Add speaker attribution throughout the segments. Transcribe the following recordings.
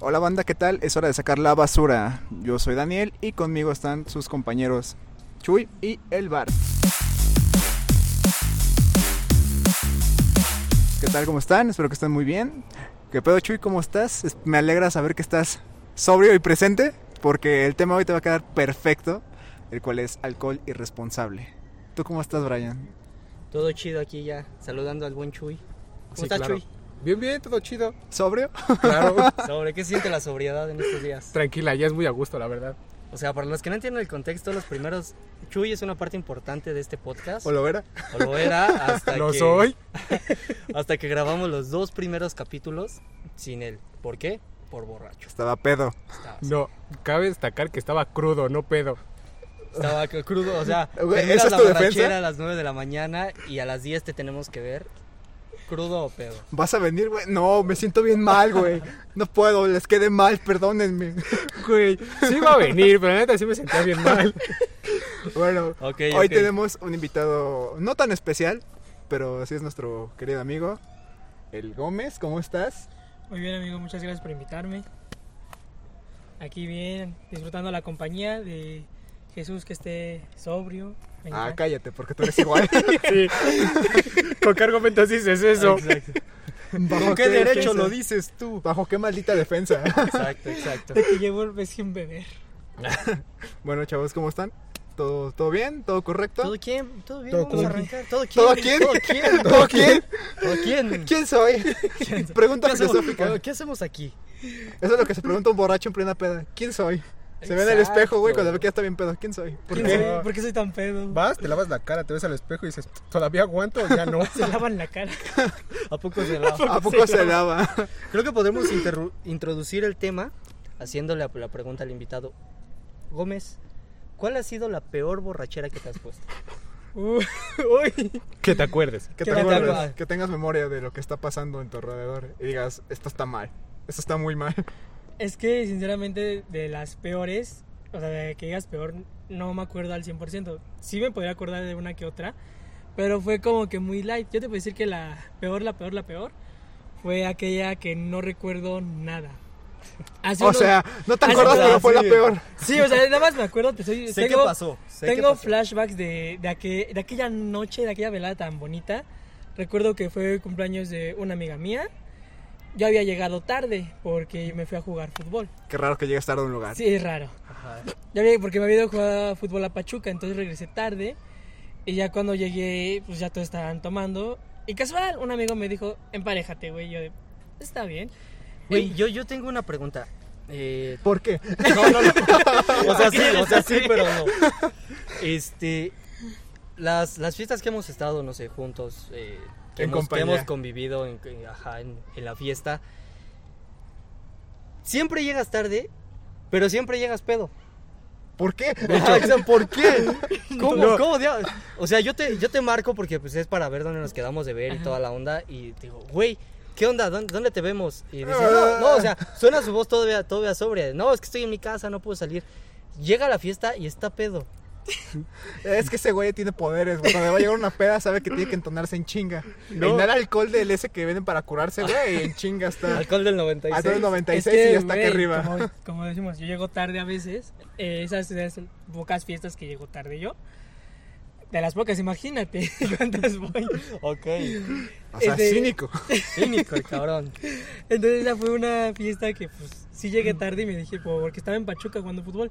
Speaker 1: Hola banda, ¿qué tal? Es hora de sacar la basura. Yo soy Daniel y conmigo están sus compañeros Chuy y el Bar. ¿Qué tal? ¿Cómo están? Espero que estén muy bien. ¿Qué pedo Chuy? ¿Cómo estás? Es- Me alegra saber que estás sobrio y presente porque el tema hoy te va a quedar perfecto, el cual es alcohol irresponsable. ¿Tú cómo estás, Brian?
Speaker 2: Todo chido aquí ya, saludando al buen Chuy. ¿Cómo
Speaker 3: Sí,
Speaker 2: estás,
Speaker 3: claro.
Speaker 2: Chuy?
Speaker 3: Bien, bien, todo chido.
Speaker 1: ¿Sobrio?
Speaker 3: Claro.
Speaker 2: Sobre qué se siente la sobriedad en estos días.
Speaker 3: Tranquila, ya es muy a gusto, la verdad.
Speaker 2: O sea, para los que no entienden el contexto, los primeros. Chuy es una parte importante de este podcast.
Speaker 1: ¿O lo era?
Speaker 2: O lo era hasta
Speaker 3: Lo
Speaker 2: que.
Speaker 3: soy.
Speaker 2: Hasta que grabamos los dos primeros capítulos sin él. ¿Por qué? Por borracho.
Speaker 1: Estaba pedo.
Speaker 2: Estaba,
Speaker 3: No, cabe destacar que estaba crudo, no pedo.
Speaker 2: estaba c- crudo, o sea,
Speaker 1: Güey,
Speaker 2: terminas
Speaker 1: ¿esa es
Speaker 2: la
Speaker 1: tu defensa?
Speaker 2: borrachera a las 9 de la mañana y a las 10 te tenemos que ver. ¿Crudo o pedo?
Speaker 1: ¿Vas a venir, güey? No, me siento bien mal, güey. No puedo, les quedé mal, perdónenme.
Speaker 3: Güey, sí iba a venir, pero la neta sí me sentía bien mal.
Speaker 1: Bueno,
Speaker 2: Ok,
Speaker 1: hoy
Speaker 2: ok.
Speaker 1: tenemos un invitado no tan especial, pero sí es nuestro querido amigo, el Gómez. ¿Cómo estás?
Speaker 4: Muy bien, amigo, muchas gracias por invitarme. Aquí bien, disfrutando la compañía de Jesús que esté sobrio. Me
Speaker 1: Ah,
Speaker 4: encanta.
Speaker 1: cállate, porque tú eres igual.
Speaker 3: Sí. ¿Con qué argumentos dices eso?
Speaker 2: Exacto,
Speaker 1: ¿Bajo
Speaker 2: qué derecho
Speaker 1: defensa?
Speaker 2: lo
Speaker 3: dices tú?
Speaker 1: ¿Bajo qué maldita defensa?
Speaker 2: exacto, exacto.
Speaker 4: De que llevo el mes sin beber.
Speaker 1: bueno, chavos, ¿cómo están? ¿Todo, todo bien? ¿Todo correcto?
Speaker 2: ¿Todo quién? ¿Todo bien?
Speaker 3: Todo
Speaker 2: Vamos a
Speaker 3: cool.
Speaker 2: arrancar. ¿Todo quién?
Speaker 1: ¿Todo quién?
Speaker 2: ¿Todo quién?
Speaker 1: ¿Todo quién?
Speaker 2: ¿Todo quién?
Speaker 1: ¿Quién soy? Pregunta
Speaker 2: ¿Qué hacemos,
Speaker 1: filosófica.
Speaker 2: ¿Qué hacemos aquí?
Speaker 1: Eso es lo que se pregunta un borracho en plena peda. ¿Quién soy? Se ve en el
Speaker 2: Exacto.
Speaker 1: espejo, güey, cuando ve que ya está bien pedo. ¿Quién soy? ¿Por
Speaker 4: ¿Quién
Speaker 1: qué?
Speaker 4: soy? ¿Por qué soy tan pedo?
Speaker 3: Vas, te lavas la cara, te ves al espejo y dices, ¿todavía aguanto o ya no?
Speaker 4: Se lavan la cara.
Speaker 2: ¿A poco se la...
Speaker 1: ¿A poco se lava?
Speaker 2: Creo que podemos interru- introducir el tema haciéndole la, la pregunta al invitado. Gómez, ¿cuál ha sido la peor borrachera que te has puesto?
Speaker 4: Uh, uy.
Speaker 3: Que te acuerdes.
Speaker 1: Que,
Speaker 4: Que
Speaker 1: tengas-
Speaker 4: te acuerdas.
Speaker 1: que tengas memoria de lo que está pasando en tu alrededor y digas, esto está mal, esto está muy mal.
Speaker 4: Es que, sinceramente, de las peores, o sea, de que digas peor, no me acuerdo al 100%. Sí me podría acordar de una que otra, pero fue como que muy light. Yo te puedo decir que la peor, la peor, la peor fue aquella que no recuerdo nada. Hace
Speaker 1: o
Speaker 4: unos-
Speaker 1: sea, no te
Speaker 4: Ah, sí,
Speaker 1: acuerdas,
Speaker 4: claro,
Speaker 1: pero fue la
Speaker 2: sí.
Speaker 1: peor.
Speaker 4: Sí, o sea, nada más me acuerdo, te soy...
Speaker 2: Sé
Speaker 4: tengo-
Speaker 2: qué pasó. sé qué
Speaker 4: Tengo
Speaker 2: pasó.
Speaker 4: flashbacks de, de, aque- de aquella noche, de aquella velada tan bonita. Recuerdo que fue el cumpleaños de una amiga mía. Yo había llegado tarde porque me fui a jugar fútbol.
Speaker 1: Qué raro que llegues tarde a un lugar.
Speaker 4: Sí, es raro.
Speaker 2: Ajá.
Speaker 4: Ya había, porque me había ido a jugar fútbol a Pachuca, entonces regresé tarde. Y ya cuando llegué, pues ya todos estaban tomando. Y casual, un amigo me dijo, emparejate, güey. Yo de, está bien.
Speaker 2: Güey, yo, yo tengo una pregunta. Eh,
Speaker 1: ¿Por qué?
Speaker 2: No, no, no. O sea, sí, o sea, sí, pero no. Este. Las, las fiestas que hemos estado, no sé, juntos, eh, que,
Speaker 1: En
Speaker 2: hemos, que
Speaker 1: compañía.
Speaker 2: hemos convivido en, en- ajá, en- en la fiesta, siempre llegas tarde, pero siempre llegas pedo.
Speaker 1: ¿Por qué?
Speaker 2: Ajá, Ah, o sea, ¿Por qué? ¿Cómo?
Speaker 3: No.
Speaker 2: ¿Cómo? dia- O sea, yo te, yo te marco porque pues, es para ver dónde nos quedamos de ver y toda la onda. Y te digo, güey, ¿qué onda? ¿Dónde, dónde te vemos? Y dices, no, no, o sea, suena su voz todavía, todavía sobria. No, es que estoy en mi casa, no puedo salir. Llega a la fiesta y está pedo.
Speaker 1: Es que ese güey tiene poderes, güey. Cuando va a llegar una peda sabe que tiene que entonarse en chinga.
Speaker 3: No.
Speaker 1: Inhala alcohol del ese que venden para curarse, güey, y en chinga está.
Speaker 2: Ah. Alcohol del
Speaker 1: A
Speaker 2: 96.
Speaker 1: 96
Speaker 4: Es que,
Speaker 1: y ya está aquí
Speaker 4: güey,
Speaker 1: arriba.
Speaker 4: Como, como decimos, yo llego tarde a veces. eh, esas, esas pocas fiestas que llego tarde yo. De las pocas, imagínate cuántas voy.
Speaker 2: Ok.
Speaker 1: O sea,
Speaker 4: este-
Speaker 1: cínico.
Speaker 2: Cínico, el cabrón.
Speaker 4: Entonces esa fue una fiesta que pues sí llegué tarde y me dije, po- porque estaba en Pachuca jugando fútbol,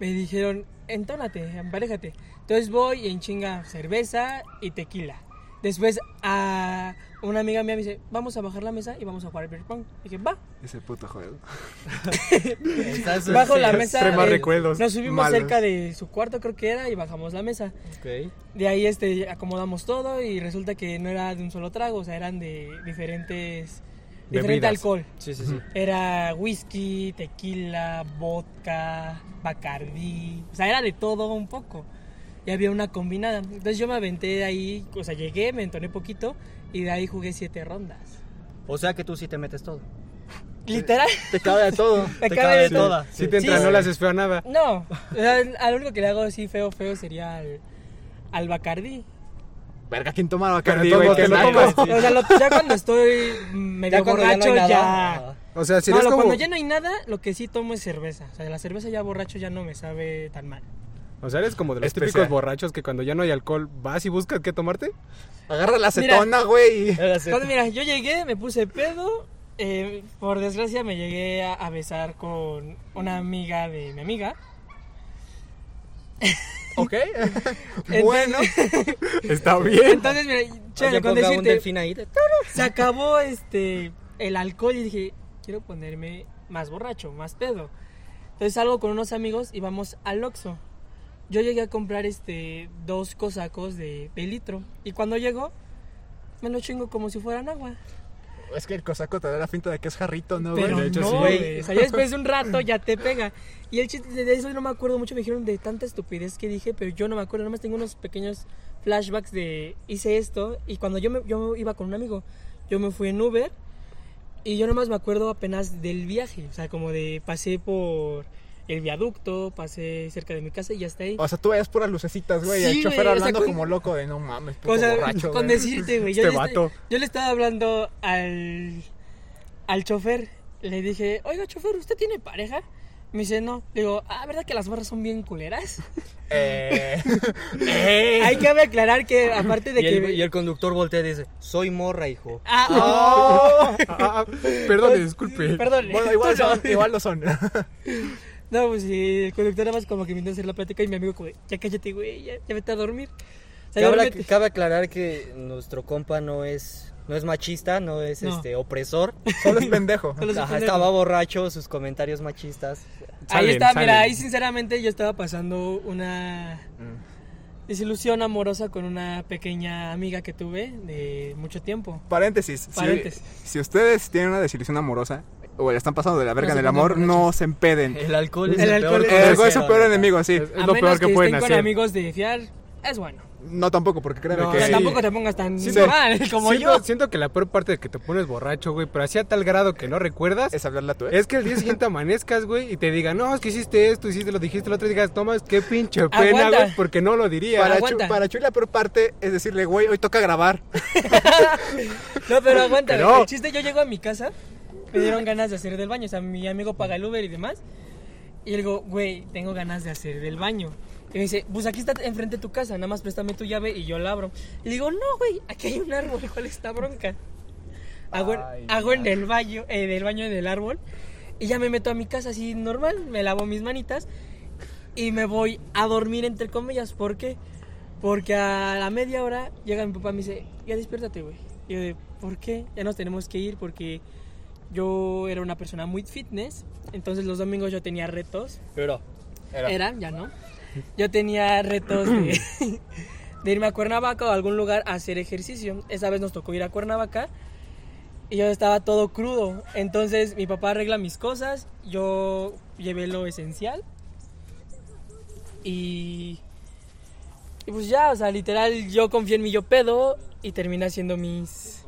Speaker 4: me dijeron, entónate, emparejate. Entonces voy y en chinga cerveza y tequila. Después a una amiga mía me dice, vamos a bajar la mesa y vamos a jugar beer pong. dije, va.
Speaker 1: Ese puto juego.
Speaker 2: Está su-
Speaker 4: Bajo la
Speaker 2: sí.
Speaker 4: mesa.
Speaker 3: Trae más
Speaker 4: eh,
Speaker 3: recuerdos
Speaker 4: Nos subimos
Speaker 1: malos.
Speaker 4: cerca de su cuarto creo que era y bajamos la mesa.
Speaker 2: Ok.
Speaker 4: De ahí este, acomodamos todo y resulta que no era de un solo trago, o sea, eran de diferentes... Diferente
Speaker 3: Bebidas.
Speaker 4: alcohol.
Speaker 2: Sí, sí, sí.
Speaker 4: Era whisky, tequila, vodka, bacardí. O sea, era de todo un poco. Y había una combinada. Entonces yo me aventé de ahí, o sea, llegué, me entoné poquito y de ahí jugué siete rondas.
Speaker 2: O sea que tú sí te metes todo.
Speaker 4: Literal.
Speaker 1: Te cabe de todo.
Speaker 4: Me
Speaker 2: te
Speaker 4: cabe
Speaker 2: cabe
Speaker 4: de
Speaker 2: Sí.
Speaker 4: todo.
Speaker 2: toda.
Speaker 3: Si te entran,
Speaker 4: Sí.
Speaker 3: no las espero nada.
Speaker 4: No, o sea, a lo único que le hago así feo, feo sería al, al bacardí.
Speaker 1: Verga, ¿quién toma
Speaker 3: Pero
Speaker 1: Bacardí,
Speaker 3: todo
Speaker 1: güey?
Speaker 3: te
Speaker 1: Qué
Speaker 3: lo
Speaker 1: naco.
Speaker 3: tomas.
Speaker 4: O sea, lo- ya cuando estoy medio
Speaker 2: cuando ya no hay
Speaker 4: borracho, ya,
Speaker 2: nada.
Speaker 3: O sea,
Speaker 4: no,
Speaker 3: serías
Speaker 4: lo-
Speaker 3: como.
Speaker 4: cuando ya no hay nada, lo que sí tomo es cerveza. O sea, la cerveza ya borracho ya no me sabe tan mal.
Speaker 3: O sea, eres como de los
Speaker 1: Especial.
Speaker 3: típicos borrachos que cuando ya no hay alcohol vas y buscas qué tomarte.
Speaker 1: Agarra la acetona, güey. y-
Speaker 4: Entonces, mira, yo llegué, me puse pedo. eh, por desgracia me llegué a, a besar con una amiga de mi amiga.
Speaker 3: ¿Ok?
Speaker 4: Eh,
Speaker 1: Bueno,
Speaker 3: Está bien.
Speaker 4: Entonces, mira,
Speaker 5: Yo
Speaker 4: chévere, con
Speaker 5: pongo a un
Speaker 4: decirte,
Speaker 5: delfín ahí. de-
Speaker 4: se acabó este el alcohol y dije, quiero ponerme más borracho, más pedo. Entonces salgo con unos amigos y vamos al Oxxo. Yo llegué a comprar este dos cosacos de, de litro y cuando llego me lo chingo como si fueran agua.
Speaker 1: es que el cosaco te da la finta de que es jarrito, ¿no, güey?
Speaker 4: Pero
Speaker 3: de hecho,
Speaker 4: no,
Speaker 3: sí.
Speaker 4: güey. O sea, ya después de un rato ya te pega. Y el chiste de eso yo no me acuerdo mucho, me dijeron de tanta estupidez que dije, pero yo no me acuerdo, nomás tengo unos pequeños flashbacks de hice esto y cuando yo me, yo iba con un amigo, yo me fui en Uber y yo nomás me acuerdo apenas del viaje, o sea, como de pasé por el viaducto, pasé cerca de mi casa y hasta ahí.
Speaker 1: O sea, tú veías puras lucecitas, güey. y
Speaker 4: Sí,
Speaker 1: el chofer
Speaker 4: güey, o sea,
Speaker 1: hablando
Speaker 4: con-
Speaker 1: como loco de no mames, puto
Speaker 4: O sea,
Speaker 1: borracho,
Speaker 4: con
Speaker 1: güey".
Speaker 4: decirte, güey. Yo,
Speaker 3: Este
Speaker 4: le
Speaker 3: vato.
Speaker 4: est- yo le estaba hablando al, al chofer. Le dije, oiga, chofer, ¿usted tiene pareja? Me dice, no. Le digo, ah, ¿verdad que las barras son bien culeras?
Speaker 1: Eh,
Speaker 4: Hay que aclarar que, aparte de
Speaker 5: Y
Speaker 4: que.
Speaker 5: el, y el conductor voltea y dice, soy morra, hijo.
Speaker 4: Ah, pues,
Speaker 3: Ah, ah, perdone, disculpe.
Speaker 4: Perdón.
Speaker 1: bueno, igual
Speaker 4: no.
Speaker 1: son, igual lo son.
Speaker 4: No, pues sí, el conductor nada más como que me intentó hacer la plática y mi amigo, como, ya cállate, güey, ya, ya vete a dormir. O sea, yo
Speaker 5: Cabe,
Speaker 4: me metí-
Speaker 5: cabe aclarar que nuestro compa no es, no es machista, no es
Speaker 4: No.
Speaker 5: este opresor.
Speaker 1: Solo es pendejo.
Speaker 4: Solo soy
Speaker 5: Ajá,
Speaker 4: pendejo.
Speaker 5: estaba borracho, sus comentarios machistas.
Speaker 4: Ahí
Speaker 3: Salen,
Speaker 4: está,
Speaker 3: salen.
Speaker 4: mira, ahí sinceramente yo estaba pasando una
Speaker 3: Mm.
Speaker 4: desilusión amorosa con una pequeña amiga que tuve de mucho tiempo.
Speaker 1: Paréntesis. si-
Speaker 4: Paréntesis.
Speaker 1: Si, ustedes tienen una desilusión amorosa o le están pasando de la verga
Speaker 4: No se
Speaker 1: en el
Speaker 4: pongan
Speaker 1: amor,
Speaker 4: borrachos. Eh,
Speaker 1: no se empeden.
Speaker 5: El alcohol
Speaker 4: es
Speaker 5: es el,
Speaker 4: El el alcohol
Speaker 5: peor
Speaker 4: peor es-
Speaker 1: El alcohol es su peor enemigo, sí.
Speaker 3: Es, es
Speaker 4: a
Speaker 3: lo
Speaker 4: menos
Speaker 3: peor que,
Speaker 4: que
Speaker 3: pueden
Speaker 4: estén con
Speaker 3: hacer.
Speaker 4: amigos de fiar, es bueno.
Speaker 1: No tampoco, porque créeme
Speaker 3: No,
Speaker 1: que.
Speaker 4: O sea,
Speaker 3: sí.
Speaker 4: tampoco te pongas tan
Speaker 1: Sí,
Speaker 4: mal como
Speaker 3: siento,
Speaker 4: yo.
Speaker 3: siento que la peor parte de que te pones borracho, güey, pero así a tal grado que no recuerdas,
Speaker 1: Es hablarla tú,
Speaker 3: Es que el día siguiente amanezcas, güey, y te digan, no, es que hiciste esto, hiciste lo dijiste lo otro, y digas, toma, es que pinche pena,
Speaker 4: Aguanta.
Speaker 3: güey, porque no lo diría.
Speaker 1: Para, Chu,
Speaker 4: aguanta.
Speaker 1: para Chuy la peor parte es decirle, güey, hoy toca grabar.
Speaker 4: No, pero aguanta,
Speaker 3: Pero-
Speaker 4: el chiste, yo llego a mi casa, me dieron ganas de hacer del baño, o sea, mi amigo paga el Uber y demás, y le digo, güey, tengo ganas de hacer del baño. Y me dice, pues aquí está enfrente de tu casa, nada más préstame tu llave y yo la abro. Y le digo, no, güey, aquí hay un árbol, ¿cuál está bronca? Hago, en-
Speaker 5: Ay,
Speaker 4: hago en el baño, eh, del baño del árbol, y ya me meto a mi casa así normal, me lavo mis manitas, y me voy a dormir, entre comillas, ¿por qué? Porque a la media hora llega mi papá y me dice, ya despiértate, güey. Y yo de, ¿por qué? Ya nos tenemos que ir porque yo era una persona muy fitness, entonces los domingos yo tenía retos.
Speaker 5: Pero,
Speaker 4: Era, ya no. Yo tenía retos de, de irme a Cuernavaca o a algún lugar a hacer ejercicio. Esa vez nos tocó ir a Cuernavaca y yo estaba todo crudo. Entonces mi papá arregla mis cosas, yo llevé lo esencial y... Y pues ya, o sea, literal, yo confié en mi yo pedo y terminé haciendo mis...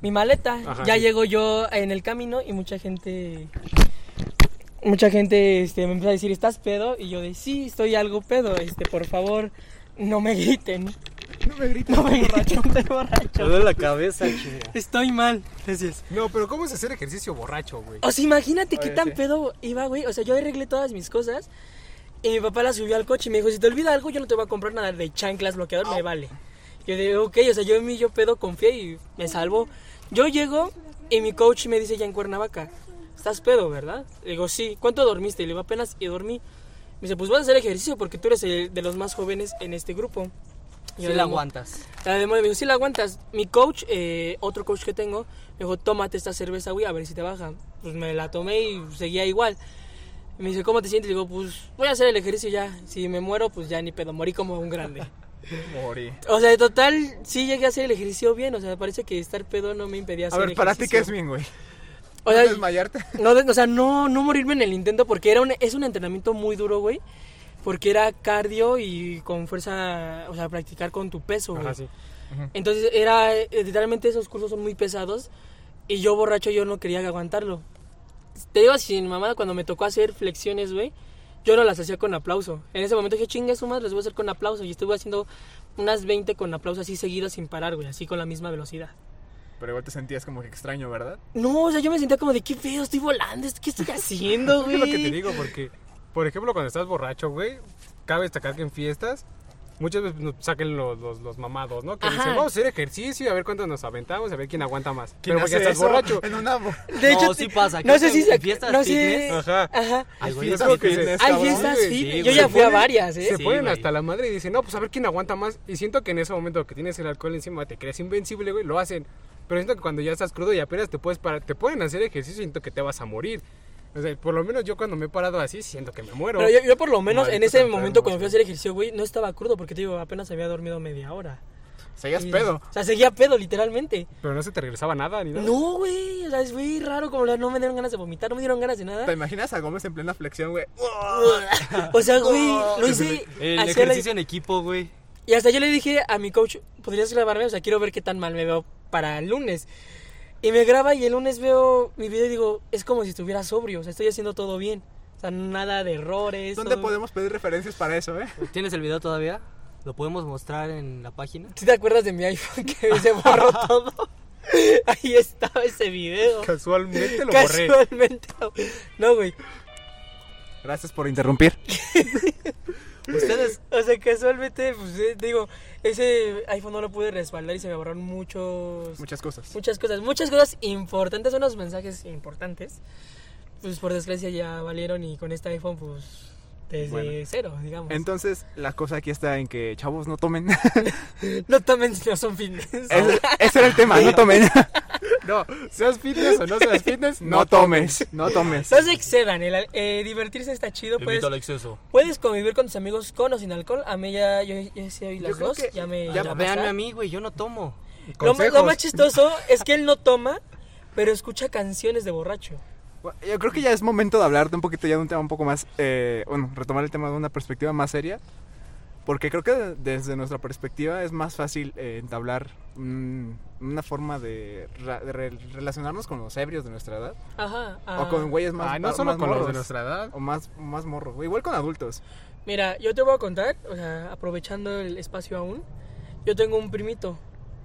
Speaker 4: Mi maleta.
Speaker 3: Ajá,
Speaker 4: ya
Speaker 3: sí.
Speaker 4: llego yo en el camino y mucha gente... Mucha gente este, me empieza a decir, ¿estás pedo? Y yo de, sí, estoy algo pedo, este, por favor, no me griten.
Speaker 1: No me grites,
Speaker 4: No me griten, estoy borracho.
Speaker 5: todo la cabeza, chinga.
Speaker 4: Estoy mal. Gracias.
Speaker 3: No, pero ¿cómo es hacer ejercicio borracho, güey?
Speaker 4: O sea, imagínate qué
Speaker 1: Oye,
Speaker 4: tan
Speaker 1: sí.
Speaker 4: pedo iba, güey. O sea, yo arreglé todas mis cosas y mi papá las subió al coche y me dijo, si te olvida algo, yo no te voy a comprar nada de chanclas, bloqueador, me vale. Yo de, ok, o sea, yo en mí yo pedo confié y me salvo. Yo llego y mi coach me dice ya en Cuernavaca, estás pedo, ¿verdad? Le digo, sí, ¿cuánto dormiste? Y le digo, apenas y dormí. Me dice, pues vas a hacer ejercicio porque tú eres el de los más jóvenes en este grupo. Y
Speaker 5: Si
Speaker 4: yo le
Speaker 5: la
Speaker 4: digo,
Speaker 5: aguantas.
Speaker 4: la demonio me dijo, sí la aguantas. Mi coach, eh, otro coach que tengo, me dijo, tómate esta cerveza, güey, a ver si te baja. Pues me la tomé y seguía igual. Me dice, ¿cómo te sientes? Le digo, pues voy a hacer el ejercicio ya. Si me muero, pues ya ni pedo, morí como un grande.
Speaker 1: Morí.
Speaker 4: O sea, de total, sí llegué a hacer el ejercicio bien. O sea, me parece que estar pedo no me impedía
Speaker 1: A
Speaker 4: hacer
Speaker 1: ver, para ti, ¿qué es
Speaker 4: ejercicio.
Speaker 1: bien, güey?
Speaker 4: O
Speaker 1: ¿No
Speaker 4: sea,
Speaker 1: desmayarte?
Speaker 4: no, de- o sea, no, no morirme en el intento porque era un- es un entrenamiento muy duro, güey. Porque era cardio y con fuerza, o sea, practicar con tu peso, güey.
Speaker 3: Ajá, sí.
Speaker 4: Entonces era, eh, literalmente esos cursos son muy pesados y yo borracho yo no quería aguantarlo. Te digo sin mamada, cuando me tocó hacer flexiones, güey, yo no las hacía con aplauso. En ese momento dije, chingue su madre, las voy a hacer con aplauso. Y estuve haciendo unas 20 con aplauso así seguidas sin parar, güey, así con la misma velocidad.
Speaker 1: Pero igual te sentías como que extraño, ¿verdad?
Speaker 4: No, o sea, yo me sentía como de qué pedo, estoy volando, ¿qué estoy haciendo,
Speaker 3: Es
Speaker 4: güey?
Speaker 3: lo que te digo, porque, por ejemplo, cuando estás borracho, güey, cabe destacar que en fiestas muchas veces nos saquen los, los, los mamados, ¿no? Que
Speaker 4: Ajá.
Speaker 3: dicen, vamos a hacer ejercicio, a ver cuántos nos aventamos, a ver quién aguanta más.
Speaker 1: ¿Quién
Speaker 3: Pero porque
Speaker 1: hace
Speaker 3: estás
Speaker 1: eso
Speaker 3: borracho.
Speaker 1: En un abo.
Speaker 4: De
Speaker 5: No,
Speaker 4: hecho,
Speaker 5: sí
Speaker 4: te-
Speaker 5: pasa,
Speaker 4: No
Speaker 5: creo
Speaker 4: sé
Speaker 5: que
Speaker 4: si
Speaker 5: en
Speaker 4: se-
Speaker 5: fiestas
Speaker 4: no sé-
Speaker 5: fitness-
Speaker 3: Ajá.
Speaker 4: Ajá.
Speaker 5: Hay
Speaker 3: Hay
Speaker 5: fiestas
Speaker 3: fiestas que
Speaker 1: fitness.
Speaker 3: se-
Speaker 1: Ay,
Speaker 4: Hay
Speaker 1: cabrón,
Speaker 4: fiestas
Speaker 3: güey,
Speaker 4: fit.
Speaker 5: sí,
Speaker 4: Yo
Speaker 5: güey.
Speaker 4: ya fui a
Speaker 3: Se ponen-
Speaker 4: varias, ¿eh?
Speaker 3: Se
Speaker 5: Sí,
Speaker 3: ponen
Speaker 5: güey.
Speaker 3: hasta la madre y dicen, no, pues a ver quién aguanta más. Y siento que en ese momento que tienes el alcohol encima te crees invencible, güey, lo hacen. Pero siento que cuando ya estás crudo y apenas te puedes parar, te pueden hacer ejercicio, siento que te vas a morir. O sea, por lo menos yo cuando me he parado así, siento que me muero.
Speaker 4: Pero yo, yo por lo menos en
Speaker 3: Malditos
Speaker 4: ese
Speaker 3: enfermos,
Speaker 4: momento cuando fui
Speaker 3: güey.
Speaker 4: a hacer ejercicio, güey, no estaba crudo porque te digo, apenas había dormido media hora.
Speaker 1: Seguías
Speaker 4: Y-
Speaker 1: pedo.
Speaker 4: O sea, seguía pedo literalmente.
Speaker 3: Pero no se te regresaba nada ni nada.
Speaker 4: No, güey, o sea, es muy raro como la- no me dieron ganas de vomitar, no me dieron ganas de
Speaker 1: ¿Te
Speaker 4: nada.
Speaker 1: imaginas a Gómez en plena flexión, güey? Ah,
Speaker 4: O sea, güey, lo hice
Speaker 5: El
Speaker 4: hacia la-
Speaker 5: ejercicio en equipo, güey.
Speaker 4: Y hasta yo le dije a mi coach, ¿podrías grabarme? O sea, quiero ver qué tan mal me veo para el lunes. Y me graba y el lunes veo mi video y digo, es como si estuviera sobrio, o sea, estoy haciendo todo bien. O sea, nada de errores.
Speaker 1: ¿Dónde
Speaker 4: todo-
Speaker 1: podemos pedir referencias para eso, eh?
Speaker 5: ¿Tienes el video todavía? ¿Lo podemos mostrar en la página?
Speaker 4: ¿Sí te acuerdas de mi iPhone que se borró todo? Ahí estaba ese video.
Speaker 3: Casualmente lo borré.
Speaker 4: Casualmente. No, güey.
Speaker 1: Gracias por interrumpir.
Speaker 5: Ustedes,
Speaker 4: O sea, casualmente, pues eh, digo, ese iPhone no lo pude respaldar y se me borraron muchos.
Speaker 1: Muchas cosas.
Speaker 4: Muchas cosas, muchas cosas importantes, unos mensajes importantes. Pues por desgracia ya valieron y con este iPhone, pues desde
Speaker 1: Bueno.
Speaker 4: cero, digamos.
Speaker 1: Entonces, la cosa aquí está en que, chavos, no tomen.
Speaker 4: no tomen si no son fines.
Speaker 1: Ese, ese era el tema, no tomen.
Speaker 3: No, seas fitness o no seas fitness,
Speaker 1: No tomes, no tomes.
Speaker 4: No se excedan, el al- eh, divertirse está chido. pues, Puedes,
Speaker 5: invito al exceso.
Speaker 4: puedes convivir con tus amigos con o sin alcohol. A mí ya, yo, yo sí hoy las
Speaker 1: creo
Speaker 4: dos,
Speaker 1: que
Speaker 4: ya me...
Speaker 1: ya
Speaker 4: ya me
Speaker 5: Veanme
Speaker 4: pasa.
Speaker 5: a mí, güey, yo no tomo.
Speaker 4: Lo, ma-
Speaker 3: Consejos.
Speaker 4: lo más chistoso es que él no toma, pero escucha canciones de borracho.
Speaker 1: Yo creo que ya es momento de hablar de un poquito ya de un tema un poco más, eh, bueno, retomar el tema de una perspectiva más seria, porque creo que de- desde nuestra perspectiva es más fácil eh, entablar mm, una forma de, ra- de re- relacionarnos con los ebrios de nuestra edad
Speaker 4: Ajá. ah,
Speaker 1: o con güeyes más,
Speaker 3: Ay, no
Speaker 1: más-
Speaker 3: solo
Speaker 1: más
Speaker 3: con los de
Speaker 1: morros,
Speaker 3: nuestra edad.
Speaker 1: o más más morros, güey, igual con adultos.
Speaker 4: Mira, yo te voy a contar, o sea, aprovechando el espacio aún, yo tengo un primito.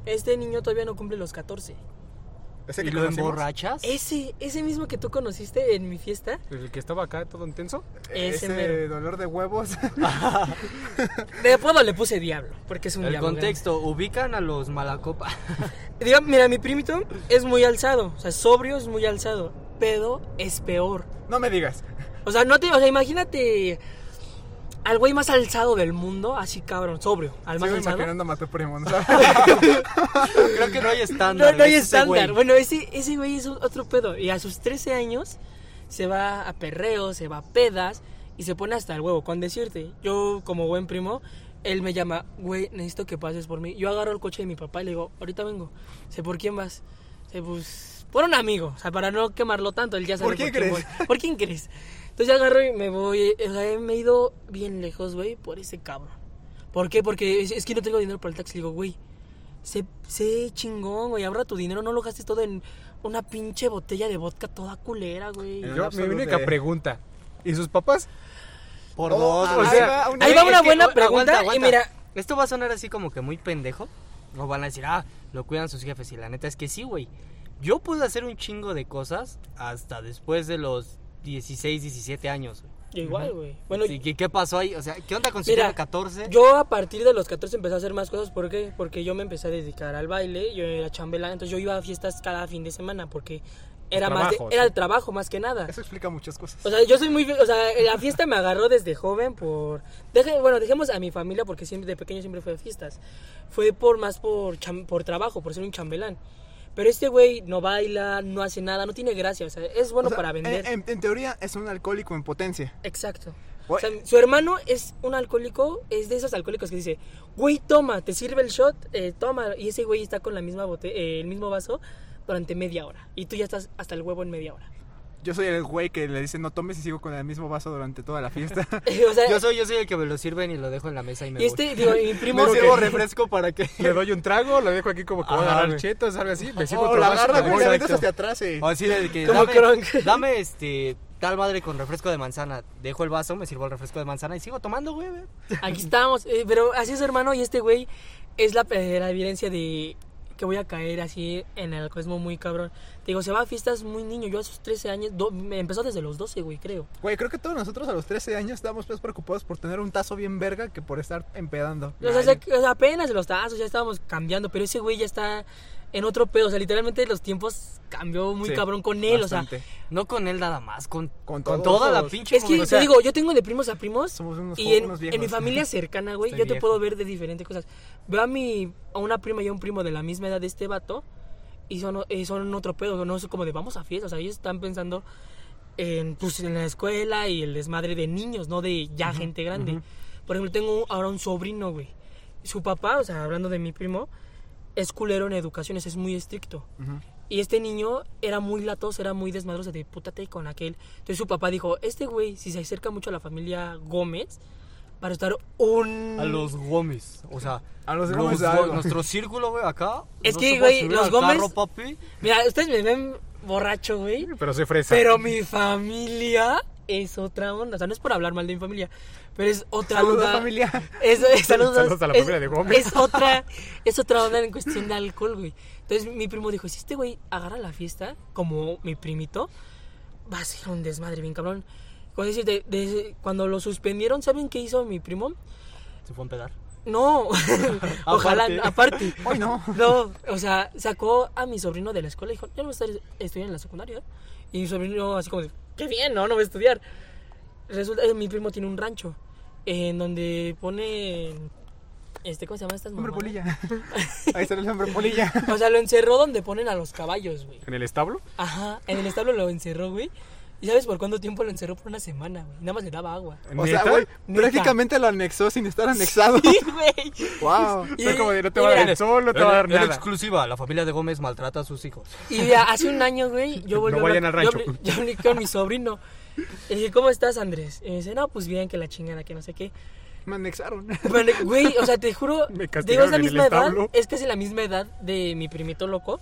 Speaker 4: Este niño todavía no cumple los 14.
Speaker 1: Ese
Speaker 5: ¿Y lo emborrachas?
Speaker 4: Ese, ese mismo que tú conociste en mi fiesta,
Speaker 3: El que estaba acá todo intenso.
Speaker 4: Ese
Speaker 1: eh, Ese,
Speaker 4: mero.
Speaker 1: dolor de huevos.
Speaker 4: de apodo le puse diablo, porque es un
Speaker 5: El
Speaker 4: diablo.
Speaker 5: contexto, ubican a los malacopa.
Speaker 4: grande. Diga- mira, mi primito es muy alzado, o sea, sobrio es muy alzado, pero es peor.
Speaker 1: no me digas.
Speaker 4: O sea, no te, o sea, imagínate al güey más alzado del mundo, así cabrón, sobrio, al más
Speaker 1: Sigo
Speaker 4: alzado.
Speaker 1: imaginando a tu primo, ¿no?
Speaker 5: Creo que no hay estándar.
Speaker 4: No, no hay
Speaker 2: este
Speaker 5: es ese
Speaker 4: estándar.
Speaker 5: güey.
Speaker 4: Bueno, ese, ese güey es un- otro pedo. Y a sus 13 años se va a perreos, se va a pedas y se pone hasta el huevo. Con decirte, yo como buen primo, él me llama, güey, necesito que pases por mí. Yo agarro el coche de mi papá y le digo, ahorita vengo. Sé por quién vas. Sé, pues, por un amigo. O sea, para no quemarlo tanto, él ya sabe
Speaker 1: ¿Por quién
Speaker 4: voy.
Speaker 1: crees?
Speaker 4: ¿Por quién crees? Entonces yo agarro y me voy. O sea, me he ido bien lejos, güey, por ese cabrón. ¿Por qué? Porque es, es que no tengo dinero para el taxi. Le digo, güey, sé, sé chingón, güey. Ahorra tu dinero, no lo gastes todo en una pinche botella de vodka toda culera, güey.
Speaker 1: En el
Speaker 3: Yo, mi
Speaker 1: absolute.
Speaker 3: única pregunta. ¿Y sus papás?
Speaker 5: Por
Speaker 1: Oh,
Speaker 5: dos,
Speaker 1: ah,
Speaker 5: güey.
Speaker 3: o sea,
Speaker 1: ahí va una-
Speaker 4: Ahí va
Speaker 5: Es
Speaker 4: una
Speaker 5: que,
Speaker 4: buena
Speaker 5: aguanta,
Speaker 4: pregunta y
Speaker 5: aguanta.
Speaker 4: mira,
Speaker 5: Esto va a sonar así como que muy pendejo. O van a decir, ah, lo cuidan sus jefes. Y la neta es que sí, güey. Yo pude hacer un chingo de cosas hasta después de los 16, 17 años. güey.
Speaker 4: yo igual, güey. Bueno,
Speaker 5: Sí, ¿qué, qué pasó ahí? O sea, ¿qué onda con su
Speaker 4: Mira,
Speaker 5: jefe 14?
Speaker 4: yo a partir de los 14 empecé a hacer más cosas. ¿Por qué? Porque yo me empecé a dedicar al baile, yo era chambelán, entonces yo iba a fiestas cada fin de semana porque era más de-
Speaker 3: trabajos,
Speaker 4: era
Speaker 3: ¿no?
Speaker 4: el trabajo más que nada.
Speaker 1: Eso explica muchas cosas.
Speaker 4: O sea, yo soy muy... O sea, la fiesta me agarró desde joven por... deje- bueno, dejemos a mi familia porque siempre de pequeño siempre fue a fiestas. Fue por más por, cham- por trabajo, por ser un chambelán. Pero este güey no baila, no hace nada, no tiene gracia. O sea, es bueno
Speaker 1: O sea,
Speaker 4: para vender.
Speaker 1: En, en- en teoría es un alcohólico en potencia.
Speaker 4: Exacto.
Speaker 1: Güey.
Speaker 4: O sea, su hermano es un alcohólico, es de esos alcohólicos que dice, güey, toma, te sirve el shot, eh, toma. Y ese güey está con la misma bote eh, el mismo vaso durante media hora. Y tú ya estás hasta el huevo en media hora.
Speaker 1: Yo soy el güey que le dice no tomes y sigo con el mismo vaso durante toda la fiesta.
Speaker 4: o sea,
Speaker 5: Yo soy, yo soy el que me lo sirven y lo dejo en la mesa y me
Speaker 4: y este, digo, y mi primo...
Speaker 5: voy. Me sirvo refresco para que...
Speaker 3: Le doy un trago, lo dejo aquí como que voy a
Speaker 5: Ajá,
Speaker 3: agarrar
Speaker 5: güey.
Speaker 3: chetos, algo así. Me
Speaker 4: Oh,
Speaker 3: sirvo
Speaker 1: O
Speaker 3: otro
Speaker 1: la
Speaker 3: vaso,
Speaker 1: agarra,
Speaker 3: me
Speaker 1: güey,
Speaker 3: voy.
Speaker 1: la avientas
Speaker 5: exacto.
Speaker 1: hacia atrás eh. y...
Speaker 5: O así de que
Speaker 4: Como
Speaker 5: dame,
Speaker 4: Kronk.
Speaker 5: dame, este tal madre con refresco de manzana. Dejo el vaso, me sirvo el refresco de manzana y sigo tomando, güey. güey.
Speaker 4: Aquí estamos, eh, pero así es hermano y este güey es la, eh, la evidencia de que voy a caer así en el alcoholismo muy cabrón. Te digo, se va a fiestas muy niño. Yo a sus 13 años, do- me empezó desde los 12, güey, creo.
Speaker 1: Güey, creo que todos nosotros a los 13 años estábamos más preocupados por tener un tazo bien verga que por estar empedando.
Speaker 4: O sea, se- o sea, apenas los tazos ya estábamos cambiando, pero ese güey ya está en otro pedo. O sea, literalmente los tiempos cambió muy
Speaker 1: Sí,
Speaker 4: cabrón con él. O sea,
Speaker 1: bastante.
Speaker 5: No con él nada más, con,
Speaker 1: Con
Speaker 5: con
Speaker 1: todos.
Speaker 5: toda la pinche
Speaker 4: es que
Speaker 5: comunidad.
Speaker 4: te digo, yo tengo de primos a primos.
Speaker 1: Somos unos
Speaker 4: y
Speaker 1: jo-
Speaker 4: en,
Speaker 1: unos
Speaker 4: en mi
Speaker 1: viejos.
Speaker 4: familia cercana, güey, yo
Speaker 5: Estoy
Speaker 4: te
Speaker 5: viejo.
Speaker 4: puedo ver de diferentes cosas. Veo a, mi, a una prima y a un primo de la misma edad de este vato y son, eh, son otro pedo. No es como de vamos a fiestas. O sea, ellos están pensando en, pues, en la escuela y el desmadre de niños, no de ya gente grande. Por ejemplo, tengo ahora un sobrino, güey. Su papá, o sea, hablando de mi primo, es culero en educaciones, es muy estricto.
Speaker 1: Ujú.
Speaker 4: Y este niño era muy latoso, era muy desmadroso, de pútate con aquel. Entonces su papá dijo, este güey, si se acerca mucho a la familia Gómez, para estar un...
Speaker 5: A los Gómez. O sea,
Speaker 1: A los
Speaker 5: los
Speaker 1: Gómez
Speaker 5: Gómez.
Speaker 1: algo.
Speaker 5: nuestro círculo, güey, acá.
Speaker 4: Es
Speaker 5: no
Speaker 4: que,
Speaker 5: se puede
Speaker 4: güey,
Speaker 5: subir
Speaker 4: los
Speaker 5: al
Speaker 4: Gómez-
Speaker 5: carro, papi.
Speaker 4: Mira, ustedes me ven borracho, güey.
Speaker 3: Pero soy fresa.
Speaker 4: Pero mi familia es otra onda. O sea, no es por hablar mal de mi familia, pero es otra
Speaker 1: Saludos,
Speaker 4: onda.
Speaker 1: familia.
Speaker 4: Es, es- saludos,
Speaker 3: Saludos a la familia
Speaker 4: es-
Speaker 3: de Gómez.
Speaker 4: Es otra, es otra onda en cuestión de alcohol, güey. Entonces mi primo dijo, si este güey agarra la fiesta, como mi primito, va a ser un desmadre bien cabrón. Con decirte, desde cuando lo suspendieron, ¿saben qué hizo mi primo?
Speaker 5: Se fue a empedar.
Speaker 4: No, ojalá,
Speaker 5: Aparte.
Speaker 4: aparte.
Speaker 1: Hoy no.
Speaker 4: No, o sea, sacó a mi sobrino de la escuela y dijo, yo no voy a estar estudiando en la secundaria. Y mi sobrino así como, de, qué bien, no, no voy a estudiar. Resulta, eh, mi primo tiene un rancho en donde pone, este, ¿cómo se llama estas
Speaker 1: Hombre
Speaker 4: mamadas?
Speaker 1: polilla. Ahí sale el hombre polilla.
Speaker 4: O sea, lo encerró donde ponen a los caballos, güey.
Speaker 3: ¿En el establo?
Speaker 4: Ajá, en el establo lo encerró, güey. ¿Y sabes por cuánto tiempo lo encerró? Por una semana, güey. Nada más le daba agua.
Speaker 1: O sea,
Speaker 3: ¿Neta?
Speaker 1: güey,
Speaker 4: Neta.
Speaker 1: prácticamente lo anexó sin estar anexado.
Speaker 4: Sí, güey.
Speaker 1: Wow.
Speaker 4: Y-
Speaker 3: Fue como de, no te
Speaker 4: y
Speaker 3: va a dar
Speaker 4: mira,
Speaker 3: el sol, no te va a dar
Speaker 5: Era- era
Speaker 3: nada.
Speaker 5: exclusiva. La familia de Gómez maltrata a sus hijos.
Speaker 4: Y mira, hace un año, güey, yo volví
Speaker 3: No
Speaker 4: a hablar-
Speaker 3: vayan al rancho.
Speaker 4: Yo, hablé- yo hablé con mi sobrino. Le dije, ¿cómo estás, Andrés? Y me dice, no, pues bien, que la chingada, que no sé qué.
Speaker 1: Me anexaron.
Speaker 4: Pero, güey, o sea, te juro,
Speaker 3: Me
Speaker 4: digo, es
Speaker 3: castigaron
Speaker 4: la
Speaker 3: en el
Speaker 4: misma edad,
Speaker 3: establo.
Speaker 4: es casi la misma edad de mi primito loco.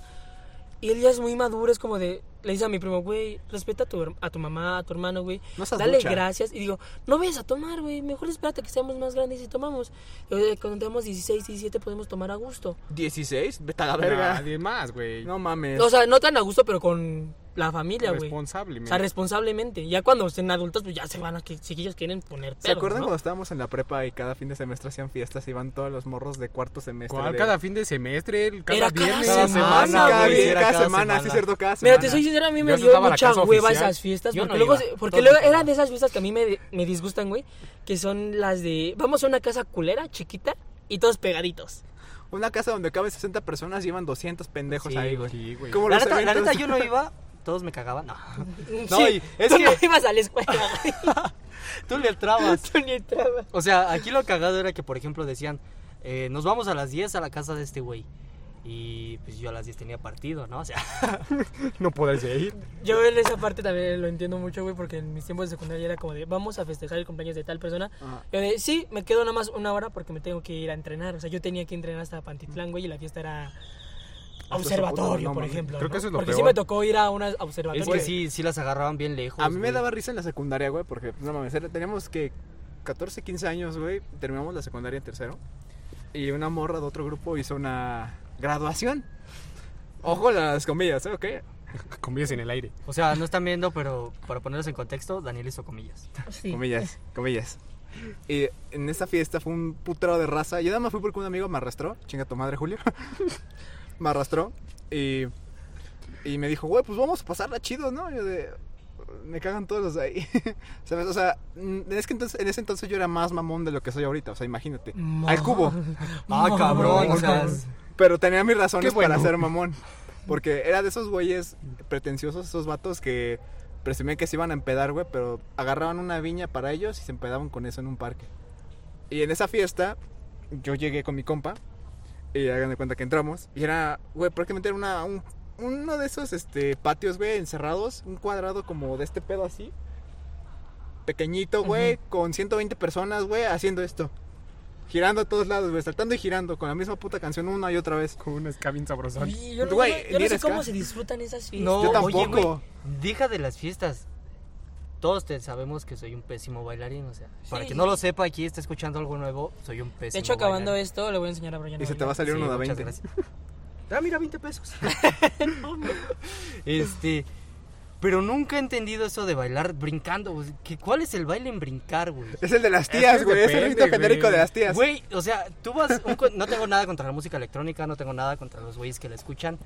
Speaker 4: Y él ya es muy maduro, es como de, le dice a mi primo, güey, respeta a tu, her- a tu mamá, a tu hermano, güey.
Speaker 1: No seas
Speaker 4: dale
Speaker 1: lucha.
Speaker 4: gracias. Y digo, no vayas a tomar, güey, mejor espérate que seamos más grandes y tomamos. Y, eh, Cuando tengamos 16, 17 podemos tomar a gusto.
Speaker 5: 16, vete a la
Speaker 1: Verga.
Speaker 3: Nadie más, güey.
Speaker 1: No mames.
Speaker 4: O sea, no tan a gusto, pero con la familia, güey.
Speaker 3: Responsable,
Speaker 4: O
Speaker 3: men.
Speaker 4: sea, responsablemente. Ya cuando estén adultos, pues ya se van a que si ellos quieren poner pedos,
Speaker 1: ¿Se acuerdan
Speaker 4: ¿no?
Speaker 1: cuando estábamos en la prepa y cada fin de semestre hacían fiestas y iban todos los morros de cuarto semestre?
Speaker 3: ¿Cuál?
Speaker 1: de-
Speaker 3: Cada fin de semestre, el- cada
Speaker 4: Era cada
Speaker 3: viernes.
Speaker 1: Cada
Speaker 4: semana,
Speaker 1: semana, cada,
Speaker 4: güey.
Speaker 1: bien,
Speaker 5: Era
Speaker 1: cada
Speaker 5: cada
Speaker 1: semana, sí
Speaker 5: semana.
Speaker 1: es cierto, cada semana.
Speaker 4: Mira, te soy sincera, a mí
Speaker 3: Yo
Speaker 4: me
Speaker 3: hasta
Speaker 4: dio
Speaker 3: estaba en la
Speaker 4: mucha
Speaker 3: casa
Speaker 4: hueva
Speaker 3: oficial.
Speaker 4: esas fiestas.
Speaker 5: Yo
Speaker 4: Porque,
Speaker 5: no
Speaker 4: luego,
Speaker 5: iba.
Speaker 4: se- porque
Speaker 5: Todos
Speaker 4: luego
Speaker 5: iban.
Speaker 4: eran de esas fiestas que a mí me, me disgustan, güey. Que son las de. Vamos a una casa culera, chiquita, y todos pegaditos.
Speaker 1: Una casa donde caben 60 personas llevan 200 pendejos
Speaker 3: Sí,
Speaker 1: ahí, güey.
Speaker 3: sí, güey.
Speaker 1: Como
Speaker 5: La
Speaker 1: los
Speaker 5: neta, la
Speaker 1: eventos-
Speaker 5: neta, yo no iba. Todos me cagaban. No. No,
Speaker 4: Sí,
Speaker 5: y es
Speaker 4: tú
Speaker 5: que-
Speaker 4: no ibas a la escuela, güey.
Speaker 5: Tú le trabas.
Speaker 4: Tú ni entrabas.
Speaker 5: O sea, aquí lo cagado era que, por ejemplo, decían, eh, nos vamos a las 10 a la casa de este güey. Y pues yo a las 10 tenía partido, ¿no? O sea,
Speaker 3: No podrás ir.
Speaker 4: Yo en esa parte también lo entiendo mucho, güey, porque en mis tiempos de secundaria era como de, vamos a festejar el cumpleaños de tal persona.
Speaker 1: Ajá.
Speaker 4: Yo de, Eh, sí, me quedo nada más una hora porque me tengo que ir a entrenar. O sea, yo tenía que entrenar hasta Pantitlán, güey, y la fiesta era
Speaker 1: puta,
Speaker 4: observatorio,
Speaker 1: no
Speaker 4: por
Speaker 1: mames.
Speaker 4: ejemplo.
Speaker 3: Creo
Speaker 4: ¿no?
Speaker 3: que eso es lo
Speaker 4: Porque sí
Speaker 3: peor.
Speaker 4: me tocó ir a una observatorio.
Speaker 5: es que sí, sí las agarraban bien lejos.
Speaker 1: A mí me
Speaker 5: güey.
Speaker 1: daba risa en la secundaria, güey, porque no mames, era- teníamos que 14, 15 años, güey, terminamos la secundaria en tercero y una morra de otro grupo hizo una graduación. Ojo las comillas, ¿eh? ¿ok?
Speaker 3: Comillas en el aire.
Speaker 5: O sea, no están viendo, pero para ponerlos en contexto, Daniel hizo comillas.
Speaker 4: Sí.
Speaker 1: Comillas, comillas. Y en esta fiesta fue un putrado de raza. Yo nada más fui porque un amigo me arrastró. Chinga tu madre, Julio. me arrastró. Y, y me dijo, güey, pues vamos a pasarla chido, ¿no? Yo de. Me cagan todos los de ahí. ¿Sabes? O sea, mm, es que entonces, en ese entonces yo era más mamón de lo que soy ahorita. O sea, imagínate. Al cubo.
Speaker 5: Ah, cabrón, o sea,
Speaker 4: Cabrón.
Speaker 1: Pero tenía mis razones
Speaker 3: Qué bueno.
Speaker 1: para ser mamón. Porque era de esos güeyes pretenciosos, esos vatos que presumían que se iban a empedar, güey, pero agarraban una viña para ellos y se empedaban con eso en un parque. Y en esa fiesta, yo llegué con mi compa y hagan de cuenta que entramos. Y era, güey, prácticamente era una, un- uno de esos este, patios, güey, encerrados, un cuadrado como de este pedo así. Pequeñito, güey, con 120 personas, güey, haciendo esto. Girando a todos lados, güey, saltando y girando con la misma puta canción una y otra vez.
Speaker 3: Con un ska bien sabrosón.
Speaker 4: Y yo no,
Speaker 1: Güey,
Speaker 4: yo no- yo no
Speaker 1: ni
Speaker 4: sé
Speaker 1: eres
Speaker 4: cómo
Speaker 1: ca-
Speaker 4: se disfrutan esas fiestas.
Speaker 5: No,
Speaker 1: Yo
Speaker 5: oye,
Speaker 1: tampoco.
Speaker 5: güey, deja de las fiestas. Todos te sabemos que soy un pésimo bailarín, o sea, para
Speaker 4: Sí.
Speaker 5: que no lo sepa aquí, está escuchando algo nuevo, soy un pésimo
Speaker 4: De hecho, acabando
Speaker 5: bailarín.
Speaker 4: esto, le voy a enseñar a Brian.
Speaker 1: Y se te va a
Speaker 4: bailar.
Speaker 1: salir uno de
Speaker 5: muchas
Speaker 1: 20.
Speaker 5: gracias. Ah, mira, 20 pesos. este. Pero nunca he entendido eso de bailar brincando. güey. ¿Qué- ¿Cuál es el baile en brincar, güey?
Speaker 1: Es el de las
Speaker 3: que
Speaker 1: tías, güey. Es el
Speaker 3: depende,
Speaker 1: rito genérico
Speaker 3: güey.
Speaker 1: de las tías.
Speaker 5: Güey, o sea, tú vas. un co- no tengo nada contra la música electrónica, no tengo nada contra los güeyes que la escuchan.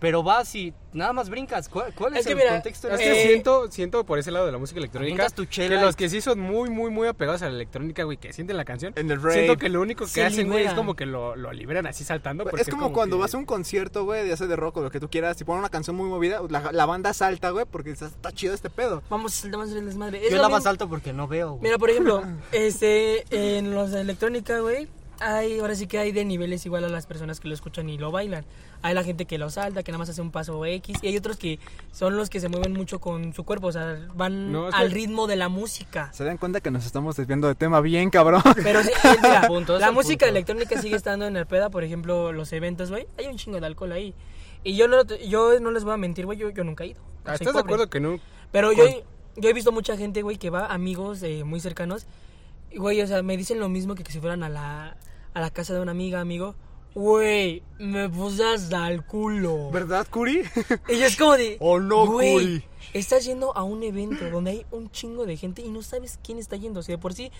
Speaker 5: Pero vas y nada más brincas. ¿Cuál, cuál es,
Speaker 4: Es que
Speaker 5: el
Speaker 4: mira,
Speaker 5: contexto?
Speaker 3: Es
Speaker 5: de
Speaker 3: que
Speaker 4: Eh,
Speaker 3: siento, siento por ese lado de la música electrónica
Speaker 5: Avientas tu chela
Speaker 3: que
Speaker 5: y-
Speaker 3: los que sí son muy, muy, muy apegados a la electrónica, güey, que sienten la canción.
Speaker 1: En el rave.
Speaker 3: Siento que lo único que
Speaker 5: Se
Speaker 3: hacen, güey, es
Speaker 5: liberan.
Speaker 3: como que lo, lo liberan así saltando. porque
Speaker 1: Es como, cuando
Speaker 3: que-
Speaker 1: vas a un concierto, güey, ya sea de rock o lo que tú quieras, y ponen una canción muy movida, la, la banda salta, güey, porque está, está chido este pedo.
Speaker 4: Vamos, vamos a hacer el desmadre. Es
Speaker 5: Yo
Speaker 4: lo
Speaker 5: la
Speaker 4: mismo-
Speaker 5: más alto porque no veo. güey.
Speaker 4: Mira, por ejemplo, este, en los de electrónica, güey, hay, ahora sí que hay de niveles igual a las personas que lo escuchan y lo bailan. Hay la gente que lo salta, que nada más hace un paso X, y hay otros que son los que se mueven mucho con su cuerpo, o sea, van
Speaker 3: No, es
Speaker 4: al
Speaker 3: que-
Speaker 4: ritmo de la música.
Speaker 1: Se dan cuenta que nos estamos desviando de tema bien, cabrón.
Speaker 4: Pero sí, eh, mira,
Speaker 5: Punto, es
Speaker 4: la
Speaker 5: el punto.
Speaker 4: música electrónica sigue estando en el peda, por ejemplo, los eventos, güey, hay un chingo de alcohol ahí. Y yo no, yo no les voy a mentir, güey, yo, yo nunca he ido.
Speaker 3: Ah,
Speaker 4: Soy
Speaker 3: ¿Estás de
Speaker 4: pobre.
Speaker 3: acuerdo que no?
Speaker 4: Pero yo, he- yo he visto mucha gente, güey, que va, amigos eh, muy cercanos, y, güey, o sea, me dicen lo mismo que, que si fueran a la, a la casa de una amiga, amigo. Güey, me puse hasta el culo.
Speaker 1: ¿Verdad, Curi?
Speaker 4: Y yo es como de.
Speaker 1: Oh, no,
Speaker 4: güey.
Speaker 1: Curi".
Speaker 4: Estás yendo a un evento donde hay un chingo de gente y no sabes quién está yendo. O sea, de por sí,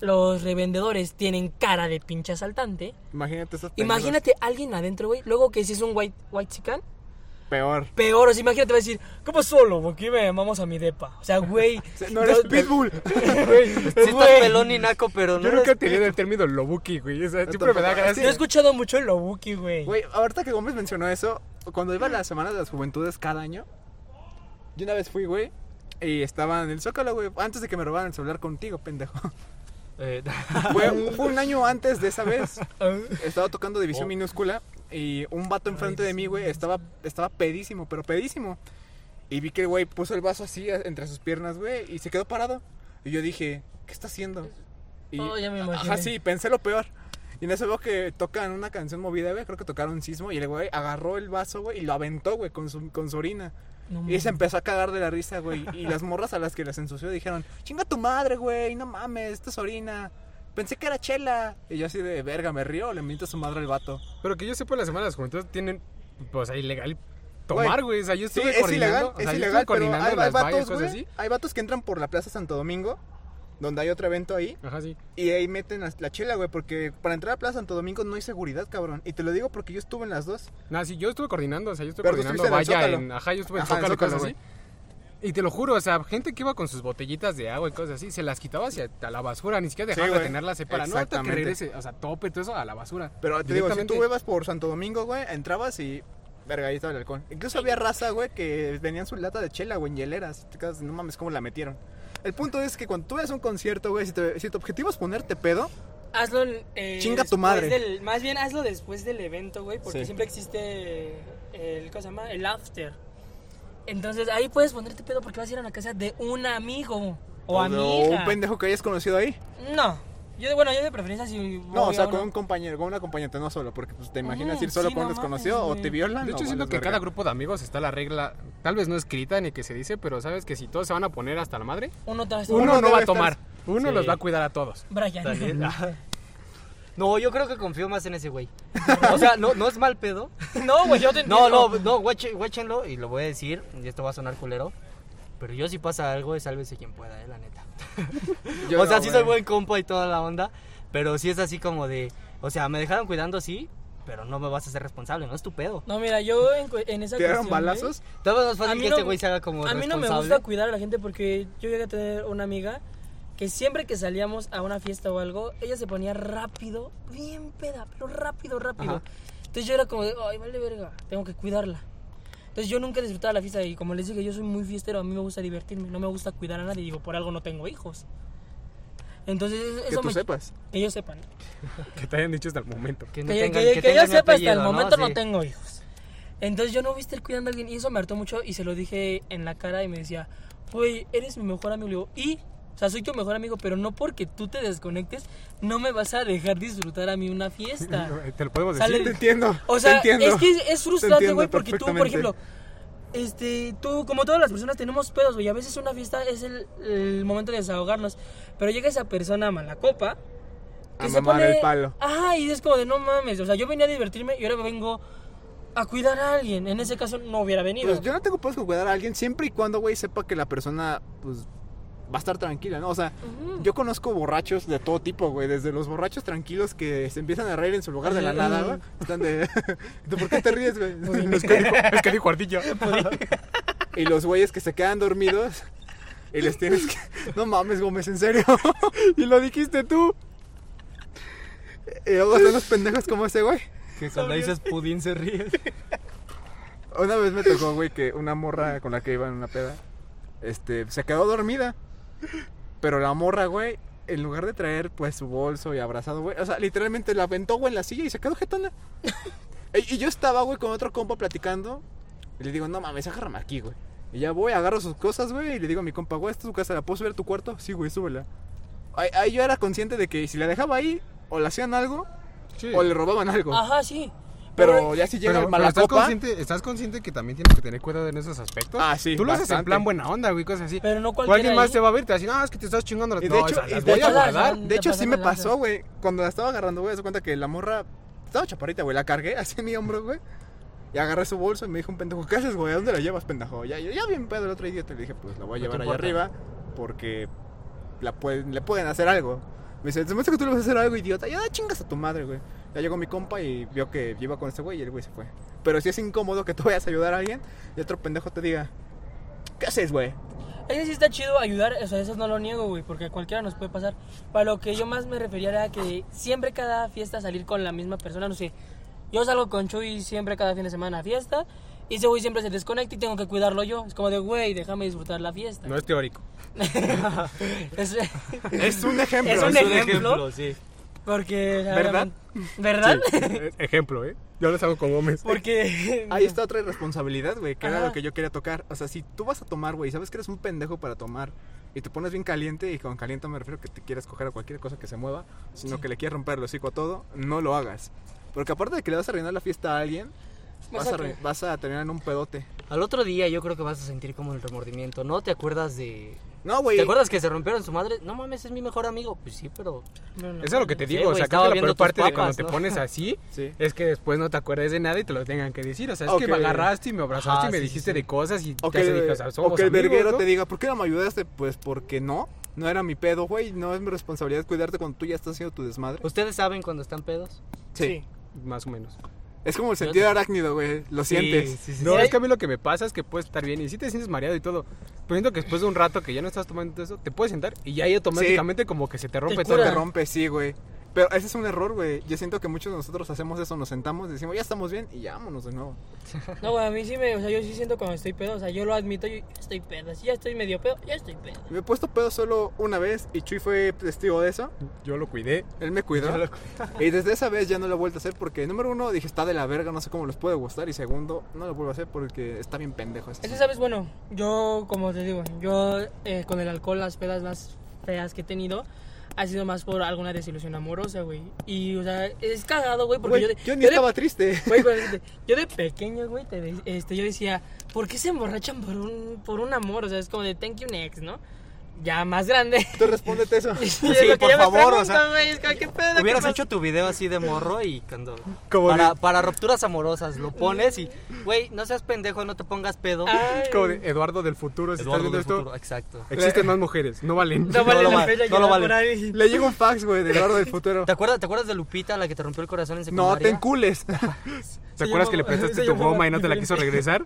Speaker 4: los revendedores tienen cara de pinche asaltante.
Speaker 1: Imagínate esas pendejas.
Speaker 4: Imagínate alguien adentro, güey. Luego que si es un white, white chican,
Speaker 1: Peor.
Speaker 4: peor. O sea, imagínate, va a decir, ¿cómo solo? Porque me llamamos a mi depa. O sea, güey.
Speaker 1: No eres
Speaker 4: yo-
Speaker 1: Pitbull.
Speaker 4: Güey,
Speaker 5: Sí estás
Speaker 4: güey.
Speaker 5: pelón y naco, pero no.
Speaker 3: Yo nunca he
Speaker 5: eres-
Speaker 3: tenido el término lobuki, güey. O sea, siempre me da
Speaker 1: tampoco.
Speaker 4: Yo he
Speaker 3: gracia.
Speaker 4: escuchado mucho el Lobuki, güey.
Speaker 1: Güey, ahorita que Gómez mencionó eso, cuando iba a las semanas de las juventudes cada año, yo una vez fui, güey, y estaba en el Zócalo, güey, antes de que me robaran el celular contigo, pendejo.
Speaker 5: Eh,
Speaker 1: Fue, un- fue un año antes de esa vez.
Speaker 4: Ah,
Speaker 1: Estaba tocando División
Speaker 5: Oh.
Speaker 1: Minúscula y un vato enfrente de mí, güey, estaba, estaba pedísimo, pero pedísimo. Y vi que el güey puso el vaso así a- entre sus piernas, güey, y se quedó parado. Y yo dije, ¿qué está haciendo? Y,
Speaker 4: Oh, ya me
Speaker 1: Ajá,
Speaker 4: imaginé.
Speaker 1: sí, pensé lo peor. Y en eso veo que tocan una canción movida, güey, creo que tocaron Sismo, y el güey agarró el vaso, güey, y lo aventó, güey, con su, con su orina.
Speaker 4: no
Speaker 1: Y se
Speaker 4: mames.
Speaker 1: empezó a cagar de la risa, güey. Y las morras a las que las ensució dijeron, chinga tu madre, güey, no mames, esto es orina. Pensé que era chela. Y yo así de verga, me río, le miento a su madre al vato.
Speaker 3: Pero que yo sepa, las semanas de las juventudes tienen, pues, ahí ilegal tomar, güey. O sea, yo
Speaker 1: Sí,
Speaker 3: estuve
Speaker 1: es
Speaker 3: coordinando.
Speaker 1: ilegal, es
Speaker 3: o sea, yo estuve
Speaker 1: ilegal, pero
Speaker 3: coordinando
Speaker 1: hay, hay
Speaker 3: las vallas,
Speaker 1: vatos,
Speaker 3: cosas
Speaker 1: güey,
Speaker 3: así.
Speaker 1: hay vatos que entran por la Plaza Santo Domingo, donde hay otro evento ahí,
Speaker 3: Ajá, sí.
Speaker 1: y ahí meten la, la chela, güey, porque para entrar a Plaza Santo Domingo no hay seguridad, cabrón. Y te lo digo porque yo estuve en las dos.
Speaker 3: No, sí, yo estuve coordinando, o sea, yo estuve
Speaker 1: Pero tú
Speaker 3: coordinando
Speaker 1: estuviste en el
Speaker 3: vaya
Speaker 1: Zócalo.
Speaker 3: en. Ajá, yo estuve en
Speaker 1: Ajá, en
Speaker 3: Zócalo, y cosas
Speaker 1: Zócalo,
Speaker 3: así. Y te lo juro, o sea, gente que iba con sus botellitas de agua y cosas así, se las quitaba hacia a la basura, ni
Speaker 1: Sí,
Speaker 3: siquiera dejaban de
Speaker 1: güey.
Speaker 3: tenerlas separadas. No, hasta que
Speaker 1: Exactamente.
Speaker 3: regrese, o sea, tope y todo eso a la basura.
Speaker 1: Pero te digo, si tú
Speaker 3: Directamente.
Speaker 1: ibas por Santo Domingo, güey, entrabas y... Verga, ahí estaba el halcón. Incluso había raza, güey, que venían su lata de chela, güey, en hieleras. Te quedas, no mames, cómo la metieron. El punto es que cuando tú ves un concierto, güey, si, te- si tu objetivo es ponerte pedo,
Speaker 4: Hazlo. eh,
Speaker 1: Chinga tu
Speaker 4: después
Speaker 1: madre.
Speaker 4: del- más bien hazlo después del evento, güey, porque
Speaker 1: Sí.
Speaker 4: siempre existe el. ¿Cómo se llama? El after. Entonces ahí puedes ponerte pedo porque vas a ir a la casa de un amigo o
Speaker 1: de
Speaker 4: amiga.
Speaker 1: un pendejo que hayas conocido ahí.
Speaker 4: No. Yo, de- bueno, yo de preferencia si. voy
Speaker 1: No, o
Speaker 4: a
Speaker 1: sea,
Speaker 4: una-
Speaker 1: con un compañero, con un acompañante, no solo, porque pues, te imaginas
Speaker 4: Ujú,
Speaker 1: ir solo
Speaker 4: sí,
Speaker 1: con un
Speaker 4: no
Speaker 1: desconocido
Speaker 4: mames,
Speaker 1: o te
Speaker 4: güey.
Speaker 1: violan.
Speaker 3: De
Speaker 1: o
Speaker 3: hecho, siento
Speaker 1: vales
Speaker 3: que
Speaker 1: verga.
Speaker 3: cada grupo de amigos está la regla, tal vez no escrita ni que se dice, pero sabes que si todos se van a poner hasta la madre,
Speaker 4: Uno tras
Speaker 1: Uno
Speaker 3: uno, no
Speaker 1: debe
Speaker 3: va a
Speaker 1: estar-
Speaker 3: tomar, uno
Speaker 5: Sí.
Speaker 3: los va a cuidar a todos.
Speaker 4: Brian.
Speaker 5: Daniel, ah. No, yo creo que confío más en ese güey. O sea, no, no es mal pedo.
Speaker 4: No, güey, yo te
Speaker 5: No,
Speaker 4: entiendo.
Speaker 5: no, no, guache- guáchenlo y lo voy a decir, y esto va a sonar culero. Pero yo si pasa algo, sálvese quien pueda, eh, la neta.
Speaker 1: Yo
Speaker 5: o sea,
Speaker 1: no,
Speaker 5: sí
Speaker 1: güey.
Speaker 5: soy buen compa y toda la onda, pero sí es así como de, o sea, me dejaron cuidando, sí, pero no me vas a ser responsable, no es tu pedo.
Speaker 4: No, mira, yo en, cu- en esa
Speaker 1: ¿Te dieron
Speaker 4: cuestión, güey,
Speaker 1: balazos?
Speaker 5: Tal vez más
Speaker 4: A
Speaker 5: fácil
Speaker 4: mí
Speaker 5: que
Speaker 4: no-
Speaker 5: este güey se haga como
Speaker 4: A mí no me
Speaker 5: responsable.
Speaker 4: gusta cuidar a la gente porque yo llegué a tener una amiga que siempre que salíamos a una fiesta o algo, ella se ponía rápido, bien peda, pero rápido, rápido.
Speaker 5: Ajá.
Speaker 4: Entonces yo era como de, ay, vale verga, tengo que cuidarla. Entonces yo nunca disfrutaba la fiesta y como les dije, yo soy muy fiestero, a mí me gusta divertirme, no me gusta cuidar a nadie, digo, por algo no tengo hijos. Entonces eso
Speaker 1: Que tú
Speaker 4: me...
Speaker 1: sepas.
Speaker 4: Que yo sepan.
Speaker 3: Que te hayan dicho hasta el momento.
Speaker 5: Que, no
Speaker 4: que,
Speaker 5: tengan-
Speaker 4: que-
Speaker 5: que
Speaker 4: que
Speaker 5: tengan
Speaker 4: yo
Speaker 5: mi
Speaker 4: sepa, hasta el
Speaker 5: apellido,
Speaker 4: momento
Speaker 5: Sí.
Speaker 4: no tengo hijos. Entonces yo no voy a estar cuidando a alguien y eso me hartó mucho y se lo dije en la cara y me decía, güey, eres mi mejor amigo. Le digo, y, o sea, soy tu mejor amigo, pero no porque tú te desconectes, no me vas a dejar disfrutar a mí una fiesta.
Speaker 3: eh, Te lo podemos
Speaker 4: Sale-
Speaker 1: Te
Speaker 3: decir.
Speaker 1: entiendo.
Speaker 4: O sea,
Speaker 1: te entiendo.
Speaker 4: es que es- es frustrante,
Speaker 1: entiendo
Speaker 4: güey, porque tú, por
Speaker 1: perfectamente.
Speaker 4: ejemplo, este, tú, como todas las personas, tenemos pedos, güey. A veces una fiesta es el, el momento de desahogarnos, pero llega esa persona mala copa.
Speaker 1: A mamar el palo.
Speaker 4: Ajá, y es como de no mames. O sea, yo venía a divertirme y ahora vengo a cuidar a alguien. En ese caso no hubiera venido.
Speaker 1: Pues yo no tengo problemas con cuidar a alguien siempre y cuando, güey, sepa que la persona, pues, va a estar tranquila, ¿no? O sea, yo conozco borrachos de todo tipo, güey. Desde los borrachos tranquilos que se empiezan a reír en su lugar de la
Speaker 4: Ajá.
Speaker 1: nada, güey. Están de... ¿Tú ¿Por qué te ríes, güey?
Speaker 3: Es que dijo, es que dijo Ardilla.
Speaker 5: Pues,
Speaker 1: Y los güeyes que se quedan dormidos y les tienes que... No mames, Gómez, en serio.
Speaker 3: y lo dijiste tú.
Speaker 1: Y luego están los pendejos como ese, güey.
Speaker 2: Que cuando dices pudín se ríe.
Speaker 1: Una vez me tocó, güey, que una morra con la que iba en una peda, este, se quedó dormida. Pero la morra, güey, en lugar de traer, pues, su bolso y abrazado, güey, o sea, literalmente la aventó, güey, en la silla y se quedó jetona. y, y yo estaba, güey, con otro compa platicando. Y le digo, no mames, agárrame aquí, güey. Y ya voy, agarro sus cosas, güey, y le digo a mi compa, güey, ¿esta es tu casa? ¿La puedo subir a tu cuarto? Sí, güey, súbela. Ahí, ahí yo era consciente de que si la dejaba ahí, o le hacían algo,
Speaker 2: Sí.
Speaker 1: o le robaban algo.
Speaker 4: Ajá, sí.
Speaker 1: Pero ya si llega
Speaker 3: Pero,
Speaker 1: el
Speaker 3: pero ¿estás,
Speaker 1: malacopa...
Speaker 3: consciente, ¿estás consciente que también tienes que tener cuidado en esos aspectos?
Speaker 1: Ah, sí,
Speaker 3: Tú lo haces en
Speaker 1: bastante.
Speaker 3: plan buena onda, güey, cosas así.
Speaker 4: Pero no
Speaker 3: O
Speaker 4: cualquiera
Speaker 3: alguien más
Speaker 4: ahí.
Speaker 3: te va a ver y te va a decir, no, es que te estás chingando las
Speaker 1: Y de
Speaker 3: no,
Speaker 1: hecho-
Speaker 3: esas
Speaker 1: y
Speaker 3: las
Speaker 1: de
Speaker 3: voy a
Speaker 1: hecho-
Speaker 3: guardar.
Speaker 4: Te
Speaker 1: De hecho, sí
Speaker 4: pasaron
Speaker 1: me
Speaker 4: de lanza.
Speaker 1: pasó, güey. Cuando la estaba agarrando, güey, se cuenta que la morra estaba chaparrita, güey. La cargué así en mi hombro, güey. Y agarré su bolso y me dijo un pendejo, ¿qué haces, güey? ¿A dónde la llevas, pendejo? Ya, yo, ya bien pedo el otro idiota. Le dije, pues la voy a
Speaker 3: No te
Speaker 1: llevar allá
Speaker 3: importa.
Speaker 1: arriba porque la pueden, le pueden hacer algo. Me dice, se me hace que tú le vas a hacer algo, idiota. Ya chingas a tu madre, güey. Ya llegó mi compa y vio que yo iba con ese güey y el güey se fue. Pero si es incómodo que tú vayas a ayudar a alguien y otro pendejo te diga, ¿qué haces, güey?
Speaker 4: Ese sí está chido ayudar, o sea, eso no lo niego, güey, porque a cualquiera nos puede pasar. Para lo que yo más me refería era que siempre cada fiesta salir con la misma persona, no sé. Yo salgo con Chuy siempre cada fin de semana a fiesta, y ese güey siempre se desconecta y tengo que cuidarlo yo. Es como de, güey, déjame disfrutar la fiesta.
Speaker 3: No es teórico.
Speaker 4: es,
Speaker 1: Es un ejemplo.
Speaker 4: Es un
Speaker 2: Es un
Speaker 4: ejemplo.
Speaker 2: ejemplo, sí.
Speaker 4: porque... o sea,
Speaker 1: ¿Verdad?
Speaker 4: ¿Verdad?
Speaker 3: Eh, Ejemplo, ¿eh? Yo lo hago con Gómez.
Speaker 4: porque...
Speaker 1: Ahí está otra irresponsabilidad, güey, que era
Speaker 4: Ajá.
Speaker 1: lo que yo quería tocar. O sea, si tú vas a tomar, güey, sabes que eres un pendejo para tomar y te pones bien caliente, y con caliente me refiero que te quieras coger a cualquier cosa que se mueva, sino que le quieras romper el hocico a todo, no lo hagas. Porque aparte de que le vas a arruinar la fiesta a alguien, vas a,
Speaker 4: Exacto.
Speaker 1: arruin- vas a terminar en un pedote.
Speaker 5: Al otro día yo creo que vas a sentir como el remordimiento. ¿No te acuerdas de...?
Speaker 1: No, güey.
Speaker 5: ¿Te acuerdas que se rompieron su madre? No mames, es mi mejor amigo. Pues sí, pero...
Speaker 4: No, no.
Speaker 3: Eso es lo que te
Speaker 5: Sí,
Speaker 3: digo, o
Speaker 5: güey,
Speaker 3: sea, creo
Speaker 5: estaba
Speaker 3: que la
Speaker 5: viendo
Speaker 3: peor
Speaker 5: tus
Speaker 3: parte de
Speaker 5: papas,
Speaker 3: cuando te
Speaker 5: ¿no?
Speaker 3: pones así
Speaker 1: Sí.
Speaker 3: es que después no te acuerdes de nada y te lo tengan que decir. O sea, es
Speaker 1: O
Speaker 3: que
Speaker 1: que-
Speaker 3: me agarraste y me abrazaste
Speaker 1: Ah,
Speaker 5: Ajá,
Speaker 3: y
Speaker 5: sí,
Speaker 3: me
Speaker 5: sí,
Speaker 3: dijiste
Speaker 5: sí.
Speaker 3: de cosas y
Speaker 1: O
Speaker 3: ya
Speaker 1: que,
Speaker 3: se dijo, o sea, somos
Speaker 1: o que el
Speaker 3: amigos,
Speaker 1: verguero
Speaker 3: ¿no?
Speaker 1: te diga, ¿por qué no me ayudaste? Pues porque no, no era mi pedo, güey, no es mi responsabilidad cuidarte cuando tú ya estás haciendo tu desmadre.
Speaker 5: ¿Ustedes saben cuando están pedos?
Speaker 1: Sí.
Speaker 3: Más o menos.
Speaker 1: Es como el sentido arácnido, güey, lo sientes.
Speaker 5: Sí, sí, sí.
Speaker 3: No,
Speaker 5: sí.
Speaker 3: es que a mí lo que me pasa es que puedes estar bien y si te sientes mareado y todo. Pero siento que después de un rato que ya no estás tomando todo eso, te puedes sentar y ya ahí automáticamente como que se te rompe
Speaker 4: Te
Speaker 1: Se
Speaker 3: todo.
Speaker 4: cura.
Speaker 1: te rompe, sí, güey. Pero ese es un error, güey. Yo siento que muchos de nosotros hacemos eso, nos sentamos, decimos, ya estamos bien y ya vámonos de nuevo.
Speaker 4: No, güey, a mí sí me... O sea, yo sí siento cuando estoy pedo, o sea, yo lo admito, yo ya estoy pedo. Si ya estoy medio pedo, ya estoy pedo.
Speaker 1: Me he puesto pedo solo una vez y Chuy fue testigo de eso.
Speaker 3: Yo lo cuidé.
Speaker 1: Él me cuidó. Y desde esa vez ya no lo he vuelto a hacer porque, número uno, dije, está de la verga, no sé cómo les puede gustar. Y segundo, no lo vuelvo a hacer porque está bien pendejo este esto.
Speaker 4: Eso, ¿sabes? Bueno, yo, como te digo, yo eh, con el alcohol las pedas más feas que he tenido ha sido más por alguna desilusión amorosa, güey. Y, o sea, es cagado, güey, porque
Speaker 1: Güey,
Speaker 4: yo...
Speaker 1: yo,
Speaker 4: de-
Speaker 1: ni
Speaker 4: yo de-
Speaker 1: estaba triste.
Speaker 4: güey, güey, de- yo de pequeño, güey, te de- este, yo decía, ¿por qué se emborrachan por un, por un amor? O sea, es como de thank you next, ¿no? Ya más grande.
Speaker 1: Tú respóndete eso.
Speaker 4: Y es lo que
Speaker 1: por
Speaker 4: yo me
Speaker 1: favor, o sea,
Speaker 4: pregunto, güey, es como, ¿qué pedo? ¿Qué
Speaker 5: Hubieras
Speaker 4: pasa?
Speaker 5: hecho tu video así de morro y cuando...
Speaker 1: Como
Speaker 5: Para, para rupturas amorosas, lo pones y... Güey, no seas pendejo, no te pongas pedo.
Speaker 4: Ay,
Speaker 3: Como de Eduardo del futuro, si
Speaker 5: Eduardo del
Speaker 3: estás viendo
Speaker 5: futuro,
Speaker 3: esto,
Speaker 5: exacto.
Speaker 3: existen más mujeres, no valen.
Speaker 4: No vale
Speaker 5: lo
Speaker 4: la
Speaker 5: vale,
Speaker 4: pena
Speaker 5: no lo
Speaker 4: llorar
Speaker 5: vale.
Speaker 4: por ahí.
Speaker 1: Le llega un fax, güey, de Eduardo del futuro.
Speaker 5: ¿Te acuerdas, ¿Te acuerdas de Lupita, la que te rompió el corazón en secundaria?
Speaker 1: No te encules.
Speaker 3: ¿Te acuerdas que le prestaste
Speaker 4: se
Speaker 3: tu
Speaker 4: llamaba
Speaker 3: goma y no te la quiso regresar?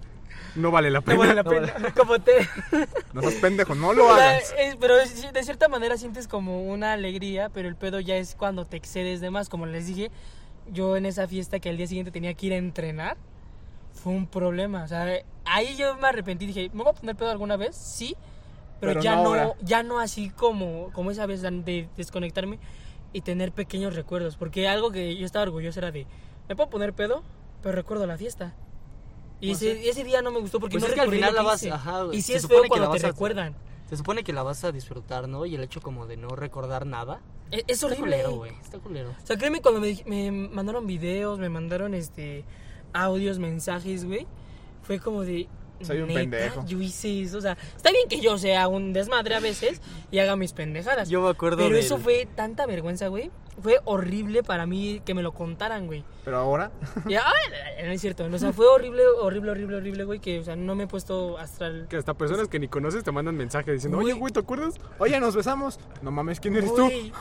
Speaker 3: No vale la
Speaker 4: No
Speaker 3: pena.
Speaker 4: vale la pena. Como te...
Speaker 1: No seas pendejo, no lo
Speaker 4: O sea,
Speaker 1: hagas.
Speaker 4: es- pero es- sí, de cierta manera sientes como una alegría, pero el pedo ya es cuando te excedes de más. Como les dije, yo en esa fiesta que al día siguiente tenía que ir a entrenar, fue un problema. O sea, ahí yo me arrepentí. Dije, ¿me voy a poner pedo alguna vez? Sí, pero,
Speaker 1: Pero
Speaker 4: ya,
Speaker 1: no
Speaker 4: no
Speaker 1: ahora.
Speaker 4: ya no así como, como esa vez de desconectarme y tener pequeños recuerdos. Porque algo que yo estaba orgulloso era de, ¿me puedo poner pedo? Pero recuerdo la fiesta. Y ese, ese día no me gustó porque
Speaker 5: Pues
Speaker 4: no
Speaker 5: es que al
Speaker 4: recordé lo
Speaker 5: final la
Speaker 4: que
Speaker 5: vas-
Speaker 4: hice.
Speaker 5: ajá, güey.
Speaker 4: y sí
Speaker 5: Se
Speaker 4: es
Speaker 5: supone
Speaker 4: feo
Speaker 5: que
Speaker 4: cuando
Speaker 5: la
Speaker 4: te
Speaker 5: vas a-
Speaker 4: recuerdan.
Speaker 5: Se supone que la vas a disfrutar, ¿no? Y el hecho como de no recordar nada.
Speaker 4: Es, E, es
Speaker 5: Está
Speaker 4: horrible.
Speaker 5: culero, güey. Está culero.
Speaker 4: O sea, créeme, cuando me, dij- me mandaron videos, me mandaron este audios, mensajes, güey, fue como de,
Speaker 1: Soy un
Speaker 4: "Neta,
Speaker 1: pendejo".
Speaker 4: Yo hice eso. O sea, está bien que yo sea un desmadre a veces y haga mis pendejadas.
Speaker 2: Yo me acuerdo
Speaker 4: Pero
Speaker 2: del-
Speaker 4: eso fue tanta vergüenza, güey. Fue horrible para mí que me lo contaran, güey.
Speaker 1: Pero ahora,
Speaker 4: Y, ah, no es cierto. O sea, fue horrible, horrible, horrible, horrible, güey. Que, o sea, no me he puesto astral.
Speaker 3: Que hasta personas que ni conoces te mandan mensajes diciendo, oye, güey, ¿te acuerdas?
Speaker 1: oye, nos besamos. No mames, ¿quién eres tú?
Speaker 4: Güey,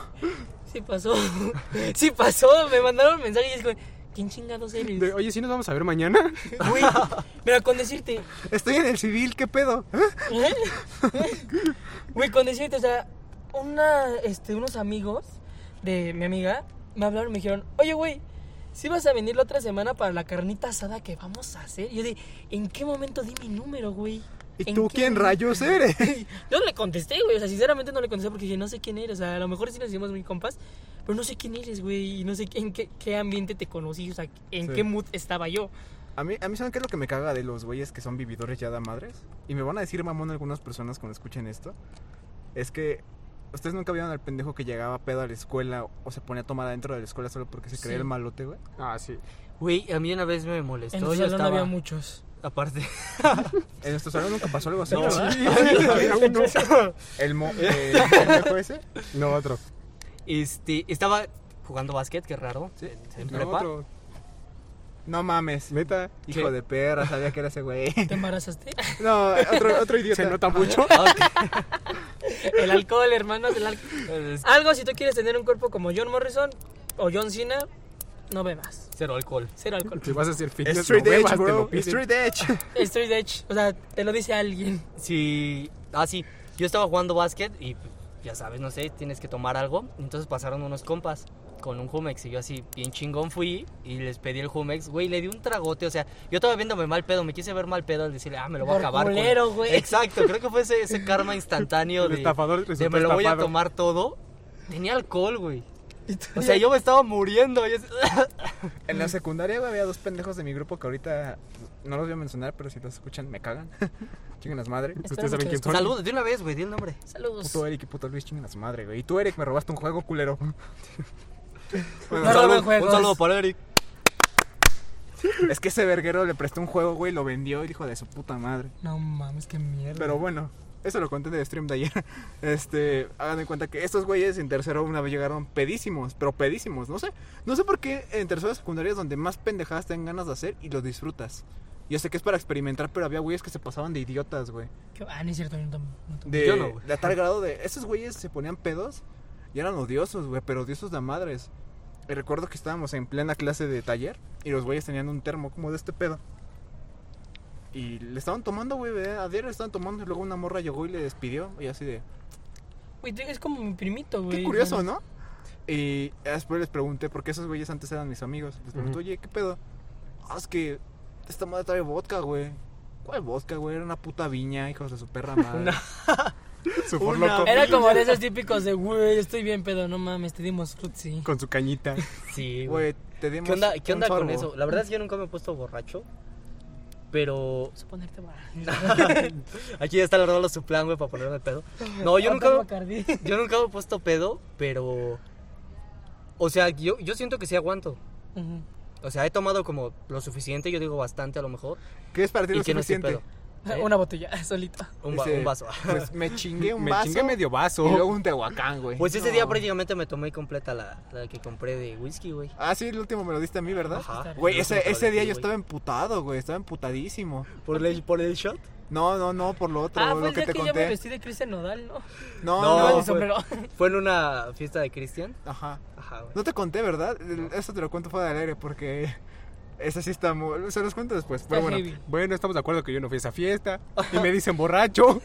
Speaker 4: sí pasó. sí pasó. Me mandaron mensajes y es como, ¿quién chingados eres?
Speaker 3: De, oye, ¿sí nos vamos a ver mañana?
Speaker 4: Güey, mira, con decirte, ¿eh?
Speaker 1: Estoy en el civil, ¿qué pedo? ¿Eh?
Speaker 4: Güey, con decirte, o sea, una, este, unos amigos de mi amiga me hablaron y me dijeron, oye, güey, si vas a venir la otra semana para la carnita asada que vamos a hacer. Y yo dije, ¿en qué momento di mi número, güey?
Speaker 1: ¿Y
Speaker 4: ¿En
Speaker 1: tú
Speaker 4: qué
Speaker 1: quién
Speaker 4: momento?"
Speaker 1: rayos eres?
Speaker 4: Yo no le contesté, güey, o sea, sinceramente no le contesté porque dije, no sé quién eres, o sea, a lo mejor sí nos hicimos muy compas, pero no sé quién eres, güey, y no sé en qué, qué ambiente te conocí, o sea, en
Speaker 1: Sí.
Speaker 4: qué mood estaba yo.
Speaker 1: A mí, a mí, ¿saben qué es lo que me caga de los güeyes que son vividores ya de madres? Y me van a decir mamón algunas personas cuando escuchen esto. Es que ustedes nunca vieron al pendejo que llegaba pedo a la escuela o se ponía a tomar adentro de la escuela solo porque se creía
Speaker 4: Sí.
Speaker 1: el malote, güey.
Speaker 3: Ah, sí.
Speaker 2: Güey, a mí una vez me molestó.
Speaker 4: En el
Speaker 2: yo
Speaker 4: salón
Speaker 2: estaba...
Speaker 4: había muchos.
Speaker 2: Aparte.
Speaker 1: En nuestro salón nunca pasó algo así,
Speaker 2: No,
Speaker 1: ¿verdad?
Speaker 3: Había uno.
Speaker 1: El mo eh, ¿el pendejo ese.
Speaker 3: No, otro.
Speaker 2: Este, estaba jugando básquet, qué raro. En, en
Speaker 3: No,
Speaker 2: prepa.
Speaker 3: otro.
Speaker 1: No mames.
Speaker 3: Neta.
Speaker 1: Hijo
Speaker 2: ¿Qué?
Speaker 1: de perra, sabía que era ese güey.
Speaker 4: ¿Te embarazaste?
Speaker 1: No, otro, otro idiota.
Speaker 3: Se nota mucho.
Speaker 2: Ah, ok.
Speaker 4: El alcohol, hermanos, el alcohol.
Speaker 2: Es
Speaker 4: Algo si tú quieres tener un cuerpo como John Morrison o John Cena, no bebas.
Speaker 2: Cero alcohol.
Speaker 4: Cero alcohol.
Speaker 3: Si vas a hacer fitness,
Speaker 1: Street
Speaker 3: no bebas,
Speaker 1: Edge,
Speaker 3: te
Speaker 1: bro.
Speaker 3: lo piden.
Speaker 1: Street Edge.
Speaker 4: Straight edge. O sea, te lo dice alguien.
Speaker 2: Sí. Ah, sí. Yo estaba jugando básquet y pues, ya sabes, no sé, tienes que tomar algo. Entonces pasaron unos compas con un Jumex y yo así, bien chingón fui y les pedí el Jumex. Güey, le di un tragote. O sea, yo estaba viéndome mal pedo. Me quise ver mal pedo al decirle, ah, me lo voy a
Speaker 4: Por
Speaker 2: acabar. con-
Speaker 4: culero, güey.
Speaker 2: Exacto. Creo que fue ese, ese karma instantáneo
Speaker 3: El
Speaker 2: de.
Speaker 3: estafador
Speaker 2: de
Speaker 3: resultó
Speaker 2: me lo voy a
Speaker 3: estafado.
Speaker 2: tomar todo. Tenía alcohol, güey. O sea, yo me estaba muriendo. yo así,
Speaker 1: En la secundaria güey, había dos pendejos de mi grupo que ahorita no los voy a mencionar, pero si los escuchan me cagan. Chinguen las madre.
Speaker 4: Espérame
Speaker 3: Ustedes saben
Speaker 4: que
Speaker 3: quién
Speaker 4: los-
Speaker 3: son.
Speaker 2: Saludos, de una vez, güey, di el nombre.
Speaker 4: Saludos.
Speaker 1: Puto Eric y puto Luis chinguen las madre, güey. Y tú, Eric, me robaste un juego culero.
Speaker 4: No
Speaker 2: un,
Speaker 4: roben
Speaker 2: saludo,
Speaker 4: juegos.
Speaker 2: un saludo para Eric.
Speaker 1: es que ese verguero le prestó un juego, güey, lo vendió y dijo de su puta madre.
Speaker 4: No mames, qué mierda.
Speaker 1: Pero bueno, eso lo conté en el stream de ayer. Este, hagan de cuenta que estos güeyes en tercero una vez llegaron pedísimos, pero pedísimos, no sé. No sé por qué en tercero de secundaria es donde más pendejadas te dan ganas de hacer y los disfrutas. Yo sé que es para experimentar, pero había güeyes que se pasaban de idiotas, güey.
Speaker 4: Qué- Ah, no es cierto, yo no tomo. no tomo.
Speaker 1: De,
Speaker 2: Yo no, güey.
Speaker 1: de a tal grado de. Esos güeyes se ponían pedos y eran odiosos, güey, pero odiosos de a madres. Y recuerdo que estábamos en plena clase de taller y los güeyes tenían un termo como de este pedo. Y le estaban tomando, güey, de- a diario le estaban tomando y luego una morra llegó y le despidió y así de.
Speaker 4: Güey, tú- es como mi primito, güey.
Speaker 1: Qué curioso, ¿no? Y después les pregunté, porque esos güeyes antes eran mis amigos. Les pregunté,
Speaker 3: Ujú.
Speaker 1: oye, ¿qué pedo? Ah, es que esta madre trae vodka, güey. ¿Cuál vodka, güey? Era una puta viña, hijos de su perra madre.
Speaker 3: Su por
Speaker 2: Una-
Speaker 3: loco.
Speaker 4: Era como de esos típicos de, güey, estoy bien pedo, no mames, te dimos frutzi.
Speaker 3: Con su cañita.
Speaker 2: Sí, güey.
Speaker 1: Güey, te dimos
Speaker 2: ¿Qué onda, qué
Speaker 1: un
Speaker 2: onda con
Speaker 1: sorbo.
Speaker 2: eso? La verdad es que yo nunca me he puesto borracho. Pero.
Speaker 4: Suponerte para.
Speaker 2: Aquí ya está la verdad su plan, güey, para ponerme pedo. No, yo nunca.
Speaker 4: Bacardi.
Speaker 2: Yo nunca me he puesto pedo, pero. O sea, yo, yo siento que sí aguanto.
Speaker 4: Ujú.
Speaker 2: O sea, he tomado como lo suficiente, yo digo bastante a lo mejor.
Speaker 1: ¿Qué es para ti
Speaker 2: Y
Speaker 1: lo
Speaker 2: que no estoy
Speaker 1: suficiente?
Speaker 2: pedo. ¿Eh?
Speaker 4: Una botella, solito.
Speaker 2: Un, va-
Speaker 1: Dice,
Speaker 2: un vaso.
Speaker 1: Pues me chingué un
Speaker 3: Me
Speaker 1: vaso
Speaker 3: chingué medio
Speaker 1: y
Speaker 3: vaso.
Speaker 1: luego un tehuacán, güey.
Speaker 2: Pues ese día
Speaker 1: No.
Speaker 2: prácticamente me tomé completa la, la que compré de whisky, güey.
Speaker 1: Ah, sí, el último me lo diste a mí, ¿verdad?
Speaker 2: Ajá.
Speaker 1: Güey, ese,
Speaker 2: Pero
Speaker 1: ese día yo
Speaker 2: güey.
Speaker 1: estaba emputado, güey. Estaba emputadísimo.
Speaker 2: ¿Por el, por el shot?
Speaker 1: No, no, no, por lo otro,
Speaker 4: Ah,
Speaker 1: lo
Speaker 4: pues
Speaker 1: que
Speaker 4: es
Speaker 1: te
Speaker 4: que yo me
Speaker 1: conté.
Speaker 4: vestí de Cristian Nodal, ¿no?
Speaker 1: No,
Speaker 2: No,
Speaker 1: no,
Speaker 4: el sombrero.
Speaker 2: Fue en una fiesta de Cristian.
Speaker 1: Ajá.
Speaker 2: Ajá, güey.
Speaker 1: No te conté, ¿verdad? El- Eso te lo cuento fuera del aire porque esa sí está muy... Se los cuento después.
Speaker 4: Está
Speaker 1: Pero bueno,
Speaker 4: heavy.
Speaker 3: Bueno, estamos de acuerdo que yo no fui a esa fiesta. Y me dicen borracho.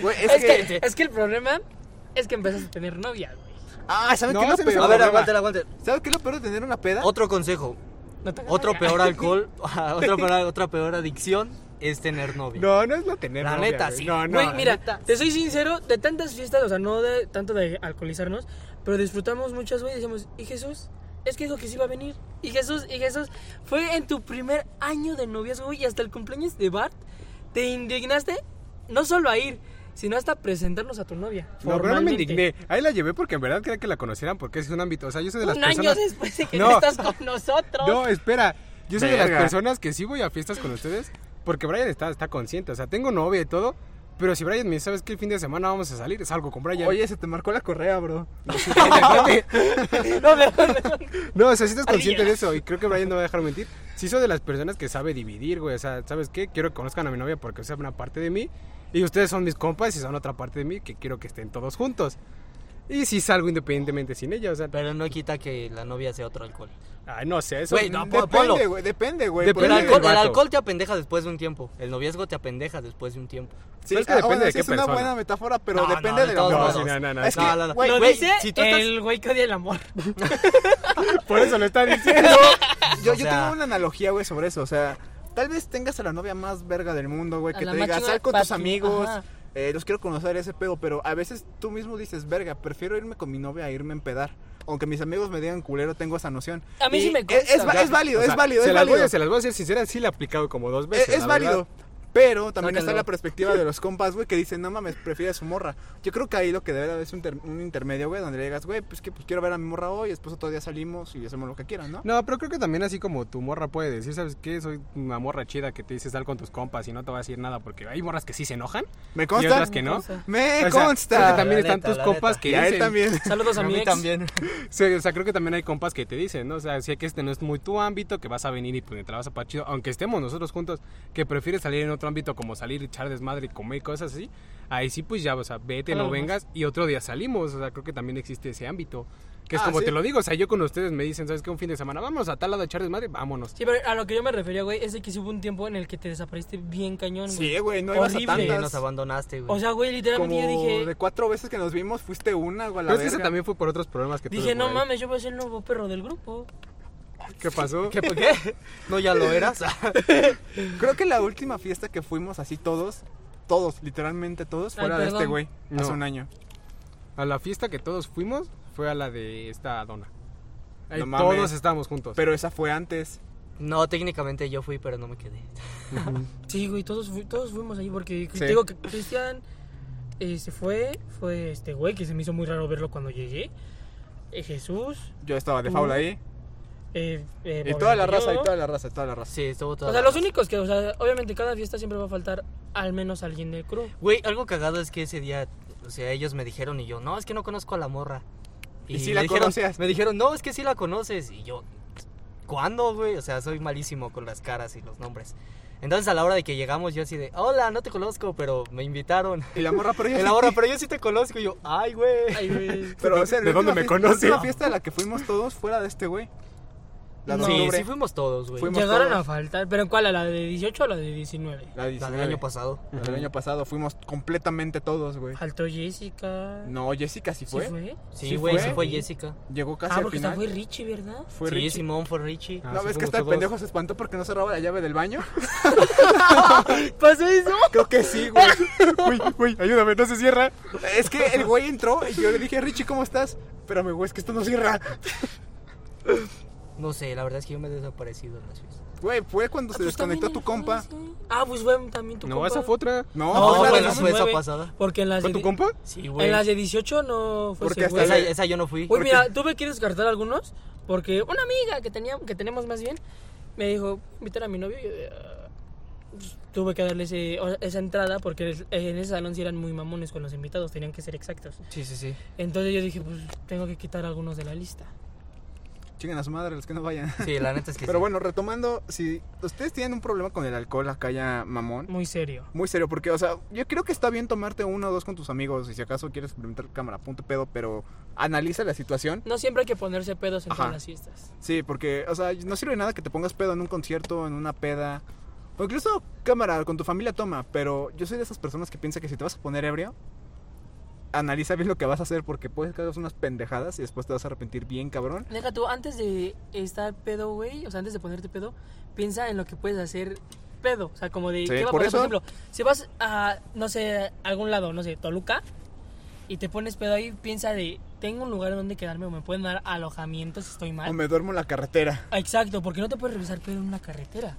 Speaker 1: Güey, es,
Speaker 4: Es
Speaker 1: que...
Speaker 4: que, es que el problema es que empezaste a tener novia, güey.
Speaker 1: Ah, ¿saben
Speaker 3: No,
Speaker 1: qué es
Speaker 3: se
Speaker 1: lo
Speaker 3: me
Speaker 1: peor?
Speaker 2: A ver,
Speaker 3: problema.
Speaker 2: aguántela, aguántela.
Speaker 1: ¿Saben qué es lo peor de tener una peda?
Speaker 2: Otro consejo.
Speaker 4: No te hagas
Speaker 2: Otro
Speaker 4: acá.
Speaker 2: peor alcohol, otra peor, otra peor adicción es tener novia.
Speaker 3: No, no es la tener.
Speaker 2: La
Speaker 3: novia,
Speaker 2: neta,
Speaker 3: güey.
Speaker 2: sí.
Speaker 3: No, no.
Speaker 4: Güey, mira, te soy sincero, de tantas fiestas, o sea, no de tanto de alcoholizarnos, pero disfrutamos muchas, güey, y decíamos, ¿y Jesús? Es que dijo que sí iba a venir. Y Jesús, y Jesús, fue en tu primer año de noviazgo, güey, y hasta el cumpleaños de Bart, te indignaste no solo a ir, sino hasta presentarnos a tu novia.
Speaker 3: No, pero no me
Speaker 4: formalmente.
Speaker 3: indigné. Ahí la llevé porque en verdad quería que la conocieran porque es un ámbito. O sea, yo soy de las
Speaker 4: Un
Speaker 3: personas.
Speaker 4: año después de que
Speaker 3: No.
Speaker 4: no estás con nosotros.
Speaker 3: No, espera. Yo soy de las
Speaker 1: Verga.
Speaker 3: personas que sí voy a fiestas con ustedes, Porque Brian está, está consciente, o sea, tengo novia y todo. Pero si Brian me dice, ¿sabes qué? El fin de semana vamos a salir, salgo con Brian.
Speaker 1: Oye, se te marcó la correa, bro.
Speaker 5: No, pero-
Speaker 3: No, o sea, si estás consciente de eso y creo que Brian no va a dejar mentir. Sí soy de las personas que sabe dividir, güey. O sea, ¿sabes qué? Quiero que conozcan a mi novia porque sea una parte de mí. Y ustedes son mis compas y son otra parte de mí que quiero que estén todos juntos. Y sí salgo independientemente sin ella, o sea...
Speaker 2: Pero no quita que la novia sea otro alcohol.
Speaker 3: Ay, no sé, eso...
Speaker 2: Güey, no, po-
Speaker 1: Depende,
Speaker 2: ponlo.
Speaker 1: güey. Depende, güey.
Speaker 3: Depende
Speaker 1: porque-
Speaker 2: El
Speaker 3: del
Speaker 2: alcohol, el
Speaker 3: vato.
Speaker 2: alcohol te apendeja después de un tiempo. El noviazgo te apendeja después de un tiempo.
Speaker 1: Sí,
Speaker 3: Pero es que
Speaker 1: ah,
Speaker 3: depende
Speaker 1: bueno,
Speaker 3: de
Speaker 1: sí
Speaker 3: qué
Speaker 1: es una
Speaker 3: persona.
Speaker 1: buena metáfora, pero
Speaker 2: No, no,
Speaker 1: depende
Speaker 2: de
Speaker 1: del
Speaker 2: todos
Speaker 1: amor.
Speaker 3: no,
Speaker 2: modos.
Speaker 3: sí, no, no, no.
Speaker 1: Es que,
Speaker 2: No, no, no.
Speaker 1: güey,
Speaker 4: Lo
Speaker 2: güey,
Speaker 4: dice
Speaker 2: si tú estás-
Speaker 4: el güey que odia el amor.
Speaker 3: Por eso lo está diciendo.
Speaker 1: yo,
Speaker 2: O
Speaker 1: yo
Speaker 2: sea-
Speaker 1: tengo una analogía, güey, sobre eso. O sea, tal vez tengas a la novia más verga del mundo, güey,
Speaker 4: A
Speaker 1: que
Speaker 4: la
Speaker 1: te
Speaker 4: más
Speaker 1: diga,
Speaker 4: chingona
Speaker 1: sal con
Speaker 4: pa'
Speaker 1: tus
Speaker 4: ti,
Speaker 1: amigos,
Speaker 4: ajá.
Speaker 1: eh, los quiero conocer ese pedo, pero a veces tú mismo dices, verga, prefiero irme con mi novia a irme a empedar. Aunque mis amigos me digan culero, tengo esa noción.
Speaker 4: A mí
Speaker 1: Y
Speaker 4: sí me
Speaker 1: es-
Speaker 4: consta.
Speaker 1: Es, va-
Speaker 3: Ya,
Speaker 1: es válido,
Speaker 3: o sea,
Speaker 1: es válido,
Speaker 3: se
Speaker 1: es
Speaker 3: las voy a-
Speaker 1: válido.
Speaker 3: se las voy a ser sincera, sí la he aplicado como dos
Speaker 1: Es,
Speaker 3: veces.
Speaker 1: es
Speaker 3: la
Speaker 1: válido.
Speaker 3: verdad.
Speaker 1: Pero también
Speaker 2: Sáquenlo.
Speaker 1: está la perspectiva de los compas, güey, que dicen, no mames, prefiero a su morra. Yo creo que ahí lo que debe de haber es un, ter- un intermedio, güey, donde le digas, güey, pues que pues, quiero ver a mi morra hoy, después otro día salimos y hacemos lo que quieran, ¿no?
Speaker 3: No, pero creo que también así como tu morra puede decir, ¿sabes qué? Soy una morra chida que te dice sal con tus compas y no te va a decir nada porque hay morras que sí se enojan
Speaker 1: ¿Me
Speaker 3: y
Speaker 1: consta?
Speaker 3: otras que no.
Speaker 1: Me
Speaker 3: O sea, Creo que
Speaker 1: consta.
Speaker 3: también
Speaker 2: La
Speaker 3: están
Speaker 2: neta,
Speaker 3: tus
Speaker 2: la
Speaker 3: compas
Speaker 2: neta.
Speaker 3: que
Speaker 1: y a él
Speaker 3: dicen.
Speaker 1: también.
Speaker 4: Saludos a, mi ex.
Speaker 3: Sí, o sea, creo que también hay compas que te dicen, ¿no? O sea, si que este no es muy tu ámbito, que vas a venir y pues te la vas a pasar chido, aunque estemos nosotros juntos, que prefieres salir en otro ámbito como salir, y echar desmadre y comer y cosas así, ahí sí pues ya, o sea, vete, no
Speaker 4: Claro, pues.
Speaker 3: vengas y otro día salimos, o sea, creo que también existe ese ámbito. Que es
Speaker 1: Ah,
Speaker 3: como
Speaker 1: sí.
Speaker 3: te lo digo, o sea, yo con ustedes me dicen, ¿sabes qué? Un fin de semana, vamos a tal lado a echar desmadre, vámonos.
Speaker 4: Sí, pero a lo que yo me refería, güey, es de que sí hubo un tiempo en el que te desapareciste bien cañón, güey.
Speaker 1: Sí, güey, no ibas a
Speaker 4: Horrible.
Speaker 2: Sí,
Speaker 1: tantas.
Speaker 2: nos abandonaste, güey.
Speaker 4: O sea, güey, literalmente
Speaker 1: como
Speaker 4: yo dije,
Speaker 1: de cuatro veces que nos vimos, fuiste una, güey, a la
Speaker 3: Pero es que ese
Speaker 1: verga.
Speaker 3: también fue por otros problemas que tuve
Speaker 4: dije,
Speaker 3: por
Speaker 4: no
Speaker 3: ahí".
Speaker 4: mames, yo voy a ser el nuevo perro del grupo.
Speaker 3: ¿Qué pasó?
Speaker 2: ¿Qué, por qué? No, ya lo eras.
Speaker 1: Creo que la última fiesta que fuimos así todos, todos, literalmente todos,
Speaker 4: Ay,
Speaker 1: fuera de este
Speaker 4: perdón.
Speaker 1: güey,
Speaker 3: No.
Speaker 1: hace un año.
Speaker 3: A la fiesta que todos fuimos fue a la de esta dona. Ahí
Speaker 1: No mames.
Speaker 3: todos estábamos juntos.
Speaker 1: Pero esa fue antes.
Speaker 2: No, técnicamente yo fui, pero no me quedé.
Speaker 4: Sí, güey, todos, fu- todos fuimos ahí porque
Speaker 1: Sí.
Speaker 4: te digo que Cristian eh, se fue, fue este güey que se me hizo muy raro verlo cuando llegué. Eh, Jesús,
Speaker 1: Yo estaba de
Speaker 4: Tú.
Speaker 1: faula ahí.
Speaker 4: eh, eh,
Speaker 1: Y toda la
Speaker 4: obviamente
Speaker 1: raza,
Speaker 4: yo.
Speaker 1: y toda la raza, y toda la raza.
Speaker 2: Sí, estuvo todo.
Speaker 4: O sea, los únicos que, o sea, obviamente cada fiesta siempre va a faltar al menos alguien del crew.
Speaker 2: Güey, algo cagado es que ese día, o sea, ellos me dijeron y yo, no, es que no conozco a la morra.
Speaker 1: Y sí
Speaker 2: me
Speaker 1: la
Speaker 2: dijeron,
Speaker 1: conocías.
Speaker 2: Me dijeron, no, es que sí la conoces. Y yo, ¿cuándo, güey? O sea, soy malísimo con las caras y los nombres. Entonces, a la hora de que llegamos, yo así de, hola, no te conozco, pero me invitaron.
Speaker 1: Y la morra, pero yo
Speaker 2: El
Speaker 1: sí-
Speaker 2: ahora, pero yo sí te conozco. Y yo, ay, güey.
Speaker 4: Ay, güey.
Speaker 1: Pero, o sea,
Speaker 3: ¿De
Speaker 1: la
Speaker 3: dónde
Speaker 1: última
Speaker 3: me
Speaker 1: fiesta-
Speaker 3: conoce?
Speaker 1: La última fiesta a la que fuimos todos fuera de este güey. La de
Speaker 2: Sí,
Speaker 1: octubre.
Speaker 2: sí fuimos todos, güey.
Speaker 1: Fuimos
Speaker 4: Llegaron
Speaker 1: todos.
Speaker 4: a faltar, pero ¿cuál? ¿A la de 18 o a la de 19?
Speaker 1: La,
Speaker 2: La
Speaker 1: 19.
Speaker 2: del año pasado.
Speaker 1: La del año pasado fuimos completamente todos, güey.
Speaker 4: Faltó Jessica.
Speaker 1: No, Jessica sí
Speaker 4: Ah. ¿Sí
Speaker 1: fue.
Speaker 4: fue?
Speaker 2: Sí,
Speaker 1: ¿Sí
Speaker 2: güey,
Speaker 1: fue?
Speaker 2: sí fue Jessica.
Speaker 1: Llegó casi
Speaker 4: Ah,
Speaker 1: al
Speaker 4: porque
Speaker 1: final.
Speaker 4: esta fue Richie, ¿verdad?
Speaker 1: Fue
Speaker 2: sí,
Speaker 1: Richie.
Speaker 2: Simón fue Richie.
Speaker 3: Ah,
Speaker 1: ¿No
Speaker 3: sí
Speaker 1: ves que
Speaker 3: fuimos
Speaker 1: este
Speaker 3: todos.
Speaker 1: pendejo se espantó porque no cerraba la llave del baño?
Speaker 4: ¿Pasó eso?
Speaker 1: Creo que sí, güey.
Speaker 3: Uy, uy, ayúdame, no se cierra.
Speaker 1: es que el güey entró y yo le dije, Richie, ¿cómo estás? Espérame, güey, es que esto no cierra.
Speaker 2: No sé, la verdad es que yo me he desaparecido en las fiestas.
Speaker 1: Güey, fue
Speaker 4: pues
Speaker 1: cuando se desconectó tu compa.
Speaker 4: Ah, pues fue también tu
Speaker 3: No,
Speaker 4: compa.
Speaker 3: esa fue otra.
Speaker 1: No,
Speaker 2: No,
Speaker 1: fue la
Speaker 2: güey,
Speaker 1: de-
Speaker 2: no fue esa pasada.
Speaker 4: Porque en las,
Speaker 3: ¿Fue
Speaker 4: de,
Speaker 3: tu compa?
Speaker 2: Sí, güey.
Speaker 4: en las de 18 no fue
Speaker 1: Porque
Speaker 4: ese
Speaker 1: hasta
Speaker 4: güey.
Speaker 2: Esa, esa yo no fui.
Speaker 4: Güey, mira, tuve que descartar algunos porque una amiga que, tenía, que tenemos más bien me dijo, invitar a mi novio. y yo, "Ah". Pues, tuve que darle ese- o- esa entrada porque es- en ese salón sí eran muy mamones con los invitados, tenían que ser exactos.
Speaker 2: Sí, sí, sí.
Speaker 4: Entonces yo dije, pues tengo que quitar algunos de la lista.
Speaker 1: Chinguen a su madre, los que no vayan.
Speaker 2: Sí, la neta es que
Speaker 1: Pero
Speaker 2: sí.
Speaker 1: bueno, retomando, si ustedes tienen un problema con el alcohol acá ya, mamón.
Speaker 4: Muy serio.
Speaker 1: Muy serio, porque, o sea, yo creo que está bien tomarte uno o dos con tus amigos. Y si acaso quieres experimentar cámara, punto pedo, pero analiza la situación.
Speaker 4: No siempre hay que ponerse pedos en
Speaker 1: Ajá.
Speaker 4: todas las fiestas.
Speaker 1: Sí, porque, o sea, no sirve de nada que te pongas pedo en un concierto, en una peda. O incluso cámara, con tu familia toma. Pero yo soy de esas personas que piensa que si te vas a poner ebrio, analiza bien lo que vas a hacer, porque puedes que hagas unas pendejadas y después te vas a arrepentir bien, cabrón.
Speaker 4: Deja tú, antes de estar pedo, güey, o sea, antes de ponerte pedo, piensa en lo que puedes hacer pedo. O sea, como de,
Speaker 1: Sí,
Speaker 4: ¿qué va a
Speaker 1: por
Speaker 4: pasar? Por
Speaker 1: eso-
Speaker 4: ejemplo, si vas a, no sé, a algún lado, no sé, Toluca, y te pones pedo ahí, piensa de, ¿tengo un lugar donde quedarme o me pueden dar alojamiento si estoy mal?
Speaker 1: O me duermo en la carretera.
Speaker 4: Ah, Exacto, porque no te puedes revisar pedo en una carretera.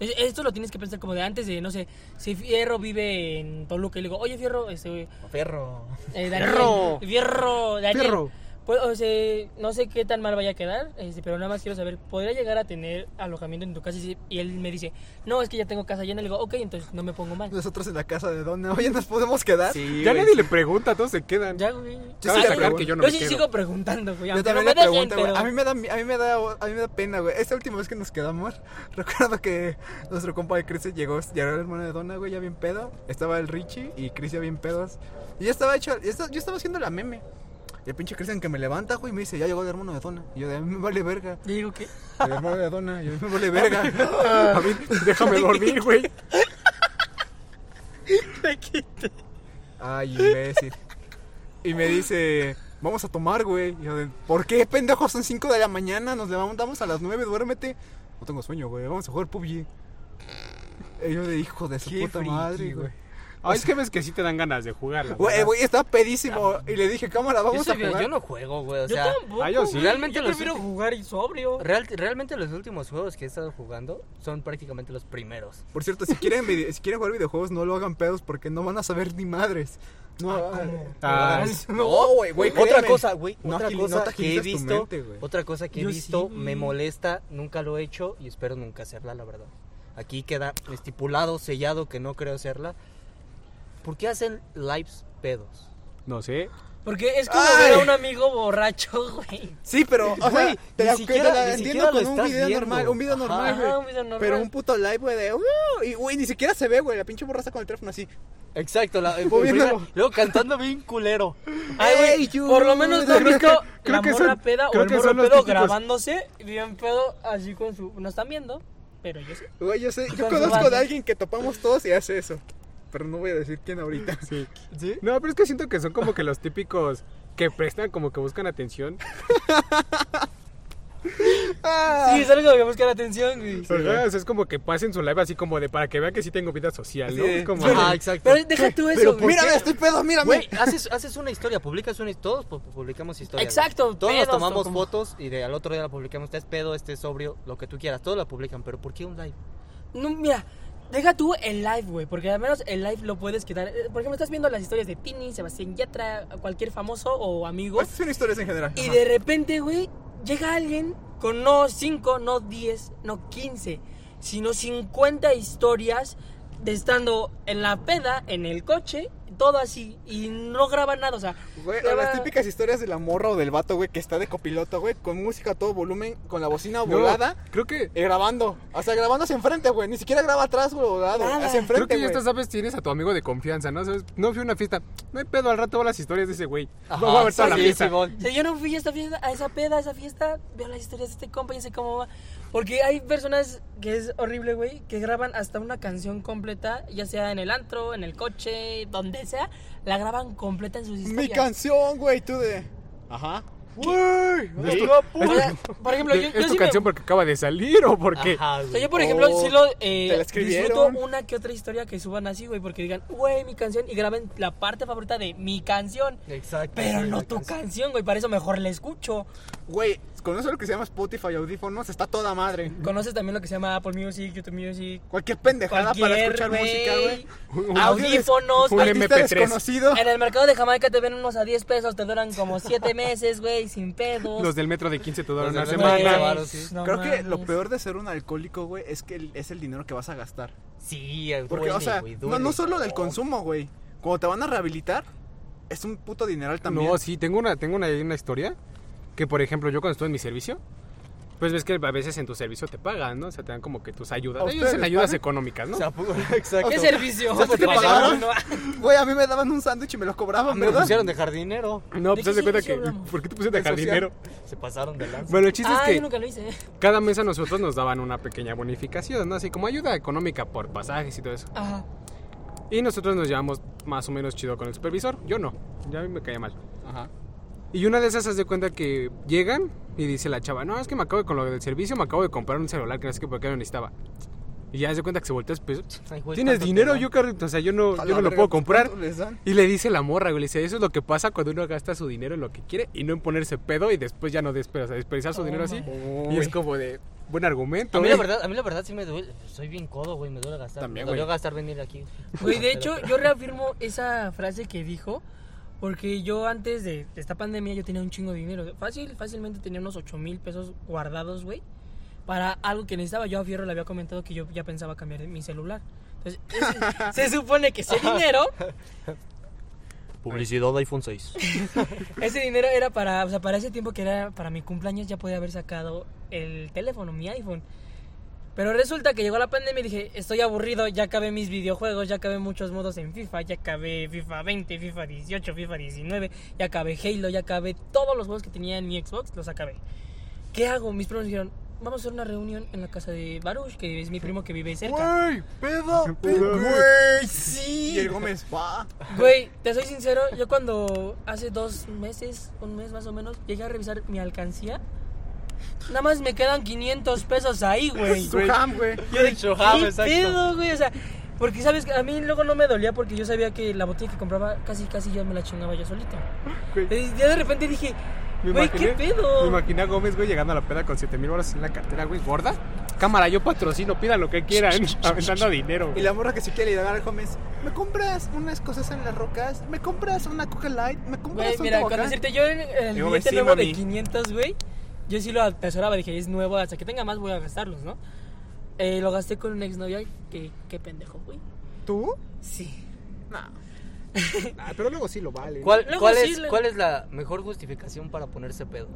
Speaker 4: Entonces, esto lo tienes que pensar como de antes de, no sé, si Fierro vive en Toluca y le digo, oye Fierro, este,
Speaker 2: Perro.
Speaker 4: Eh, Daniel,
Speaker 3: Fierro.
Speaker 4: Fierro, Daniel.
Speaker 3: Fierro.
Speaker 4: Pues, o sea, no sé qué tan mal vaya a quedar, este, pero nada más quiero saber, ¿podría llegar a tener alojamiento en tu casa? Y sí- Y él me dice, no, es que ya tengo casa llena. Le digo, ok, entonces no me pongo mal.
Speaker 1: Nosotros en la casa de Donna, oye, ¿nos podemos quedar?
Speaker 2: Sí,
Speaker 3: Ya
Speaker 2: güey,
Speaker 3: nadie
Speaker 2: sí.
Speaker 3: le pregunta, todos se quedan.
Speaker 4: Ya, güey.
Speaker 1: Yo sí le
Speaker 4: Ah,
Speaker 1: pregunto.
Speaker 3: que yo no
Speaker 4: yo
Speaker 3: me
Speaker 4: sí
Speaker 3: quedo.
Speaker 4: sigo preguntando, güey.
Speaker 1: Yo
Speaker 4: aunque no
Speaker 1: también
Speaker 4: me
Speaker 1: le
Speaker 4: dejen,
Speaker 1: pregunto, güey.
Speaker 4: pero-
Speaker 1: A mí me da, a mí me da, a mí me da pena, güey. Esta última vez que nos quedamos, recuerdo que nuestro compa de Chris llegó, llegó el hermano de Donna, güey, ya bien pedo. Estaba el Richie y Chris ya bien pedos. Y ya estaba hecho, ya está- yo estaba haciendo la meme. Y el pinche Cristian que me levanta, güey, y me dice, ya llegó el hermano de Donna. Y yo, de a mí me vale verga.
Speaker 4: Yo digo, ¿qué?
Speaker 1: El hermano de Donna, y a mí me vale verga.
Speaker 3: A mí, déjame dormir, güey.
Speaker 1: Ay, imbécil. Y me dice, vamos a tomar, güey. Y yo de, ¿por qué, pendejos? Son 5 de la mañana, nos levantamos a las 9, duérmete. No tengo sueño, güey, vamos a jugar PUBG. Y yo de hijo de su
Speaker 3: Qué
Speaker 1: puta
Speaker 3: friki,
Speaker 1: madre,
Speaker 3: güey.
Speaker 1: güey.
Speaker 3: Ay, es que ves que sí te dan ganas de jugar. la
Speaker 1: Güey,
Speaker 3: verdad.
Speaker 1: güey, estaba pedísimo. Y le dije, cámara,
Speaker 2: Yo,
Speaker 1: vamos
Speaker 2: soy
Speaker 1: a
Speaker 2: bien-
Speaker 1: jugar.
Speaker 2: yo no juego, güey. O
Speaker 4: Yo
Speaker 2: sea,
Speaker 4: tampoco.
Speaker 3: ah, yo sí.
Speaker 4: güey.
Speaker 2: Realmente
Speaker 4: yo
Speaker 2: los
Speaker 4: prefiero
Speaker 2: últimos-
Speaker 4: jugar y sobrio.
Speaker 2: real- realmente los últimos juegos que he estado jugando son prácticamente los primeros.
Speaker 1: Por cierto, si quieren, vide- si quieren jugar videojuegos, no lo hagan pedos porque no van a saber ni madres. No,
Speaker 4: ¿cómo?
Speaker 3: Ah,
Speaker 1: no, güey, güey,
Speaker 2: Otra
Speaker 1: créeme.
Speaker 2: cosa, güey.
Speaker 1: No
Speaker 2: otra
Speaker 1: agili- no
Speaker 2: cosa
Speaker 1: te
Speaker 2: que he
Speaker 1: agilizas tu
Speaker 2: visto.
Speaker 1: mente, güey.
Speaker 2: otra cosa que he
Speaker 4: Yo sí,
Speaker 2: visto
Speaker 4: güey.
Speaker 2: me molesta. Nunca lo he hecho y espero nunca hacerla, la verdad. Aquí queda estipulado, sellado que no creo hacerla. ¿Por qué hacen lives pedos?
Speaker 3: no sé.
Speaker 4: Porque es como
Speaker 1: Ay.
Speaker 4: ver a un amigo borracho, güey.
Speaker 1: Sí, pero, o sea,
Speaker 2: Güey,
Speaker 1: te
Speaker 2: ni
Speaker 1: la,
Speaker 2: siquiera-
Speaker 1: te la
Speaker 2: ni
Speaker 1: entiendo
Speaker 2: siquiera lo
Speaker 1: con un
Speaker 2: estás
Speaker 1: video
Speaker 2: viendo.
Speaker 1: normal, un video
Speaker 2: Ajá.
Speaker 1: normal, güey.
Speaker 4: Ajá, un video normal.
Speaker 1: Pero un puto live, güey, de... "Uh", y, güey, ni siquiera se ve, güey. La pinche borraza con el teléfono así.
Speaker 2: Exacto, la,
Speaker 1: Moviéndolo.
Speaker 2: primera- luego cantando bien culero.
Speaker 4: Ay, güey,
Speaker 1: Ey, you.
Speaker 4: por lo menos no he visto
Speaker 3: creo
Speaker 4: la
Speaker 3: que
Speaker 4: morra
Speaker 3: son-
Speaker 4: peda o
Speaker 3: creo
Speaker 4: el
Speaker 3: que
Speaker 4: morro
Speaker 3: son los
Speaker 4: pedo
Speaker 3: típicos.
Speaker 4: grabándose, bien pedo, así con su... No están viendo, pero yo sí.
Speaker 1: Güey, yo sé, yo
Speaker 4: Con su
Speaker 1: conozco de
Speaker 4: banda.
Speaker 1: alguien que topamos todos y hace eso. Pero no voy a decir quién ahorita.
Speaker 3: Sí.
Speaker 1: ¿Sí?
Speaker 3: No, pero es que siento que son como que los típicos que prestan, como que buscan atención. Ah.
Speaker 1: Ah,
Speaker 4: Sí, es algo que busca la atención, güey.
Speaker 3: Ajá, o sea, es como que pasen su live así como de para que vean que sí tengo vida social,
Speaker 1: Así
Speaker 3: ¿no?
Speaker 1: de-
Speaker 3: Es como.
Speaker 2: Ajá, exacto.
Speaker 4: Pero deja tú eso, güey.
Speaker 1: Mírame, estoy pedo, mírame.
Speaker 2: Güey, haces, haces una historia, publicas una todos pu- publicamos historias. güey.
Speaker 4: Exacto,
Speaker 2: Todos nos
Speaker 4: pedos,
Speaker 2: tomamos
Speaker 4: como-
Speaker 2: fotos y de, al otro día la publicamos. Este es pedo, este es sobrio, lo que tú quieras. Todos la publican, pero ¿por qué un live?
Speaker 4: No, mira, deja tú el live, güey, porque al menos el live lo puedes quitar. Eh, Por ejemplo, estás viendo las historias de Tini, Sebastián Yatra, cualquier famoso o amigo.
Speaker 3: Pues
Speaker 1: Estas son historias en general.
Speaker 4: Y
Speaker 1: Ajá.
Speaker 4: de repente, güey, llega alguien con no 5, no 10, no 15, sino 50 historias de estando en la peda, en el coche, todo así, y no graba nada, o sea,
Speaker 1: Güey, o
Speaker 4: graba-
Speaker 1: las típicas historias de la morra o del vato, güey, que está de copiloto, güey, con música a todo volumen, con la bocina
Speaker 3: No,
Speaker 1: volada
Speaker 3: creo que.
Speaker 1: y grabando. O sea, grabando hacia enfrente, güey. Ni siquiera graba atrás, güey, volado.
Speaker 4: Nada.
Speaker 1: Hacia
Speaker 3: Creo
Speaker 1: enfrente,
Speaker 3: que ya
Speaker 1: güey.
Speaker 3: hasta sabes, tienes a tu amigo de confianza, ¿no? ¿Sabes? No fui a una fiesta. No hay pedo, al rato veo las historias de ese güey.
Speaker 2: Ajá,
Speaker 3: Vamos a ver toda la
Speaker 2: sí,
Speaker 3: fiesta.
Speaker 2: Simón.
Speaker 4: O sea, yo no fui a esta fiesta, a esa peda, a esa fiesta, veo las historias de este compa y sé cómo va. Porque hay personas que es horrible, güey, que graban hasta una canción completa, ya sea en el antro, en el coche, donde sea, la graban completa en sus
Speaker 1: Mi
Speaker 4: historias.
Speaker 1: canción, güey, tú de... Ajá. Güey.
Speaker 3: Es tu-
Speaker 1: Ay,
Speaker 4: O sea, por ejemplo,
Speaker 3: de-
Speaker 4: yo, yo
Speaker 3: ¿Es tu
Speaker 4: sí me-
Speaker 3: canción porque acaba de salir o porque.?
Speaker 2: Ajá,
Speaker 4: o
Speaker 2: güey.
Speaker 4: sea, yo por ejemplo
Speaker 1: Oh,
Speaker 4: sí lo
Speaker 1: te la
Speaker 4: eh,
Speaker 1: escribieron.
Speaker 4: disfruto una que otra historia que suban así, güey, porque digan, güey, mi canción, y graben la parte favorita de mi canción,
Speaker 2: Exacto.
Speaker 4: pero
Speaker 2: sí,
Speaker 4: no
Speaker 2: la
Speaker 4: tu
Speaker 2: canción.
Speaker 4: canción, güey, para eso mejor la escucho.
Speaker 1: Güey, con eso lo que se llama Spotify audífonos está toda madre.
Speaker 4: Conoces también lo que se llama Apple Music, YouTube Music,
Speaker 1: Cualquier pendejada para
Speaker 4: Cualquier,
Speaker 1: escuchar
Speaker 4: güey.
Speaker 1: música, güey.
Speaker 3: Un-
Speaker 4: Audífonos.
Speaker 3: Un
Speaker 1: Artista
Speaker 3: MP3.
Speaker 1: desconocido.
Speaker 4: En el mercado de Jamaica te ven unos a 10 pesos, te duran como 7 meses, güey, sin pedos.
Speaker 3: Los del metro de 15 te duran
Speaker 2: Los
Speaker 3: una
Speaker 2: del
Speaker 4: Güey,
Speaker 2: metro de
Speaker 3: semana.
Speaker 2: 15. Claro, sí.
Speaker 4: no
Speaker 1: Creo que
Speaker 4: mames.
Speaker 1: lo peor de ser un alcohólico, güey, es que el- es el dinero que vas a gastar.
Speaker 2: Sí, el
Speaker 1: Porque, o sea, no, no solo del consumo, güey. Cuando te van a rehabilitar, es un puto dineral también.
Speaker 3: No, sí, tengo una, tengo una, una historia que, por ejemplo, yo cuando estuve en mi servicio, pues ves que a veces en tu servicio te pagan, ¿no? O sea, te dan como que tus ayudas.
Speaker 1: ¿A
Speaker 3: Ellos
Speaker 1: ustedes
Speaker 3: hacen
Speaker 1: les
Speaker 3: ayudas
Speaker 1: pagan?
Speaker 3: económicas, ¿no?
Speaker 2: O sea, exacto.
Speaker 4: ¿Qué servicio?
Speaker 1: ¿Sabes qué
Speaker 4: Porque
Speaker 1: pagaron?
Speaker 4: no-
Speaker 1: Güey, a mí me daban un sándwich y me lo cobraban,
Speaker 2: Ah, Me lo
Speaker 1: ¿verdad?
Speaker 2: pusieron de jardinero.
Speaker 3: no,
Speaker 4: ¿de
Speaker 3: pues
Speaker 4: qué
Speaker 3: haz de cuenta
Speaker 4: servicio
Speaker 3: que.
Speaker 4: hablamos?
Speaker 3: ¿Por qué te pusiste a
Speaker 1: De
Speaker 3: dejar
Speaker 1: social.
Speaker 3: dinero?
Speaker 2: Se pasaron de lanza.
Speaker 3: Bueno, el chiste
Speaker 4: Ah,
Speaker 3: es que
Speaker 4: yo nunca lo hice.
Speaker 3: cada mes a nosotros nos daban una pequeña bonificación, ¿no? Así como ayuda económica por pasajes y todo eso.
Speaker 4: Ajá.
Speaker 3: Y nosotros nos llevamos más o menos chido con el supervisor. Yo no, ya a mí me caía mal.
Speaker 1: Ajá.
Speaker 3: Y una de esas haz de cuenta que llegan y dice la chava, no, es que me acabo de, con lo del servicio, me acabo de comprar un celular que no sé qué por qué lo necesitaba. Y ya haz de cuenta que se voltea, pues,
Speaker 2: Ay, güey,
Speaker 3: ¿tienes
Speaker 2: tanto
Speaker 3: dinero?
Speaker 2: te
Speaker 3: Yo,
Speaker 2: dan.
Speaker 3: carrito, o sea, yo no,
Speaker 1: A
Speaker 3: yo
Speaker 1: la
Speaker 3: no lo
Speaker 1: verga,
Speaker 3: puedo comprar.
Speaker 1: ¿cuánto les dan?
Speaker 3: Y le dice la morra, güey, le dice, eso es lo que pasa cuando uno gasta su dinero en lo que quiere y no en ponerse pedo y después ya no despera, o sea, desperdiciar su
Speaker 4: Oh,
Speaker 3: dinero así.
Speaker 1: Uy.
Speaker 3: Y es como de, buen argumento.
Speaker 2: A mí, la
Speaker 3: güey.
Speaker 2: verdad, a mí la verdad sí me duele. Soy bien codo, güey. Me duele gastar.
Speaker 3: También,
Speaker 2: me dolió
Speaker 3: güey.
Speaker 2: gastar venir aquí.
Speaker 4: Güey, de hecho, yo reafirmo esa frase que dijo. Porque yo antes de de esta pandemia yo tenía un chingo de dinero. Fácil, fácilmente tenía unos 8 mil pesos guardados, güey. Para algo que necesitaba. Yo a Fierro le había comentado que yo ya pensaba cambiar mi celular. Entonces, ese- se supone que ese dinero
Speaker 2: Publicidad de iPhone 6.
Speaker 4: Ese dinero era para, o sea, para ese tiempo que era para mi cumpleaños ya podía haber sacado el teléfono, mi iPhone. Pero resulta que llegó la pandemia y dije, estoy aburrido, ya acabé mis videojuegos, ya acabé muchos modos en FIFA, ya acabé FIFA 20, FIFA 18, FIFA 19, ya acabé Halo, ya acabé todos los juegos que tenía en mi Xbox, los acabé. ¿Qué hago? Mis primos dijeron, vamos a hacer una reunión en la casa de Baruch, que es mi primo que vive cerca.
Speaker 1: Güey, pedo, pedo.
Speaker 2: Güey,
Speaker 1: Y el
Speaker 2: sí.
Speaker 1: Gómez, va.
Speaker 4: Güey, te soy sincero, yo cuando hace dos meses, un mes más o menos, llegué a revisar mi alcancía, nada más me quedan 500 pesos ahí, güey.
Speaker 1: Su ham, güey.
Speaker 2: Yo de ah,
Speaker 4: ¿Qué pedo, güey? O sea, porque sabes que a mí luego no me dolía porque yo sabía que la botella que compraba casi, casi yo me la chingaba yo solito.
Speaker 3: Güey.
Speaker 4: Y ya de repente dije,
Speaker 3: Me
Speaker 4: güey, ¿qué
Speaker 3: imaginé- Me
Speaker 4: pedo?
Speaker 3: imaginé a Gómez, güey, llegando a la peda con 7 mil horas en la cartera, güey, gorda. Cámara, yo patrocino, pidan lo que quieran, aventando dinero.
Speaker 1: Y
Speaker 3: güey.
Speaker 1: la morra que se quiere ir a dar al Gómez. ¿Me compras unas cosas en las rocas? ¿Me compras una Coca Light? ¿Me compras
Speaker 4: Güey,
Speaker 1: un
Speaker 4: mira, con
Speaker 1: tobogán?"
Speaker 4: decirte, yo en el
Speaker 1: Digo,
Speaker 4: billete
Speaker 1: sí,
Speaker 4: nuevo de
Speaker 1: mami.
Speaker 4: 500, güey, yo sí lo atesoraba, dije, es nuevo, hasta que tenga más voy a gastarlos, ¿no? Eh, lo gasté con una exnovia, que qué pendejo, güey.
Speaker 1: ¿Tú?
Speaker 4: Sí.
Speaker 3: Ah, pero luego sí lo vale.
Speaker 2: ¿Cuál,
Speaker 4: Luego
Speaker 2: cuál
Speaker 4: sí
Speaker 2: es,
Speaker 4: le-
Speaker 2: ¿Cuál es la mejor justificación para ponerse pedo?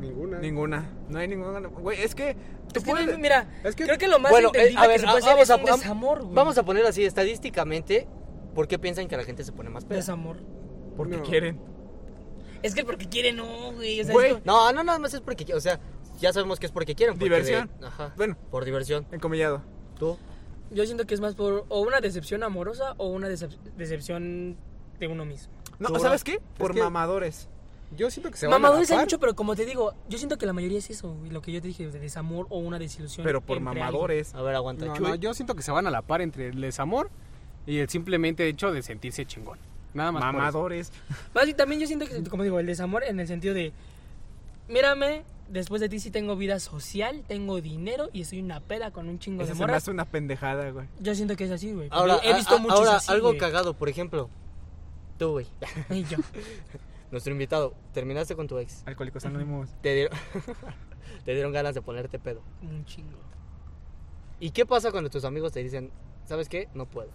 Speaker 3: Ninguna.
Speaker 1: Ninguna. No hay ninguna. Güey, es que. tú
Speaker 4: Es que
Speaker 1: puedes-
Speaker 4: no- mira,
Speaker 3: es que-
Speaker 4: creo que lo más
Speaker 2: Bueno, eh,
Speaker 4: entendible
Speaker 2: a ver,
Speaker 4: que se
Speaker 2: a-
Speaker 4: puede hacer
Speaker 2: vamos
Speaker 4: es
Speaker 2: a-
Speaker 4: un
Speaker 2: vamos-
Speaker 4: desamor, güey.
Speaker 2: Vamos a poner así, estadísticamente, ¿por qué piensan que la gente se pone más pedo?
Speaker 4: Desamor.
Speaker 3: Porque
Speaker 1: No.
Speaker 3: quieren.
Speaker 4: Es que porque quiere no, güey. O sea,
Speaker 3: Güey.
Speaker 4: es como-
Speaker 2: No, no, nada más es porque, qui- o sea, ya sabemos que es porque quieren. porque
Speaker 1: Diversión.
Speaker 2: de- ajá.
Speaker 1: Bueno.
Speaker 2: Por diversión.
Speaker 1: Encomillado.
Speaker 2: ¿Tú?
Speaker 4: Yo siento que es más por o una decepción amorosa o una decep- decepción de uno mismo.
Speaker 1: No,
Speaker 3: Tú,
Speaker 1: ¿sabes
Speaker 3: bro.
Speaker 1: qué? Por
Speaker 3: Es que-
Speaker 1: mamadores.
Speaker 3: Yo siento que se van a
Speaker 4: Mamadores
Speaker 3: la
Speaker 4: hay
Speaker 3: par.
Speaker 4: mucho, pero como te digo, yo siento que la mayoría es eso, güey, lo que yo te dije, de desamor o una desilusión.
Speaker 1: Pero por
Speaker 4: entre
Speaker 1: mamadores.
Speaker 2: A ver, aguanta.
Speaker 3: No,
Speaker 2: Chuy.
Speaker 3: no, yo siento que se van a la par entre el desamor y el simplemente hecho de sentirse chingón. Nada más. por eso.
Speaker 1: Mamadores.
Speaker 4: alguien. Más y también yo siento que, como digo, el desamor en el sentido de, mírame, después de ti sí tengo vida social, tengo dinero y soy una peda con un chingo
Speaker 1: Esa se
Speaker 4: de
Speaker 1: me
Speaker 4: morras.
Speaker 1: hace una pendejada, güey.
Speaker 4: Yo siento que es así, güey.
Speaker 2: Ahora,
Speaker 4: Yo he visto
Speaker 2: a- a-
Speaker 4: muchos
Speaker 2: ahora
Speaker 4: así,
Speaker 2: algo
Speaker 4: güey.
Speaker 2: cagado, por ejemplo. Tú, güey.
Speaker 4: Y yo.
Speaker 2: Nuestro invitado, terminaste con tu ex.
Speaker 1: Alcohólicos Anónimos.
Speaker 2: Te dieron, te dieron ganas de ponerte pedo.
Speaker 4: Un chingo.
Speaker 2: ¿Y qué pasa cuando tus amigos te dicen, ¿sabes qué? No puedo.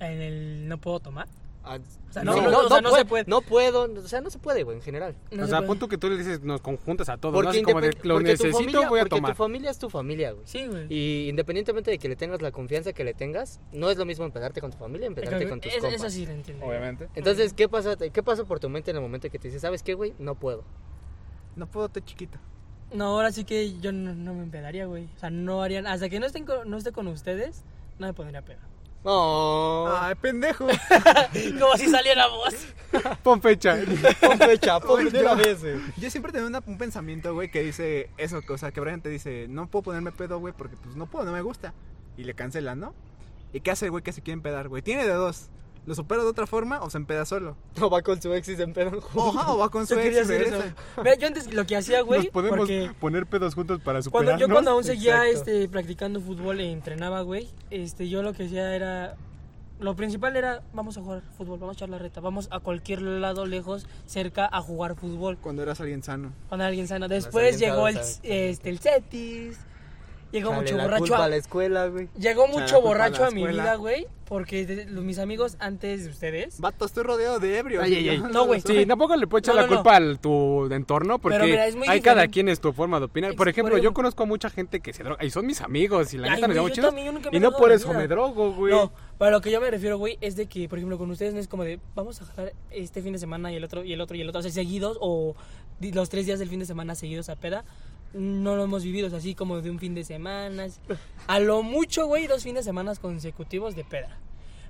Speaker 4: En el no puedo tomar.
Speaker 2: Ah,
Speaker 4: O sea, no, no, o sea, no se puede.
Speaker 2: No puedo, o sea, no se puede, güey, en general.
Speaker 3: o
Speaker 4: No se
Speaker 3: sea,
Speaker 4: puede.
Speaker 3: pon tú que tú le dices, nos conjuntas a todos. ¿no?
Speaker 2: Porque,
Speaker 3: Así como de,
Speaker 2: independ-
Speaker 3: lo
Speaker 2: porque tu
Speaker 3: necesito,
Speaker 2: familia-
Speaker 3: voy a
Speaker 2: porque
Speaker 3: tomar.
Speaker 2: tu familia es tu familia, güey.
Speaker 4: Sí, güey.
Speaker 2: Y independientemente de que le tengas la confianza que le tengas, no es lo mismo empedarte con tu familia, empedarte con tus
Speaker 4: Eso-
Speaker 2: compas.
Speaker 4: Eso sí lo entiendo.
Speaker 1: Obviamente.
Speaker 2: Entonces, ¿qué pasa, ¿qué pasa por tu mente en el momento que te dices, ¿sabes qué, güey? No puedo.
Speaker 1: No puedo, te chiquita.
Speaker 4: No, ahora sí que yo no, no me empedaría, güey. O sea, no harían. Hasta que no, estén con- no esté con ustedes, no me pondría pedo.
Speaker 2: No.
Speaker 1: Ay, pendejo.
Speaker 4: Como si saliera vos.
Speaker 3: Pon fecha.
Speaker 2: Ponme chapón
Speaker 1: Oye,
Speaker 2: de una
Speaker 1: yo-
Speaker 2: vez,
Speaker 4: eh.
Speaker 2: güey.
Speaker 1: Yo siempre tengo una- un pensamiento, güey, que dice eso, o sea, que Brian te dice, no puedo ponerme pedo, güey, porque pues no puedo, no me gusta. Y le cancelan, ¿no? ¿Y qué hace el güey que se quiere empedar, güey? Tiene de dos. ¿Lo supera de otra forma o se empeda solo?
Speaker 2: No va con su ex y se empedan juntos.
Speaker 1: Oja, o va con su
Speaker 4: Yo
Speaker 1: ex
Speaker 4: quería
Speaker 1: y
Speaker 4: hacer eso.
Speaker 1: regresa.
Speaker 4: Mira, yo antes lo que hacía, güey.
Speaker 3: Nos podemos
Speaker 4: Porque
Speaker 3: poner pedos juntos para
Speaker 4: cuando,
Speaker 3: superarnos.
Speaker 4: yo cuando aún seguía
Speaker 2: Exacto.
Speaker 4: este, practicando fútbol y entrenaba, güey, este, yo lo que hacía era. Lo principal era, vamos a jugar fútbol, vamos a echar la reta, vamos a cualquier lado lejos, cerca, a jugar fútbol.
Speaker 1: Cuando eras alguien sano.
Speaker 4: con alguien sano.
Speaker 2: alguien
Speaker 4: Después
Speaker 2: sano,
Speaker 4: llegó el,
Speaker 2: ¿sabes?
Speaker 4: este, el Cetis, llegó
Speaker 2: Chale,
Speaker 4: mucho
Speaker 2: la
Speaker 4: borracho.
Speaker 2: culpa
Speaker 4: A,
Speaker 2: a la escuela, güey.
Speaker 4: Llegó
Speaker 1: la culpa
Speaker 4: mucho
Speaker 1: a la
Speaker 4: borracho a mi
Speaker 1: escuela.
Speaker 4: vida, güey, porque de- los- mis amigos antes de ustedes.
Speaker 1: Vato, estoy rodeado de ebrio.
Speaker 3: Ay, ay, ay.
Speaker 4: No, güey.
Speaker 3: Sí, tampoco le puedo echar
Speaker 4: No,
Speaker 3: la
Speaker 4: no, no.
Speaker 3: culpa al tu entorno porque
Speaker 4: Pero mira, es muy
Speaker 3: hay cada
Speaker 4: diferente.
Speaker 3: quien es tu forma de opinar. Por
Speaker 4: Ex-
Speaker 3: ejemplo,
Speaker 4: por
Speaker 3: yo
Speaker 4: ejemplo.
Speaker 3: conozco a mucha gente que se droga y son mis amigos y la
Speaker 4: Ay,
Speaker 3: neta nos
Speaker 4: güey,
Speaker 3: llevamos
Speaker 4: yo
Speaker 3: chidos.
Speaker 4: también, yo nunca
Speaker 3: Y
Speaker 4: me he
Speaker 3: no
Speaker 4: drogado
Speaker 3: por
Speaker 4: en mi
Speaker 3: eso
Speaker 4: vida.
Speaker 3: me drogo, güey.
Speaker 4: No, para lo que yo me refiero, güey, es de que, por ejemplo, con ustedes no es como de, vamos a jalar este fin de semana y el otro, y el otro, y el otro, o sea, seguidos, o di- los tres días del fin de semana seguidos a peda. No lo hemos vivido, o sea, así como de un fin de semana. A lo mucho, güey, dos fines de semana consecutivos de peda.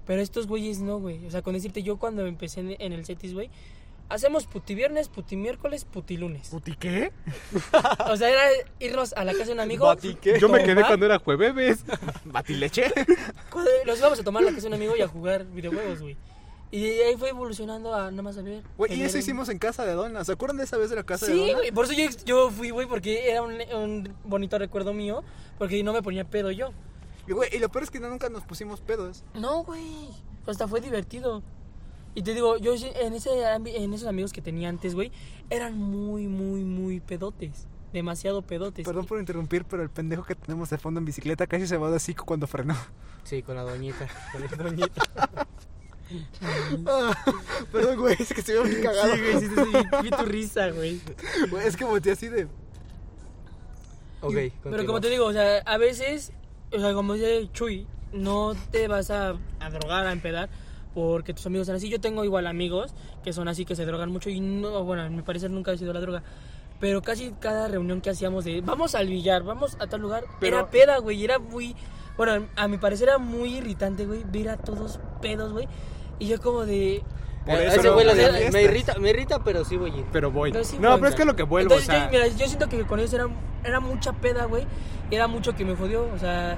Speaker 4: Pero estos güeyes no, güey. O sea, con decirte, yo cuando empecé en, en el Cetis, güey, hacemos puti viernes, puti miércoles, puti lunes.
Speaker 1: ¿Puti qué?
Speaker 4: O sea, era irnos a la casa de un amigo.
Speaker 3: Yo me quedé
Speaker 4: tomar-
Speaker 3: cuando era jueves.
Speaker 1: ¿Batileche?
Speaker 4: cuando Los íbamos a tomar a la casa de un amigo y a jugar videojuegos, güey. Y de ahí fue evolucionando a nada más a ver.
Speaker 1: Güey, y
Speaker 4: tener
Speaker 1: eso
Speaker 4: un-
Speaker 1: hicimos en casa de Dona. ¿Se acuerdan de esa vez de la casa de Dona?
Speaker 4: Sí, güey. Por eso yo, yo fui, güey, porque era un, un bonito recuerdo mío. Porque no me ponía pedo yo.
Speaker 1: Y, güey, y lo peor es que no- nunca nos pusimos pedos.
Speaker 4: No, güey. Hasta fue divertido. Y te digo, yo sí- en, ese, ambi- en esos amigos que tenía antes, güey, eran muy, muy, muy pedotes. Demasiado pedotes.
Speaker 1: Perdón por interrumpir, pero el pendejo que tenemos de fondo en bicicleta casi se va de hocico cuando frenó.
Speaker 5: Sí, con la doñita. Con la doñita.
Speaker 1: Perdón, güey, es que estoy muy
Speaker 4: Sí,
Speaker 1: cagado.
Speaker 4: güey, sí, sí, sí, vi tu risa, güey.
Speaker 1: Güey, es que volteé así de.
Speaker 5: Ok,
Speaker 4: Pero
Speaker 5: continúa.
Speaker 4: como te digo, o sea, a veces, o sea, como dice Chuy, no te vas a, a drogar, a empedar, porque tus amigos son así. Yo tengo igual amigos que son así, que se drogan mucho y no, bueno, a mi parecer nunca he sido la droga. Pero casi cada reunión que hacíamos de, vamos al billar, vamos a tal lugar,
Speaker 3: Pero-
Speaker 4: era peda, güey, y era muy, bueno, a mi parecer era muy irritante, güey, ver a todos pedos, güey. Y yo como de...
Speaker 1: Por
Speaker 5: A-
Speaker 2: Eh,
Speaker 5: a
Speaker 1: eso
Speaker 5: ese
Speaker 1: no
Speaker 5: güey lo
Speaker 1: voy a
Speaker 5: hacía-
Speaker 1: fiestas.
Speaker 5: me irrita, me irrita, pero sí voy a ir.
Speaker 3: Pero voy. No,
Speaker 4: Pero sí,
Speaker 3: pero
Speaker 4: güey.
Speaker 3: es que lo que vuelvo,
Speaker 4: Entonces,
Speaker 3: o sea,
Speaker 4: yo, mira, yo siento que con ellos era, era mucha peda, güey. Era mucho que me jodió. O sea,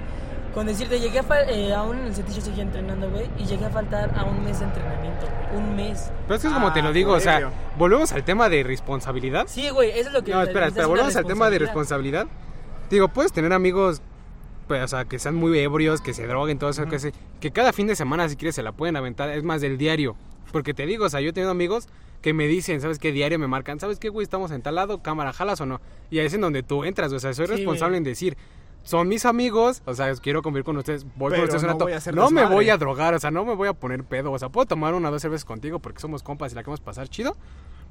Speaker 4: con decirte, llegué a fal- eh, aún en el setillo seguía entrenando, güey. Y llegué a faltar a un mes de entrenamiento, güey. Un mes.
Speaker 3: pero es que es como
Speaker 4: Ah,
Speaker 3: te lo digo, o sea, volvemos al tema de responsabilidad.
Speaker 4: Sí, güey, eso es lo que.
Speaker 3: No, espera,
Speaker 4: es
Speaker 3: espera,
Speaker 4: una
Speaker 3: volvemos al tema de
Speaker 4: responsabilidad.
Speaker 3: responsabilidad. Digo, puedes tener amigos, pues, o sea, que sean muy ebrios, que se droguen, todo eso, que, se- que cada fin de semana, si quieres, se la pueden aventar, es más del diario. Porque te digo, o sea, yo he tenido amigos que me dicen, ¿sabes qué? Diario me marcan, ¿sabes qué, güey? Estamos en tal lado, cámara, jalas o no. Y ahí es en donde tú entras, o sea, soy
Speaker 4: Sí,
Speaker 3: responsable
Speaker 4: güey.
Speaker 3: en decir, son mis amigos, o sea, quiero convivir con ustedes, voy
Speaker 1: Pero
Speaker 3: con ustedes
Speaker 1: no
Speaker 3: un rato.
Speaker 1: voy a hacer
Speaker 3: no me
Speaker 1: desmadre.
Speaker 3: voy a drogar, o sea, no me voy a poner pedo, o sea, puedo tomar una o dos cervezas contigo porque somos compas y la queremos pasar chido.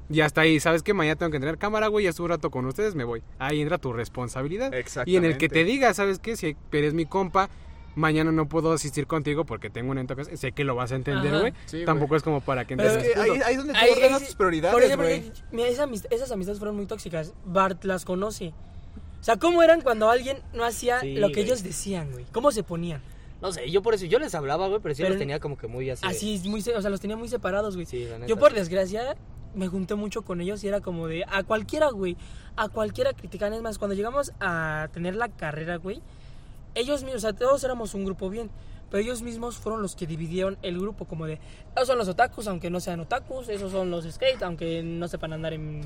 Speaker 3: Y hasta ahí, ¿sabes qué? Mañana tengo que entrenar cámara, güey, ya estuve un rato con ustedes, me voy. Ahí entra tu responsabilidad.
Speaker 1: Exactamente.
Speaker 3: Y en el que te diga, ¿sabes qué? Si eres mi compa, mañana no puedo asistir contigo porque tengo un evento que sé que lo vas a entender,
Speaker 4: Ajá.
Speaker 3: güey.
Speaker 1: Sí,
Speaker 3: Tampoco es como para que
Speaker 4: Pero
Speaker 1: Es
Speaker 3: entiendas.
Speaker 1: que ahí, ahí es donde tú
Speaker 4: Ahí-
Speaker 1: ordenas
Speaker 4: ahí sí-
Speaker 1: tus
Speaker 4: Por
Speaker 1: prioridades,
Speaker 4: ejemplo,
Speaker 1: güey.
Speaker 4: yo- mira, esas, amist- esas amistades fueron muy tóxicas. Bart las conoce. O sea, ¿cómo eran cuando alguien no hacía
Speaker 5: Sí,
Speaker 4: lo que
Speaker 5: güey.
Speaker 4: ellos decían, güey? ¿Cómo se ponían?
Speaker 5: No sé, yo por eso, yo les hablaba, güey, pero sí
Speaker 4: Pero-
Speaker 5: los tenía como que muy así. de-
Speaker 4: Así, muy, se- o sea, los tenía muy separados, güey.
Speaker 5: Sí, la neta.
Speaker 4: Yo por desgracia me junté mucho con ellos y era como de a cualquiera, güey, a cualquiera critican. Es más, cuando llegamos a tener la carrera, güey, ellos mismos, o sea, todos éramos un grupo bien, pero ellos mismos fueron los que dividieron el grupo como de, esos son los otakus, aunque no sean otakus, esos son los skate, aunque no sepan andar en...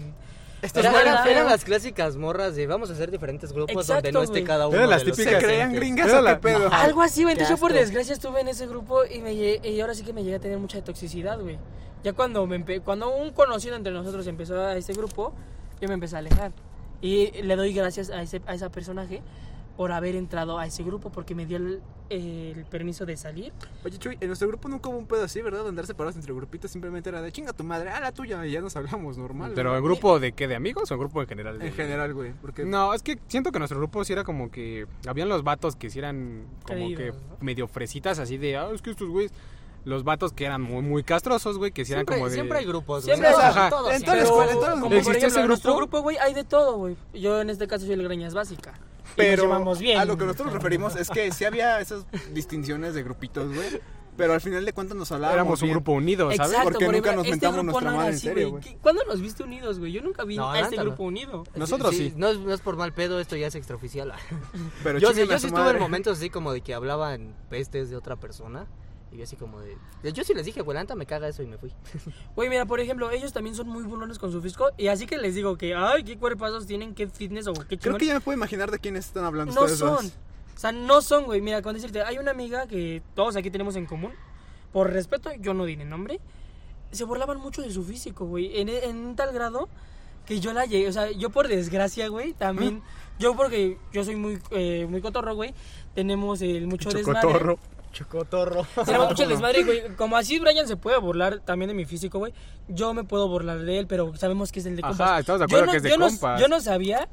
Speaker 5: Era-
Speaker 4: Pues,
Speaker 5: eran,
Speaker 4: bueno,
Speaker 5: eran las clásicas morras de vamos a hacer diferentes grupos donde
Speaker 4: Exacto,
Speaker 5: no esté
Speaker 4: güey.
Speaker 5: cada uno.
Speaker 3: Eran las
Speaker 5: de los
Speaker 3: típicas.
Speaker 1: Se creían
Speaker 5: presentes.
Speaker 1: gringas
Speaker 3: Pero
Speaker 1: o qué
Speaker 3: la-
Speaker 1: pedo.
Speaker 4: Algo así, güey.
Speaker 5: Qué
Speaker 4: Entonces yo por
Speaker 5: asco.
Speaker 4: desgracia estuve en ese grupo y, me llegué- y ahora sí que me llegué a tener mucha toxicidad, güey. Ya cuando, me empe- cuando un conocido entre nosotros empezó a este grupo, yo me empecé a alejar. Y le doy gracias a ese, a ese personaje por haber entrado a ese grupo porque me dio el, el permiso de salir.
Speaker 1: Oye, Chuy, en nuestro grupo nunca hubo un pedo así, ¿verdad? De andar separados entre grupitos simplemente era de chinga tu madre, a la tuya, y ya nos hablamos normal.
Speaker 3: Pero el
Speaker 1: güey.
Speaker 3: grupo de qué, de amigos o el grupo en general. de-
Speaker 1: En general, güey. Porque
Speaker 3: No, es que siento que nuestro grupo sí era como que. Habían los vatos que sí eran como que
Speaker 4: Creídos,
Speaker 3: medio fresitas, así de. Ah, es que estos güeyes. Los vatos que eran muy, muy castrosos, güey, que sí eran
Speaker 5: Siempre,
Speaker 3: como de.
Speaker 5: siempre hay grupos.
Speaker 4: Siempre
Speaker 5: güey.
Speaker 1: hay-
Speaker 5: Todos,
Speaker 3: Ajá.
Speaker 5: todos,
Speaker 1: Pues, En
Speaker 5: sí.
Speaker 1: todas las
Speaker 5: Pero-
Speaker 1: escuelas, en todas las
Speaker 4: como
Speaker 1: como
Speaker 4: por
Speaker 1: ¿Existe
Speaker 4: ejemplo,
Speaker 3: ese
Speaker 4: en nuestro
Speaker 3: grupo?
Speaker 4: grupo, güey, hay de todo, güey. Yo en este caso soy el greñas básica. Y nos
Speaker 1: pero
Speaker 4: llevamos bien.
Speaker 1: a lo que nosotros nos referimos es que sí había esas distinciones de grupitos, güey. Pero al final de cuentas nos hablábamos.
Speaker 3: Éramos un
Speaker 1: bien.
Speaker 3: grupo unido, ¿sabes?
Speaker 4: Exacto,
Speaker 1: Porque
Speaker 4: por
Speaker 1: nunca
Speaker 4: ejemplo,
Speaker 1: nos
Speaker 4: este
Speaker 1: mentamos
Speaker 4: grupo
Speaker 1: nuestra
Speaker 4: no era
Speaker 1: madre, en
Speaker 4: así,
Speaker 1: serio,
Speaker 4: güey.
Speaker 1: güey.
Speaker 4: ¿Qué- ¿Cuándo los viste unidos, güey? Yo nunca vi
Speaker 5: No,
Speaker 4: a este
Speaker 5: ándalo.
Speaker 4: grupo unido.
Speaker 1: Nosotros sí.
Speaker 5: No es, no es por mal pedo, esto ya es extraoficial.
Speaker 1: Pero
Speaker 5: yo sí,
Speaker 1: chinguen a
Speaker 5: yo sí
Speaker 1: su
Speaker 5: estuve
Speaker 1: madre.
Speaker 5: en momentos así como de que hablaban pestes de otra persona. Y yo así como de... Yo sí les dije, güey, la neta me caga eso y me fui.
Speaker 4: Güey, mira, por ejemplo, ellos también son muy burlones con su fisco. Y así que les digo que, ay, qué cuerpazos tienen, qué fitness o qué
Speaker 1: Creo
Speaker 4: chingón.
Speaker 1: que ya me puedo imaginar de quiénes están hablando
Speaker 4: no
Speaker 1: ustedes dos.
Speaker 4: son. O sea, no son, güey. Mira, con decirte, hay una amiga que todos aquí tenemos en común. Por respeto, yo no diré nombre. Se burlaban mucho de su físico, güey. En, en un tal grado que yo la llegué. O sea, yo por desgracia, güey, también.
Speaker 1: Mm.
Speaker 4: Yo porque yo soy muy, eh, muy cotorro, güey. Tenemos el mucho desmadre.
Speaker 3: Chocotorro.
Speaker 5: Chocotorro.
Speaker 4: Se llama mucho el desmadre, güey. Como así Brian se puede burlar también de mi físico, güey. Yo me puedo burlar de él, pero sabemos que es el de
Speaker 3: Ajá,
Speaker 4: compas.
Speaker 3: estamos de
Speaker 4: Yo
Speaker 3: acuerdo que es de
Speaker 4: yo
Speaker 3: compas.
Speaker 4: yo no sabía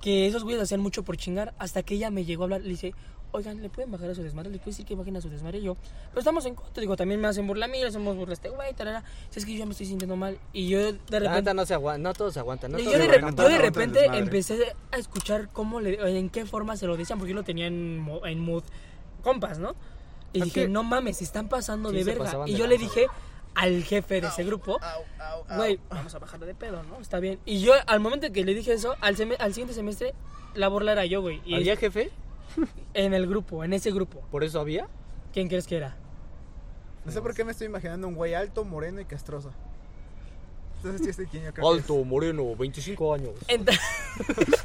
Speaker 4: que esos güeyes hacían mucho por chingar hasta que ella me llegó a hablar. Le dice, oigan, ¿le pueden bajar a su desmadre? ¿Le pueden decir que bajen a su desmadre? Y yo, pero estamos en contra. Digo, también me hacen burla a mí, le hacemos burla a este güey, tarara. Si es que yo ya me estoy sintiendo mal. Y yo de
Speaker 5: La
Speaker 4: repente...
Speaker 5: neta no se aguanta, no todos se aguantan. No
Speaker 4: yo,
Speaker 5: todos
Speaker 4: de,
Speaker 5: se
Speaker 1: no
Speaker 4: re-
Speaker 5: aguantan.
Speaker 4: yo de
Speaker 1: aguantan
Speaker 4: repente
Speaker 1: desmadre.
Speaker 4: empecé a escuchar cómo le, en qué forma se lo decían, porque yo lo tenía en, mo- en mood compas, ¿no? Y
Speaker 3: Es
Speaker 4: dije,
Speaker 3: que-
Speaker 4: no mames, se están pasando
Speaker 5: Ah, Sí,
Speaker 4: de
Speaker 5: se
Speaker 4: verga.
Speaker 5: pasaban
Speaker 4: Y
Speaker 5: de
Speaker 4: yo le
Speaker 5: lanza.
Speaker 4: dije al jefe de ese grupo, güey, vamos a bajarlo de pedo, ¿no? Está bien. Y yo, al momento que le dije eso, al, seme- al siguiente semestre, la burla era yo, güey. Y
Speaker 5: ¿Había jefe?
Speaker 4: en el grupo, en ese grupo.
Speaker 5: ¿Por eso había?
Speaker 4: ¿Quién crees que era?
Speaker 1: No sé por qué me estoy imaginando un güey alto, moreno y castroso. Entonces sí, este quién yo creo que
Speaker 5: Alto, moreno, 25 años.
Speaker 4: Ent-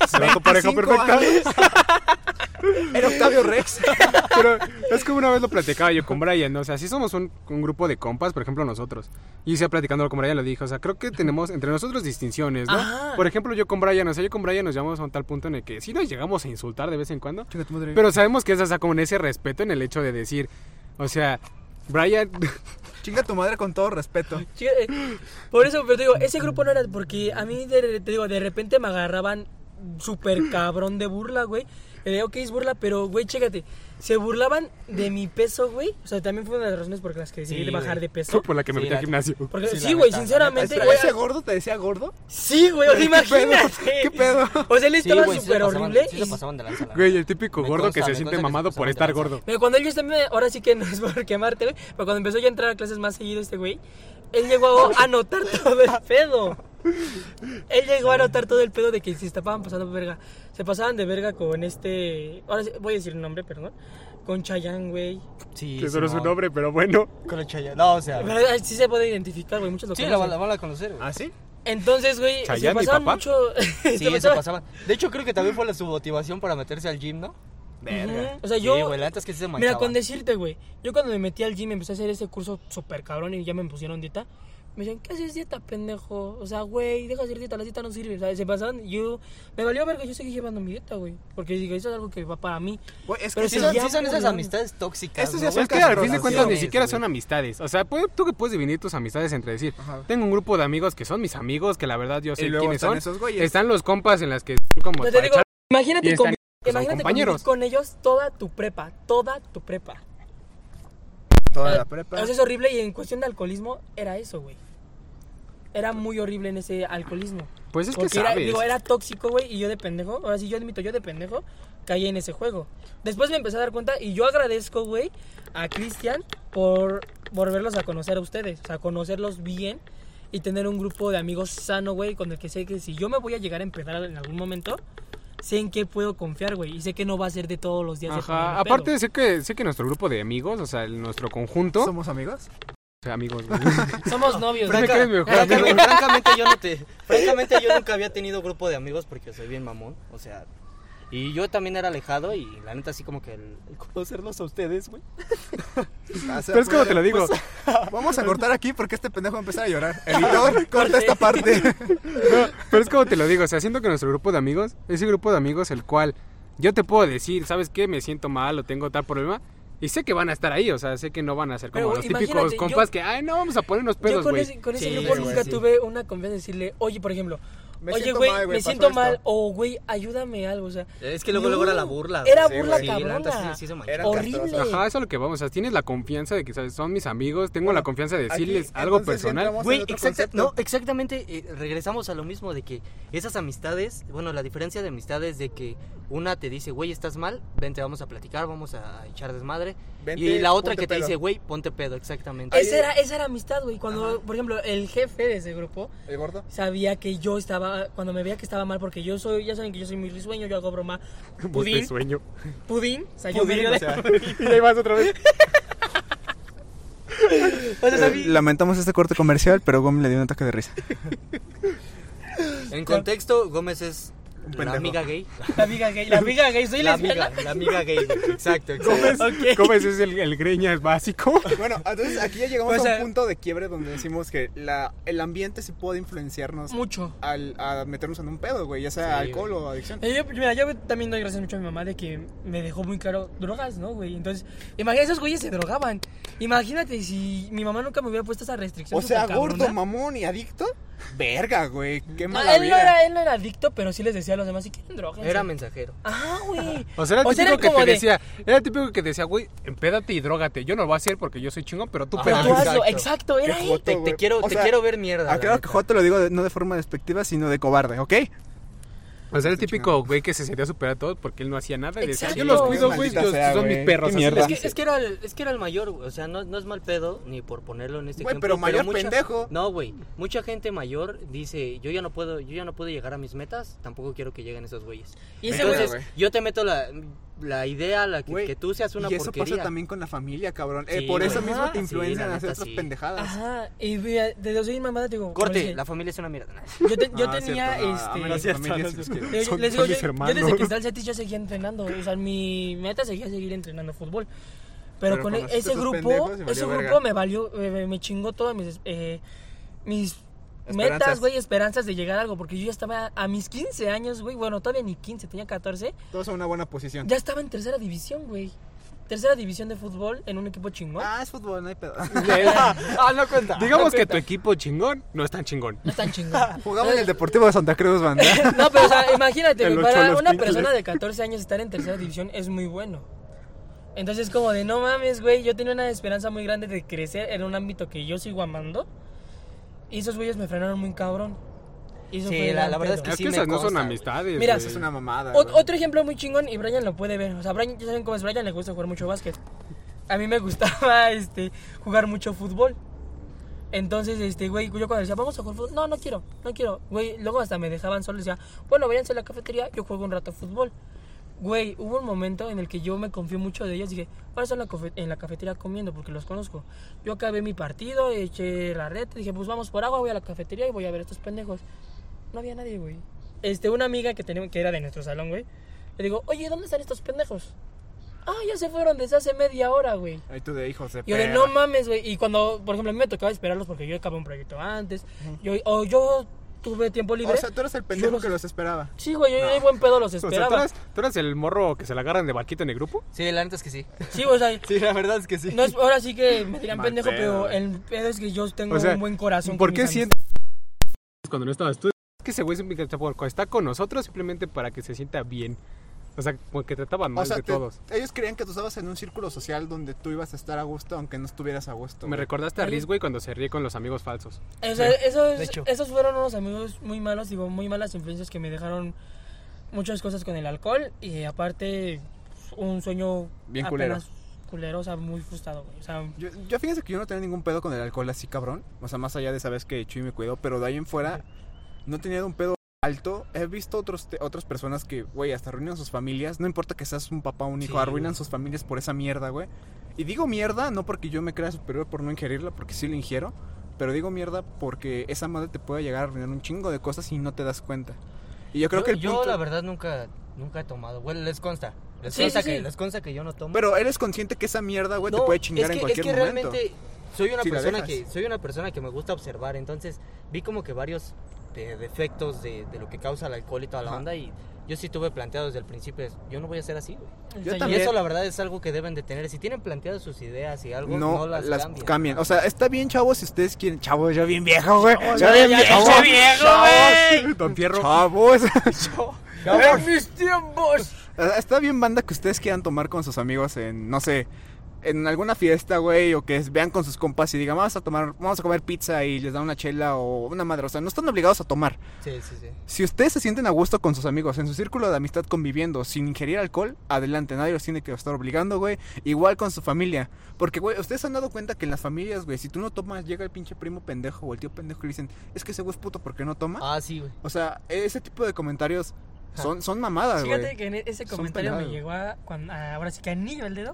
Speaker 3: Se va tu pareja
Speaker 1: 25
Speaker 3: perfecta.
Speaker 1: años.
Speaker 2: Era Octavio Rex.
Speaker 3: Pero es como una vez lo platicaba yo con Brian, ¿no? O sea, sí somos un, un grupo de compas, por ejemplo, nosotros. Y se platicando con Brian lo dijo, o sea, creo que tenemos entre nosotros distinciones, ¿no?
Speaker 2: Ajá.
Speaker 3: Por ejemplo, yo con Brian, o sea, yo con Brian nos llamamos a un tal punto en el que sí nos llegamos a insultar de vez en cuando,
Speaker 1: Chinga tu madre.
Speaker 3: pero sabemos que es hasta con ese respeto en el hecho de decir, o sea, Brian,
Speaker 1: Chinga tu madre con todo respeto.
Speaker 4: Sí, eh, Por eso, pero te digo, ese grupo no era porque a mí, de, te digo, de repente me agarraban súper cabrón de burla, güey. Eh, ok, es burla, pero, güey, chécate. Se burlaban de mi peso, güey. O sea, también fue una de las razones por las que decidí
Speaker 2: Sí,
Speaker 4: bajar
Speaker 2: güey.
Speaker 4: de peso.
Speaker 3: por la que me
Speaker 2: Sí,
Speaker 3: metí al
Speaker 2: la-
Speaker 3: gimnasio.
Speaker 4: Porque,
Speaker 2: Sí, la
Speaker 4: sí, güey,
Speaker 2: neta,
Speaker 4: sinceramente,
Speaker 1: ¿Te
Speaker 4: güey.
Speaker 1: decía gordo? ¿Te decía gordo?
Speaker 4: Sí, güey, o sea, imagínate.
Speaker 1: ¿Qué pedo?
Speaker 4: O sea, él estaba
Speaker 2: güey, sí se
Speaker 4: súper
Speaker 2: pasaban-
Speaker 4: horrible.
Speaker 2: sí se
Speaker 4: y-
Speaker 2: pasaban de lanza, la
Speaker 3: Güey, el típico
Speaker 2: Me
Speaker 3: gordo que
Speaker 2: consta,
Speaker 3: se
Speaker 2: me
Speaker 3: siente
Speaker 2: consta que
Speaker 3: mamado
Speaker 2: se pasaban
Speaker 3: por
Speaker 2: de
Speaker 3: estar
Speaker 2: lanza.
Speaker 3: gordo.
Speaker 4: Pero cuando él ya está, ahora sí que no es por quemarte, güey, pero cuando empezó ya a entrar a clases más seguido este güey, él llegó a anotar todo el pedo. Él llegó a anotar todo el pedo de que se estaban pasando de verga. Se pasaban de verga con este. Ahora sí, voy a decir un nombre, perdón. Con Chayanne, güey.
Speaker 2: Sí,
Speaker 3: Que solo es un
Speaker 2: Simón.
Speaker 3: nombre, pero bueno.
Speaker 2: Con el Chayanne. No, o sea.
Speaker 4: Pero eh, sí se puede identificar, güey. Muchos lo
Speaker 2: Ah. Sí, la,
Speaker 4: conocen.
Speaker 2: la van a conocer, güey.
Speaker 1: ¿Ah, sí?
Speaker 4: Entonces, güey, se
Speaker 3: ¿Chayanne, mi
Speaker 4: pasaban
Speaker 3: papá?
Speaker 4: mucho.
Speaker 2: Sí, se pasaban. De hecho, creo que también fue la, su motivación para meterse al gym, ¿no?
Speaker 4: Ujú. O sea,
Speaker 2: Sí,
Speaker 4: yo.
Speaker 2: güey, la neta es que sí se manchaba.
Speaker 4: Mira, con decirte, güey, yo cuando me metí al gym empecé a hacer ese curso súper cabrón y ya me pusieron dieta. Me decían, ¿qué haces dieta, pendejo? O sea, güey, deja de hacer dieta, la dieta no sirve. O sea, se pasaban, yo... Me valió verga, yo seguí llevando mi dieta, güey. Porque digo, eso es algo que va para mí.
Speaker 1: Güey, es que
Speaker 4: Pero
Speaker 2: Sí
Speaker 1: sí,
Speaker 2: son,
Speaker 4: ya
Speaker 2: sí son esas
Speaker 4: murió.
Speaker 2: amistades tóxicas.
Speaker 1: Estos
Speaker 2: ¿no,
Speaker 1: ya
Speaker 2: güey?
Speaker 1: son
Speaker 3: Es que al fin de
Speaker 1: castraciones,
Speaker 3: cuentas ni siquiera son
Speaker 2: güey.
Speaker 3: amistades. O sea, puede- tú que puedes definir tus amistades entre decir,
Speaker 1: Ajá.
Speaker 3: tengo un grupo de amigos que son mis amigos, que la verdad yo sé
Speaker 1: luego
Speaker 3: quiénes
Speaker 1: están
Speaker 3: son.
Speaker 1: esos güeyes.
Speaker 3: Están los compas en las que son como
Speaker 4: Pero te
Speaker 3: para
Speaker 4: digo,
Speaker 3: echar- y
Speaker 4: imagínate,
Speaker 3: están-
Speaker 4: convi-
Speaker 3: son
Speaker 4: imagínate
Speaker 3: compañeros.
Speaker 4: convivir con ellos toda tu prepa, toda tu prepa.
Speaker 1: Toda
Speaker 4: Eh,
Speaker 1: la prepa.
Speaker 4: Eso es horrible y en cuestión de alcoholismo era eso, güey. Era muy horrible en ese alcoholismo.
Speaker 3: Pues es que
Speaker 4: Porque era,
Speaker 3: sabes.
Speaker 4: digo, era tóxico, güey, y yo de pendejo, ahora sí yo admito, yo de pendejo caí en ese juego. Después me empecé a dar cuenta y yo agradezco, güey, a Cristian por volverlos a conocer a ustedes, o sea, conocerlos bien y tener un grupo de amigos sano, güey, con el que sé que si yo me voy a llegar a empezar en algún momento, sé en qué puedo confiar, güey, y sé que no va a ser de todos los días. de
Speaker 3: Ajá.
Speaker 4: ponerme
Speaker 3: Aparte
Speaker 4: pedo.
Speaker 3: sé que sé que nuestro grupo de amigos, o sea, el- nuestro conjunto,
Speaker 1: ¿Somos amigos?
Speaker 3: o sea, amigos. güey.
Speaker 4: somos novios.
Speaker 3: Frank-
Speaker 4: güey.
Speaker 3: crees mejor,
Speaker 2: Franca-
Speaker 3: amigo?
Speaker 2: francamente, yo no te, francamente yo nunca había tenido grupo de amigos porque soy bien mamón, o sea, y yo también era alejado y la neta así como que el, el conocerlos a ustedes, güey.
Speaker 1: Ah,
Speaker 3: Pero es como te lo
Speaker 4: Pues,
Speaker 3: digo.
Speaker 1: Vamos a cortar aquí porque este pendejo va a empezar a llorar. Editor, corta esta parte.
Speaker 3: No, pero es como te lo digo, o sea, siento que nuestro grupo de amigos, ese grupo de amigos el cual yo te puedo decir, ¿sabes qué? Me siento mal o tengo tal problema. Y sé que van a estar ahí, o sea, sé que no van a ser como
Speaker 4: Pero, güey,
Speaker 3: los típicos
Speaker 4: imagínate,
Speaker 3: compas
Speaker 4: yo-
Speaker 3: que, ay, no, vamos a ponernos
Speaker 4: Yo
Speaker 3: pedos,
Speaker 4: con
Speaker 3: güey.
Speaker 4: ese, con ese
Speaker 2: Sí,
Speaker 4: grupo
Speaker 2: güey,
Speaker 4: nunca
Speaker 2: sí.
Speaker 4: tuve una confianza de decirle, oye, por ejemplo,
Speaker 1: Me
Speaker 4: oye,
Speaker 1: siento
Speaker 4: güey,
Speaker 1: mal, güey,
Speaker 4: me
Speaker 1: pasó
Speaker 4: siento
Speaker 1: esto".
Speaker 4: mal, o güey, ayúdame algo, o sea.
Speaker 2: Es que luego luego era la burla.
Speaker 4: Era
Speaker 2: güey.
Speaker 4: burla
Speaker 2: Sí, la
Speaker 4: cabrona.
Speaker 2: neta, sí- sí se manchaba.
Speaker 1: Era
Speaker 4: horrible.
Speaker 3: Ajá, eso es lo que vamos. O sea, tienes la confianza de que ¿sabes? son mis amigos, tengo la confianza de
Speaker 1: Aquí,
Speaker 3: decirles algo
Speaker 1: entonces,
Speaker 3: personal.
Speaker 1: entramos en
Speaker 2: Güey,
Speaker 1: otro
Speaker 2: exacta-
Speaker 1: concepto.
Speaker 2: no, exactamente, eh, regresamos a lo mismo de que esas amistades, bueno, la diferencia de amistades de que una te dice, güey, estás mal, vente, vamos a platicar, vamos a echar desmadre.
Speaker 1: Vente,
Speaker 2: y la otra
Speaker 1: ponte
Speaker 2: que te
Speaker 1: pedo.
Speaker 2: dice, güey, ponte pedo, exactamente.
Speaker 4: Esa era, esa era amistad, güey. Cuando, por ejemplo, el jefe de ese grupo
Speaker 1: ¿El gordo?
Speaker 4: sabía que yo estaba, cuando me veía que estaba mal, porque yo soy, ya saben que yo soy muy risueño, yo hago broma.
Speaker 3: Pues, de
Speaker 4: Pudín,
Speaker 3: sueño.
Speaker 4: pudín, o sea, yo me
Speaker 1: Pudín,
Speaker 4: río
Speaker 1: o
Speaker 4: de-
Speaker 1: sea.
Speaker 3: y ahí vas otra vez.
Speaker 4: o
Speaker 2: Eh,
Speaker 4: sea, sabía-
Speaker 1: Lamentamos este corte comercial, pero Gomi le dio un ataque de risa.
Speaker 2: En contexto, Gómez es
Speaker 1: Un
Speaker 2: la
Speaker 1: pendejo.
Speaker 2: amiga gay.
Speaker 4: la amiga gay, la amiga gay, soy
Speaker 2: la
Speaker 4: lesbiana.
Speaker 2: amiga, la amiga gay, güey. exacto, exacto.
Speaker 3: Comes, comes es el, el greña básico.
Speaker 1: Bueno, entonces aquí ya llegamos
Speaker 4: Pues,
Speaker 1: a un
Speaker 4: eh,
Speaker 1: punto de quiebre donde decimos que la, el ambiente sí puede influenciarnos
Speaker 4: Mucho.
Speaker 1: al, a meternos en un pedo, güey, ya sea alcohol o adicción.
Speaker 4: Eh, Yo, mira, yo también doy gracias mucho a mi mamá de que me dejó muy claro drogas, ¿no, güey? Entonces, imagínate, esos güeyes se drogaban. Imagínate si mi mamá nunca me hubiera puesto esa restricción.
Speaker 1: O sea,
Speaker 4: súper cabrona.
Speaker 1: gordo, mamón y adicto. Verga, güey, qué
Speaker 4: No,
Speaker 1: mala
Speaker 4: Ah, él, no
Speaker 1: vida.
Speaker 4: era, él no era adicto, pero sí les decía a los demás, si quieren drogas.
Speaker 2: Era mensajero.
Speaker 4: Ah, güey.
Speaker 3: O sea, era el típico
Speaker 4: era
Speaker 3: que
Speaker 4: como
Speaker 3: te
Speaker 4: de,
Speaker 3: decía, era el típico que te decía, güey, empédate y drógate. Yo no lo voy a hacer porque yo soy chingón, pero tú
Speaker 2: Ajá.
Speaker 4: Pero
Speaker 3: pégate.
Speaker 4: tú hazlo,
Speaker 2: Exacto.
Speaker 4: exacto, era
Speaker 1: Qué
Speaker 4: él.
Speaker 1: joto,
Speaker 2: Te, te
Speaker 1: güey.
Speaker 2: quiero,
Speaker 1: O
Speaker 2: te
Speaker 1: sea,
Speaker 2: quiero ver mierda. la
Speaker 1: Aclaro Ah, que
Speaker 2: neta.
Speaker 1: Joto lo digo de- no de forma despectiva, sino de cobarde, ¿ok?
Speaker 3: O sea, era el típico güey que se sentía superado a todos porque él no hacía nada y decía,
Speaker 4: Exacto.
Speaker 3: yo los cuido, güey,
Speaker 1: Maldita
Speaker 3: yo-
Speaker 1: sea,
Speaker 3: son
Speaker 1: güey.
Speaker 3: mis perros.
Speaker 1: Qué
Speaker 3: así
Speaker 1: mierda.
Speaker 2: Es
Speaker 3: les
Speaker 2: que,
Speaker 3: dice.
Speaker 2: es que era el, es que era el mayor, güey. o sea, no, no es mal pedo ni por ponerlo en este
Speaker 1: Güey,
Speaker 2: ejemplo,
Speaker 1: pero mayor
Speaker 2: mucha-
Speaker 1: pendejo.
Speaker 2: No, güey, mucha gente mayor dice, "Yo ya no puedo, yo ya no puedo llegar a mis metas, tampoco quiero que lleguen esos güeyes."
Speaker 4: Y ese
Speaker 2: Entonces,
Speaker 1: güey-
Speaker 2: yo te meto la la idea, la que,
Speaker 1: Güey,
Speaker 2: que tú seas una
Speaker 1: y eso
Speaker 2: porquería.
Speaker 1: pasa también con la familia, cabrón. Eh,
Speaker 2: Sí,
Speaker 1: por
Speaker 2: güey.
Speaker 1: eso mismo
Speaker 2: Ajá.
Speaker 1: te
Speaker 2: Sí,
Speaker 1: influencian
Speaker 2: la
Speaker 1: a hacer
Speaker 2: neta,
Speaker 1: esas
Speaker 2: sí.
Speaker 1: pendejadas.
Speaker 4: Ajá, y mira, desde los mamada te digo.
Speaker 2: Corte,
Speaker 4: corrige.
Speaker 2: la familia es una mierda.
Speaker 4: Yo, te- yo
Speaker 1: Ah,
Speaker 4: tenía
Speaker 1: cierto, no,
Speaker 4: este.
Speaker 1: a menos
Speaker 2: cierto,
Speaker 1: familias
Speaker 2: no,
Speaker 1: sí
Speaker 2: no,
Speaker 1: los quiero.
Speaker 4: Yo, yo
Speaker 1: Son-
Speaker 4: Eh, les digo,
Speaker 1: son
Speaker 4: yo,
Speaker 1: mis
Speaker 4: yo
Speaker 1: hermanos.
Speaker 4: desde que entré al Cetis yo seguía entrenando. O sea, mi meta seguía seguir entrenando fútbol. Pero,
Speaker 1: Pero
Speaker 4: con
Speaker 1: conociste
Speaker 4: ese
Speaker 1: a esos
Speaker 4: grupo,
Speaker 1: pendejos y valió
Speaker 4: ese
Speaker 1: verga.
Speaker 4: grupo me valió, eh, me- me chingó todas mis, eh, mis metas,
Speaker 1: Esperanzas.
Speaker 4: güey, esperanzas de llegar a algo. Porque yo ya estaba a mis 15 años, güey, bueno, todavía ni 15, tenía 14.
Speaker 1: Todos en una buena posición.
Speaker 4: Ya estaba en tercera división, güey. Tercera división de fútbol en un equipo chingón.
Speaker 1: Ah, es fútbol, no hay pedo.
Speaker 2: ah, no cuenta.
Speaker 3: Digamos que tu equipo chingón no es tan chingón.
Speaker 4: No es tan chingón.
Speaker 1: Jugaba en el Deportivo de Santa Cruz, banda.
Speaker 4: No, pero o sea, imagínate,
Speaker 3: El
Speaker 4: güey,
Speaker 3: ocho a
Speaker 4: para
Speaker 3: los
Speaker 4: una
Speaker 3: Pingles.
Speaker 4: persona de 14 años estar en tercera división es muy bueno. Entonces, como de no mames, güey, yo tenía una esperanza muy grande de crecer en un ámbito que yo sigo amando. Y esos güeyes me frenaron muy cabrón. Y eso
Speaker 2: Sí,
Speaker 4: fue el
Speaker 2: la- la
Speaker 4: gran
Speaker 2: verdad
Speaker 4: pedo.
Speaker 2: es
Speaker 3: Es
Speaker 2: sí
Speaker 3: que
Speaker 2: me
Speaker 3: esas no son
Speaker 2: consta, güey.
Speaker 3: amistades.
Speaker 4: Mira,
Speaker 1: Eso es una mamada.
Speaker 4: Ot-
Speaker 1: güey.
Speaker 4: otro ejemplo muy chingón, y Brian lo puede ver. O sea, Brian, ya saben cómo es Brian, le gusta jugar mucho básquet. A mí me gustaba este, jugar mucho fútbol. Entonces, este, güey, yo cuando decía, vamos a jugar fútbol, no, no quiero, no quiero. Güey, luego hasta me dejaban solo y decía, bueno, váyanse a la cafetería, yo juego un rato fútbol. Güey, hubo un momento en el que yo me confié mucho de ellos. Dije, ahora están en la, cofe- en la cafetería comiendo porque los conozco. Yo acabé mi partido, eché la red, dije, pues vamos por agua, voy a la cafetería y voy a ver a estos pendejos. No había nadie, güey. Este, una amiga que tenemos, que era de nuestro salón, güey, le digo, oye, ¿dónde están estos pendejos? Ah, ya se fueron desde hace media hora, güey.
Speaker 1: Ahí tú de hijos de
Speaker 4: Yo de
Speaker 1: perra.
Speaker 4: no mames, güey. Y cuando, por ejemplo, a mí me tocaba esperarlos porque yo acabé un proyecto antes. yo, o yo tuve tiempo libre.
Speaker 1: O sea, tú eres el pendejo
Speaker 4: Yo los-
Speaker 1: que los esperaba.
Speaker 4: sí, güey, yo yo de buen pedo los
Speaker 3: O sea, ¿tú
Speaker 4: esperaba.
Speaker 3: eras, tú eras el morro que se la agarran de barquito en el grupo?
Speaker 2: Sí, la neta es que sí.
Speaker 4: sí, o sea,
Speaker 2: Sí, la verdad es que sí.
Speaker 4: no es, ahora sí que me dirán
Speaker 1: Mal
Speaker 4: pendejo,
Speaker 1: pedo,
Speaker 4: pero
Speaker 1: güey.
Speaker 4: el pedo es que yo tengo
Speaker 3: O sea,
Speaker 4: un buen corazón.
Speaker 3: ¿Por
Speaker 4: con
Speaker 3: qué
Speaker 4: mis
Speaker 3: sientes cuando no estabas tú? Es que ese güey siempre está por- está con nosotros simplemente para que se sienta bien. O sea, como que trataban mal
Speaker 1: O sea,
Speaker 3: de
Speaker 1: te-
Speaker 3: todos.
Speaker 1: ellos creían que tú estabas en un círculo social donde tú ibas a estar a gusto aunque no estuvieras a gusto.
Speaker 3: Me
Speaker 1: güey.
Speaker 3: recordaste a
Speaker 4: Oye.
Speaker 3: Riz, güey, cuando se ríe con los amigos falsos.
Speaker 4: O sea, esos,
Speaker 2: de hecho.
Speaker 4: esos fueron unos amigos muy malos, digo, muy malas influencias que me dejaron muchas cosas con el alcohol y aparte un sueño
Speaker 1: Bien
Speaker 4: apenas culero, o sea, muy frustrado, güey. O sea,
Speaker 1: Yo, yo fíjense que yo no tenía ningún pedo con el alcohol así, cabrón. O sea, más allá de sabes que Chuy me cuidó, pero de ahí en fuera no tenía un pedo alto. He visto otros te- otras personas que, güey, hasta arruinan sus familias. No importa que seas un papá o un hijo,
Speaker 2: Sí,
Speaker 1: arruinan
Speaker 2: güey.
Speaker 1: sus familias por esa mierda, güey. Y digo mierda no porque yo me crea superior por no ingerirla, porque sí lo ingiero. Pero digo mierda porque esa madre te puede llegar a arruinar un chingo de cosas y no te das cuenta. Y yo creo
Speaker 2: yo,
Speaker 1: que el
Speaker 2: yo,
Speaker 1: punto...
Speaker 2: la verdad nunca nunca he tomado. Bueno, les consta. Les,
Speaker 4: Sí,
Speaker 2: consta
Speaker 4: sí,
Speaker 2: que,
Speaker 4: sí.
Speaker 2: les consta que yo no tomo.
Speaker 1: Pero eres consciente que esa mierda, güey, te
Speaker 2: No,
Speaker 1: puede chingar
Speaker 2: es que,
Speaker 1: en cualquier
Speaker 2: es que
Speaker 1: momento.
Speaker 2: realmente soy una
Speaker 1: Si la
Speaker 2: persona
Speaker 1: dejas.
Speaker 2: que soy una persona que me gusta observar, entonces vi como que varios eh, defectos de, de lo que causa el alcohol y toda la
Speaker 1: Ajá.
Speaker 2: onda y yo sí tuve planteado desde el principio, es, yo no voy a ser así, güey.
Speaker 1: Yo
Speaker 2: Y
Speaker 1: también.
Speaker 2: eso la verdad es algo que deben de tener. Si tienen planteadas sus ideas y algo, no,
Speaker 1: no,
Speaker 2: las,
Speaker 1: las
Speaker 2: cambien.
Speaker 1: cambian. O sea, está bien, chavos, si ustedes quieren. Chavos, yo bien viejo, güey. Yo bien viejo.
Speaker 3: ¡Chavos! Don Pierro.
Speaker 1: Chavos.
Speaker 4: ¡En mis tiempos!
Speaker 1: está bien, banda, que ustedes quieran tomar con sus amigos en, no sé, en alguna fiesta, güey, o que vean con sus compas y digan, vamos a tomar, vamos a comer pizza y les dan una chela o una madre. O sea, no están obligados a tomar.
Speaker 2: Sí, sí, sí.
Speaker 1: Si ustedes se sienten a gusto con sus amigos, en su círculo de amistad conviviendo, sin ingerir alcohol, adelante, nadie los tiene que estar obligando, güey. Igual con su familia. Porque, güey, ustedes han dado cuenta que en las familias, güey, si tú no tomas, llega el pinche primo pendejo o el tío pendejo y le dicen, es que ese güey es puto porque no toma.
Speaker 2: Ah, sí, güey.
Speaker 1: O sea, ese tipo de comentarios son, son mamadas,
Speaker 4: Fíjate
Speaker 1: güey.
Speaker 4: que en e- ese
Speaker 1: Son
Speaker 4: comentario me
Speaker 1: penados.
Speaker 4: llegó a, cuando, a- ahora sí que anillo el dedo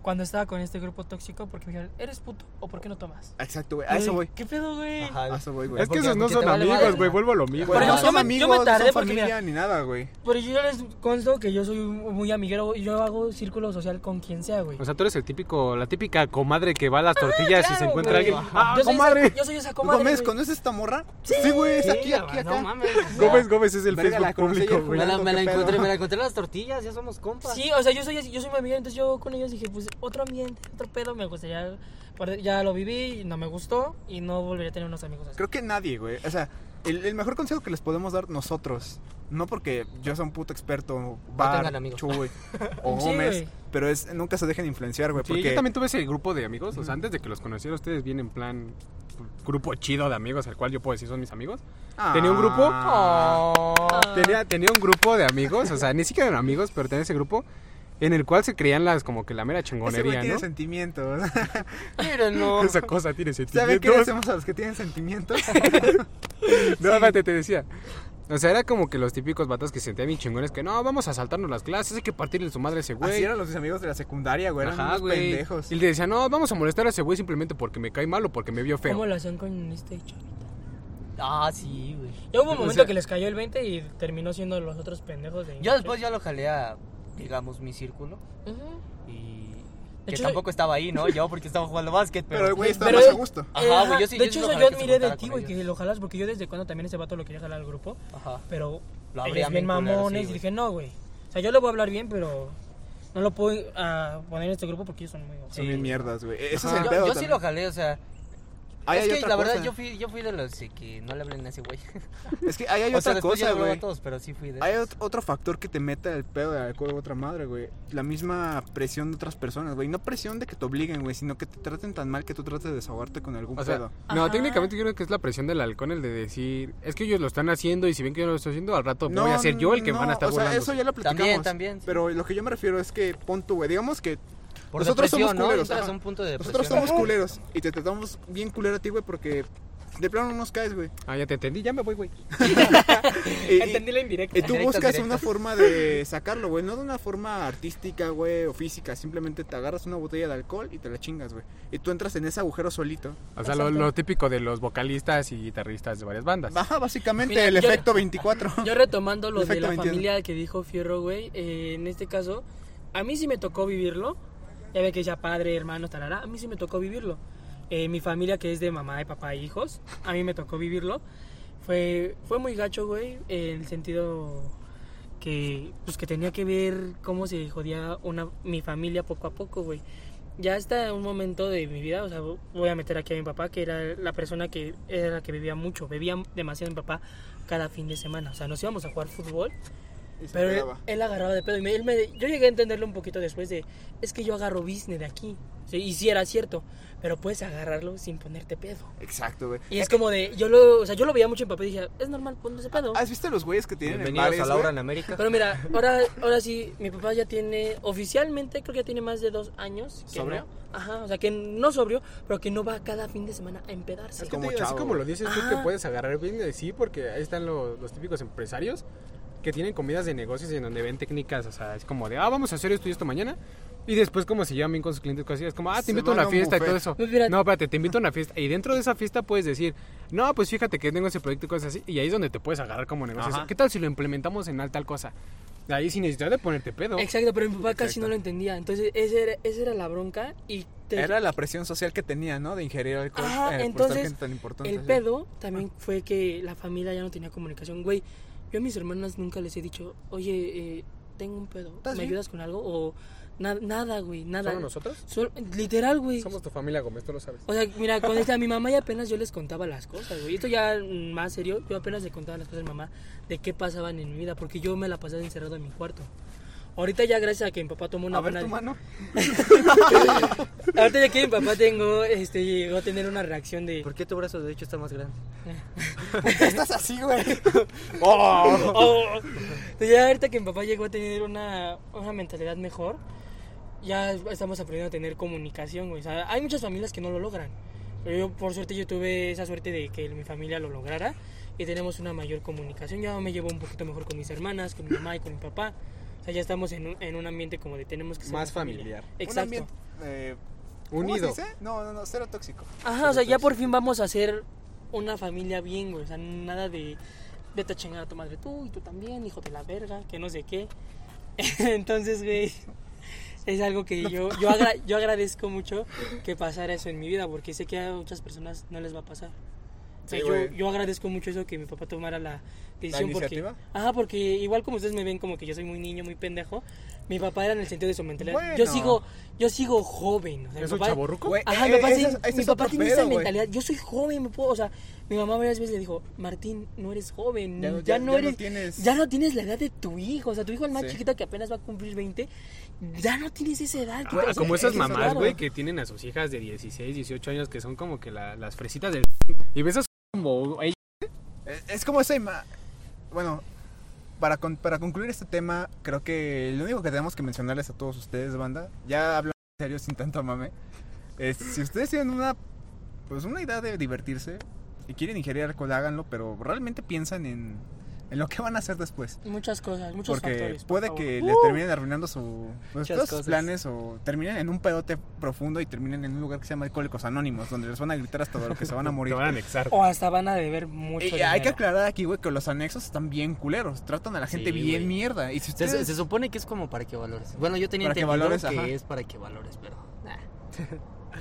Speaker 4: cuando estaba con este grupo tóxico porque me dijeron, ¿eres puto o por qué no tomas?
Speaker 1: Exacto, güey. A eso
Speaker 4: Yo
Speaker 1: voy.
Speaker 4: dije, ¿Qué pedo, güey?
Speaker 2: Ajá.
Speaker 1: A eso voy, güey.
Speaker 3: Es que
Speaker 2: Porque-
Speaker 3: esos no
Speaker 2: porque te
Speaker 3: son
Speaker 2: vale
Speaker 3: amigos,
Speaker 2: madre.
Speaker 3: güey, vuelvo a lo mismo.
Speaker 1: Güey,
Speaker 4: ejemplo,
Speaker 1: no
Speaker 4: yo
Speaker 1: son
Speaker 4: me- yo
Speaker 1: amigos,
Speaker 4: me
Speaker 1: no
Speaker 4: tardé
Speaker 1: son
Speaker 4: porque,
Speaker 1: familia
Speaker 4: mira,
Speaker 1: ni nada, güey.
Speaker 4: Pero yo les consto que yo soy muy amiguero y yo hago círculo social con quien sea, güey.
Speaker 3: O sea, tú eres el típico, la típica comadre que va a las tortillas y se
Speaker 4: claro,
Speaker 3: encuentra
Speaker 4: güey.
Speaker 3: alguien. ¡Ah,
Speaker 4: yo, soy
Speaker 3: comadre!
Speaker 4: Esa, yo soy esa
Speaker 1: ¿Tú
Speaker 4: comadre.
Speaker 1: comes?
Speaker 4: güey.
Speaker 1: ¿Conoces esta morra? Sí, güey, es aquí, aquí, acá.
Speaker 2: No mames.
Speaker 3: Gómez Gómez es el
Speaker 1: Verga, la
Speaker 3: Facebook
Speaker 1: conocí
Speaker 3: público,
Speaker 1: ayer
Speaker 3: güey.
Speaker 2: me la, me la
Speaker 1: ¿Qué pedo?
Speaker 2: encontré, me la encontré en las tortillas, ya somos compas.
Speaker 4: Sí, o sea, yo soy, así, yo soy mi amiga, entonces yo con ellos dije, pues otro ambiente, otro pedo, me gustaría. por- Ya lo viví, y no me gustó y no volveré a tener unos amigos así.
Speaker 1: Creo que nadie, güey. O sea, el, el mejor consejo que les podemos dar nosotros, no porque yo sea un puto experto, bar,
Speaker 2: tengan amigos.
Speaker 1: chuy o
Speaker 4: Sí,
Speaker 1: Gómez,
Speaker 4: güey.
Speaker 1: pero es nunca se dejen influenciar, güey,
Speaker 3: Sí,
Speaker 1: porque
Speaker 3: yo también tuve ese grupo de amigos. O sea, antes de que los conociera, ustedes bien en plan grupo chido de amigos, al cual yo puedo decir son mis amigos. Tenía un grupo.
Speaker 1: Ah.
Speaker 3: Tenía, tenía un grupo de amigos, o sea, ni siquiera eran amigos, pero tenía ese grupo en el cual se creían las como que la mera
Speaker 1: Ese güey
Speaker 3: chingonería,
Speaker 1: tiene
Speaker 3: ¿no?
Speaker 1: sentimientos.
Speaker 2: Mírenlo.
Speaker 3: Esa cosa tiene
Speaker 1: ¿Saben qué le
Speaker 3: sentimientos.
Speaker 1: hacemos a los que tienen sentimientos?
Speaker 3: No, espérate, te decía. O sea, era como que los típicos vatos que se sentían bien chingones que no, vamos a saltarnos las clases, hay que partirle su madre a ese
Speaker 1: Así
Speaker 3: güey.
Speaker 1: eran los amigos de la secundaria, güey. Eran
Speaker 3: Ajá,
Speaker 1: unos
Speaker 3: güey.
Speaker 1: pendejos.
Speaker 3: Y le decían, no, vamos a molestar a ese güey simplemente porque me cae mal o porque me vio feo.
Speaker 4: ¿Cómo lo hacían con este chavito?
Speaker 2: Ah, sí, güey.
Speaker 4: Ya hubo
Speaker 3: O
Speaker 4: un momento
Speaker 3: sea-
Speaker 4: que les cayó el 20 y terminó siendo los otros pendejos de...
Speaker 2: Yo después ya lo jalé a, digamos, mi círculo.
Speaker 4: Ujú.
Speaker 2: Y.
Speaker 4: De
Speaker 2: Que
Speaker 4: hecho,
Speaker 2: tampoco estaba ahí, ¿no? Yo porque estaba jugando básquet, pero.
Speaker 1: Pero el güey estaba
Speaker 4: Pero-
Speaker 1: más a gusto.
Speaker 2: Ajá,
Speaker 4: Eh,
Speaker 2: güey, yo sí-
Speaker 4: de
Speaker 2: yo sí
Speaker 4: hecho,
Speaker 2: lo
Speaker 4: eso
Speaker 2: jalé
Speaker 4: yo
Speaker 2: que se
Speaker 4: admiré de
Speaker 2: juntara
Speaker 4: ti,
Speaker 2: con
Speaker 4: güey, que
Speaker 2: ellos.
Speaker 4: lo jalas, porque yo desde cuando también ese vato lo quería jalar al grupo,
Speaker 2: Ajá.
Speaker 4: pero
Speaker 2: Lo
Speaker 4: ellos
Speaker 2: abrían
Speaker 4: bien
Speaker 2: bien culero,
Speaker 4: mamones,
Speaker 2: sí,
Speaker 4: y
Speaker 2: güey.
Speaker 4: dije, no, güey, o sea, yo le voy a hablar bien, pero no lo puedo ah, poner en este grupo porque ellos son muy...
Speaker 1: Son
Speaker 2: Sí.
Speaker 1: bien mierdas, güey. Ese es
Speaker 2: Yo-
Speaker 1: el
Speaker 2: yo
Speaker 1: pedo.
Speaker 2: sí
Speaker 1: también.
Speaker 2: lo jalé, o sea.
Speaker 1: Ahí hay
Speaker 2: es que
Speaker 1: otra
Speaker 2: la verdad
Speaker 1: cosa.
Speaker 2: yo fui, yo fui de los de que no le hablen a ese güey.
Speaker 1: Es que ahí hay
Speaker 2: o sea,
Speaker 1: otra
Speaker 2: después
Speaker 1: cosa,
Speaker 2: ya le hablaba
Speaker 1: güey.
Speaker 2: a todos, pero sí fui de
Speaker 1: Hay
Speaker 2: esos.
Speaker 1: ot- otro factor que te meta el pedo del alcohol u otra madre, güey. La misma presión de otras personas, güey. No presión de que te obliguen, güey, sino que te traten tan mal que tú trates de desahogarte con algún
Speaker 3: O sea,
Speaker 1: pedo.
Speaker 3: no, técnicamente yo creo que es la presión del halcón el de decir, es que ellos lo están haciendo y si ven que yo no lo estoy haciendo, al rato voy a ser yo el que
Speaker 1: no,
Speaker 3: van a estar
Speaker 1: O sea,
Speaker 3: burlándose.
Speaker 1: eso ya lo platicamos.
Speaker 2: También, también, sí.
Speaker 1: Pero lo que yo me refiero es que, pon tú, güey, digamos que
Speaker 2: Por
Speaker 1: nosotros somos
Speaker 2: depresión, ¿no?
Speaker 1: culeros,
Speaker 2: Entras
Speaker 1: ajá.
Speaker 2: a un punto de depresión.
Speaker 1: nosotros somos culeros y te tratamos bien culero a ti, güey, porque de plano no nos caes, güey.
Speaker 3: Ah, ya te entendí, ya me voy, güey.
Speaker 1: Y-
Speaker 4: Entendí la indirecta.
Speaker 1: Y tú
Speaker 2: Directo,
Speaker 1: buscas
Speaker 2: directo.
Speaker 1: una forma de sacarlo, güey. No de una forma artística, güey, o física. Simplemente te agarras una botella de alcohol y te la chingas, güey. Y tú entras en ese agujero solito.
Speaker 3: O sea, lo, lo típico de los vocalistas y guitarristas de varias bandas.
Speaker 1: Baja básicamente
Speaker 4: Mira,
Speaker 1: el
Speaker 4: yo-
Speaker 1: efecto 24.
Speaker 4: Yo retomando lo de
Speaker 1: Perfecto,
Speaker 4: la
Speaker 1: me entiendo.
Speaker 4: familia que dijo Fierro, güey, eh, en este caso, a mí sí me tocó vivirlo. Ya ve que ya padre, hermano, tarará, a mí sí me tocó vivirlo. Eh, mi familia que es de mamá, de papá e hijos, a mí me tocó vivirlo. Fue, fue muy gacho, güey, en el sentido que, pues, que tenía que ver cómo se jodía una, mi familia poco a poco, güey. Ya hasta un momento de mi vida, o sea, voy a meter aquí a mi papá, que era la persona que era la que bebía mucho, bebía demasiado mi papá cada fin de semana. O sea, nos íbamos a jugar fútbol,
Speaker 1: Y se
Speaker 4: pero él,
Speaker 1: pegaba.
Speaker 4: él agarraba de pedo. Y me- él me- yo llegué a entenderlo un poquito después de, es que yo agarro business de aquí. Sí, y sí era cierto, pero puedes agarrarlo sin ponerte pedo.
Speaker 1: Exacto, güey.
Speaker 4: Y es como de, yo lo, o sea, yo lo veía mucho en papá y dije, es normal ponerse pedo.
Speaker 1: ¿Has visto los güeyes que tienen en
Speaker 2: Bienvenidos
Speaker 1: bares,
Speaker 2: a Laura
Speaker 1: güey?
Speaker 2: en América.
Speaker 4: Pero mira, ahora, ahora sí, mi papá ya tiene, oficialmente creo que ya tiene más de dos años. que
Speaker 1: ¿Sobrio?
Speaker 4: no- ajá, o sea, que no sobrio, pero que no va cada fin de semana a empedarse.
Speaker 1: Es como
Speaker 3: Así
Speaker 1: chavo,
Speaker 3: como lo
Speaker 1: güey.
Speaker 3: dices tú, que puedes agarrar bien de sí, porque ahí están lo- los típicos empresarios que tienen comidas de negocios en donde ven técnicas, o sea, es como de, ah, vamos a hacer esto y esto mañana. Y después como se llevan bien con sus clientes, cosas así, es como, ah, te
Speaker 1: Se
Speaker 3: invito a
Speaker 1: van a
Speaker 3: una
Speaker 1: un
Speaker 3: fiesta y
Speaker 1: buffet.
Speaker 3: todo eso.
Speaker 4: No, espérate.
Speaker 3: No, espérate, te invito a una fiesta. Y dentro de esa fiesta puedes decir, no, pues fíjate que tengo ese proyecto y cosas así. Y ahí es donde te puedes agarrar como negocio.
Speaker 2: Ajá.
Speaker 3: ¿Qué tal si lo implementamos en tal, tal cosa? Ahí sin necesidad de ponerte pedo.
Speaker 4: Exacto, pero mi papá casi no lo entendía. Entonces, esa era, esa era la bronca y te-
Speaker 1: Era la presión social que tenía, ¿no? De ingerir alcohol. eh,
Speaker 4: Ajá,
Speaker 1: por estar
Speaker 4: entonces,
Speaker 1: gente tan importante.
Speaker 4: El
Speaker 1: sí. Ah.
Speaker 4: pedo también fue que la familia ya no tenía comunicación. Güey, yo a mis hermanas nunca les he dicho, oye, eh, tengo un pedo, ¿me
Speaker 1: ¿Estás bien?
Speaker 4: ayudas con algo? O na- nada, güey, nada.
Speaker 3: ¿Solo nosotros?
Speaker 4: Sol- literal, güey.
Speaker 3: Somos tu familia, Gómez, tú lo sabes.
Speaker 4: O sea, mira, cuando estaba mi mamá ya apenas yo les contaba las cosas, güey. Esto ya mm, más serio, yo apenas le contaba las cosas a mi mamá de qué pasaban en mi vida, porque yo me la pasaba encerrado en mi cuarto. Ahorita ya gracias a que mi papá tomó una
Speaker 1: A ver
Speaker 4: buena
Speaker 1: tu mano.
Speaker 4: Ahorita ya que mi papá tengo, este, llegó a tener una reacción de...
Speaker 2: ¿Por qué tu brazo derecho está más grande?
Speaker 1: Estás así, güey.
Speaker 4: Oh. Entonces, ya ahorita que mi papá llegó a tener una, una mentalidad mejor, ya estamos aprendiendo a tener comunicación, güey. O sea, hay muchas familias que no lo logran. Pero yo, por suerte, yo tuve esa suerte de que mi familia lo lograra y tenemos una mayor comunicación. Ya me llevo un poquito mejor con mis hermanas, con mi mamá y con mi papá. O sea, ya estamos en un, en un ambiente como de tenemos que ser
Speaker 3: Más
Speaker 4: una familia.
Speaker 3: familiar.
Speaker 1: Un
Speaker 4: Exacto.
Speaker 1: ambiente. eh, ¿cómo se
Speaker 3: Unido.
Speaker 1: dice? No, no, no, cero tóxico.
Speaker 4: Ajá, o sea, ya por fin vamos a ser una familia bien, güey. O sea, nada de vete a chingar a tu madre tú y tú también, hijo de la verga, que no sé qué. Entonces, güey, es algo que yo, yo, agra- yo agradezco mucho que pasara eso en mi vida, porque sé que a muchas personas no les va a pasar. O sea,
Speaker 1: Sí,
Speaker 4: yo,
Speaker 1: güey.
Speaker 4: yo agradezco mucho eso que mi papá tomara la decisión. porque,
Speaker 1: iniciativa?
Speaker 4: ajá, porque igual como ustedes me ven como que yo soy muy niño, muy pendejo, mi papá era en el sentido de su mentalidad. Yo
Speaker 1: Bueno.
Speaker 4: sigo yo sigo joven. O sea, mi
Speaker 3: ¿Es un
Speaker 4: papá-
Speaker 3: chaborruco?
Speaker 1: Güey,
Speaker 4: Ajá,
Speaker 1: eh,
Speaker 4: mi papá,
Speaker 1: ese
Speaker 4: tiene-
Speaker 1: es- ese
Speaker 4: mi
Speaker 1: es
Speaker 4: papá
Speaker 1: otro
Speaker 4: tiene
Speaker 1: pedo,
Speaker 4: esa
Speaker 1: güey.
Speaker 4: mentalidad. Yo soy joven, me puedo. O sea, mi mamá varias veces le dijo, Martín, no eres joven. Ya,
Speaker 1: Ya no- ya- ya
Speaker 4: no
Speaker 1: no
Speaker 4: eres.
Speaker 1: tienes-
Speaker 4: Ya no tienes la edad de tu hijo. O sea, tu hijo, el más
Speaker 1: Sí.
Speaker 4: chiquito que apenas va a cumplir 20, ya no tienes esa edad.
Speaker 3: Ah,
Speaker 4: O sea,
Speaker 3: como esas
Speaker 4: eso es
Speaker 3: mamás,
Speaker 4: raro.
Speaker 3: güey, que tienen a sus hijas de 16, 18 años que son como que la- las fresitas del... Y ves a su- como... ella-
Speaker 1: Eh, Es como esa ima- Bueno, para, con- para concluir este tema, creo que lo único que tenemos que mencionarles a todos ustedes, banda, ya hablando en serio sin tanto mame, es, si ustedes tienen una, pues una idea de divertirse y quieren ingerir alcohol, háganlo, pero realmente piensan en, en lo que van a hacer después.
Speaker 6: Muchas cosas, muchos
Speaker 1: Porque
Speaker 6: factores. por
Speaker 1: puede
Speaker 6: favor. ¡Uh!
Speaker 1: que le terminen arruinando su, pues, todos sus
Speaker 2: cosas.
Speaker 1: planes o terminen en un pedote profundo y terminen en un lugar que se llama Alcohólicos Anónimos, donde les van a gritar hasta de lo que se van a morir.
Speaker 3: Te van a anexar.
Speaker 4: O hasta van a deber mucho.
Speaker 1: Y hay que
Speaker 4: dinero.
Speaker 1: aclarar aquí, güey, que los anexos están bien culeros. Tratan a la gente
Speaker 2: Sí,
Speaker 1: bien
Speaker 2: güey.
Speaker 1: mierda. Y si
Speaker 2: Se,
Speaker 1: ustedes...
Speaker 2: se- se supone que es como para que valores. Bueno, yo tenía
Speaker 1: Para que
Speaker 2: entendido que,
Speaker 1: valores, ajá.
Speaker 2: es para que valores, pero. nah.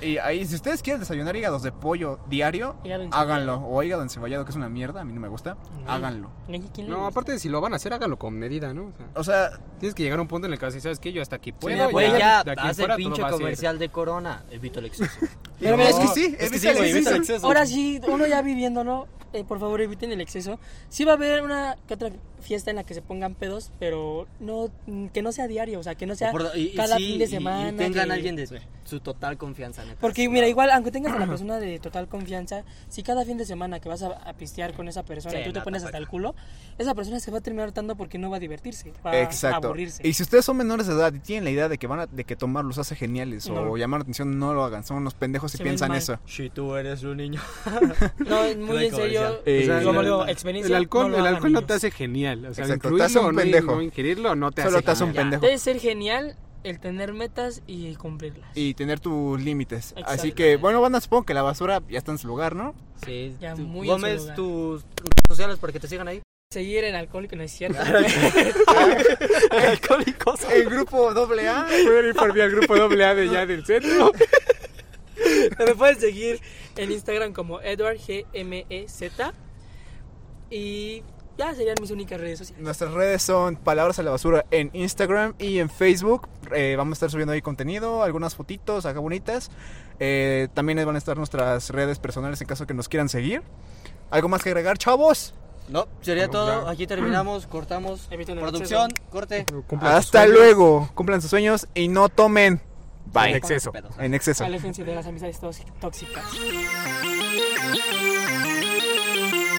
Speaker 1: Y ahí, si ustedes quieren desayunar hígados de pollo diario,
Speaker 4: Hígado encebollado.
Speaker 1: háganlo. O hígado encebollado, que es una mierda, a mí no me gusta. Háganlo.
Speaker 4: Oye, ¿quién le
Speaker 3: No,
Speaker 4: gusta?
Speaker 3: aparte de si lo van a hacer, hágalo con medida, ¿no? O sea,
Speaker 1: O sea,
Speaker 3: tienes que llegar a un punto en el que vas a decir, ¿sabes qué? Yo hasta aquí puedo.
Speaker 1: ya,
Speaker 2: Güey,
Speaker 1: ya,
Speaker 2: ya,
Speaker 3: de aquí en
Speaker 2: haz el
Speaker 3: fuera tú lo
Speaker 2: pinche
Speaker 3: vas a hacer.
Speaker 2: comercial de Corona. Evito el exceso.
Speaker 4: Pero
Speaker 1: no,
Speaker 4: mira, es que
Speaker 1: sí,
Speaker 2: es que
Speaker 1: evita
Speaker 2: sí,
Speaker 1: el
Speaker 2: güey, evita el
Speaker 1: exceso.
Speaker 2: exceso.
Speaker 4: Ahora sí, uno ya viviendo, ¿no? Eh, por favor, eviten el exceso. Sí va a haber una que otra fiesta en la que se pongan pedos, pero no mm, que no sea diario, o sea, que no sea
Speaker 2: O por- y- y
Speaker 4: cada
Speaker 2: sí,
Speaker 4: fin
Speaker 2: y-
Speaker 4: de
Speaker 2: y
Speaker 4: semana.
Speaker 2: tengan
Speaker 4: que-
Speaker 2: alguien de Ah. su total confianza, neta.
Speaker 4: Porque mira, igual, aunque tengas a la persona de total confianza, si cada fin de semana que vas a, a pistear con esa persona
Speaker 2: Sí,
Speaker 4: y tú te
Speaker 2: no,
Speaker 4: pones hasta el culo, esa persona se va a terminar hartando porque no va a divertirse, va a
Speaker 1: Exacto.
Speaker 4: Ah, aburrirse.
Speaker 1: Y si ustedes son menores de edad y tienen la idea de que van a- de que tomar los hace geniales o
Speaker 4: No.
Speaker 1: llamar la atención, no lo hagan. Son unos pendejos si
Speaker 4: Se ven
Speaker 1: piensan
Speaker 4: mal.
Speaker 1: eso.
Speaker 2: Si tú eres un niño.
Speaker 4: No, muy en
Speaker 2: Como decía.
Speaker 4: serio.
Speaker 1: Eh,
Speaker 4: yo
Speaker 1: el-
Speaker 4: me digo, experiencia.
Speaker 3: El alcohol,
Speaker 4: no lo
Speaker 3: el
Speaker 4: hagan,
Speaker 3: alcohol no
Speaker 4: niños.
Speaker 3: te hace genial. O sea,
Speaker 1: Exacto,
Speaker 3: incluirlo,
Speaker 1: te hace un
Speaker 3: o no,
Speaker 1: pendejo.
Speaker 3: no ingerirlo, no te
Speaker 1: Solo
Speaker 3: hace
Speaker 1: te hace un
Speaker 3: genial.
Speaker 1: pendejo.
Speaker 4: Debe ser genial el tener metas y cumplirlas.
Speaker 1: Y tener tus límites. Así
Speaker 4: Exacto.
Speaker 1: que, bueno, van a supongo que la basura ya está en su lugar, ¿no?
Speaker 2: Sí,
Speaker 4: Ya,
Speaker 2: tú-
Speaker 4: muy en su
Speaker 2: Gómez,
Speaker 4: lugar.
Speaker 2: tus redes sociales para que te sigan ahí.
Speaker 4: Seguir en alcohólico no es cierto.
Speaker 2: Alcohólicos.
Speaker 1: El grupo AA.
Speaker 3: Pueden ir por mí al grupo doble A de ya del centro.
Speaker 4: Me pueden seguir en Instagram como EdwardGMEZ. E Y ya serían mis únicas redes sociales.
Speaker 1: Nuestras redes son Palabras a la Basura en Instagram y en Facebook. Eh, vamos a estar subiendo ahí contenido, algunas fotitos acá bonitas. Eh, también ahí van a estar nuestras redes personales en caso que nos quieran seguir. ¿Algo más que agregar, chavos?
Speaker 2: No, sería
Speaker 3: No,
Speaker 2: todo.
Speaker 3: claro.
Speaker 2: Aquí terminamos, cortamos.
Speaker 4: Eviten el
Speaker 2: Producción, corte.
Speaker 3: Cumplan sus
Speaker 1: Hasta
Speaker 3: sueños
Speaker 1: luego. Cumplan sus sueños y no tomen.
Speaker 3: En
Speaker 1: Bye.
Speaker 3: exceso.
Speaker 2: Pedos.
Speaker 1: En exceso.
Speaker 4: Aléjense de las amistades tóxi- tóxicas.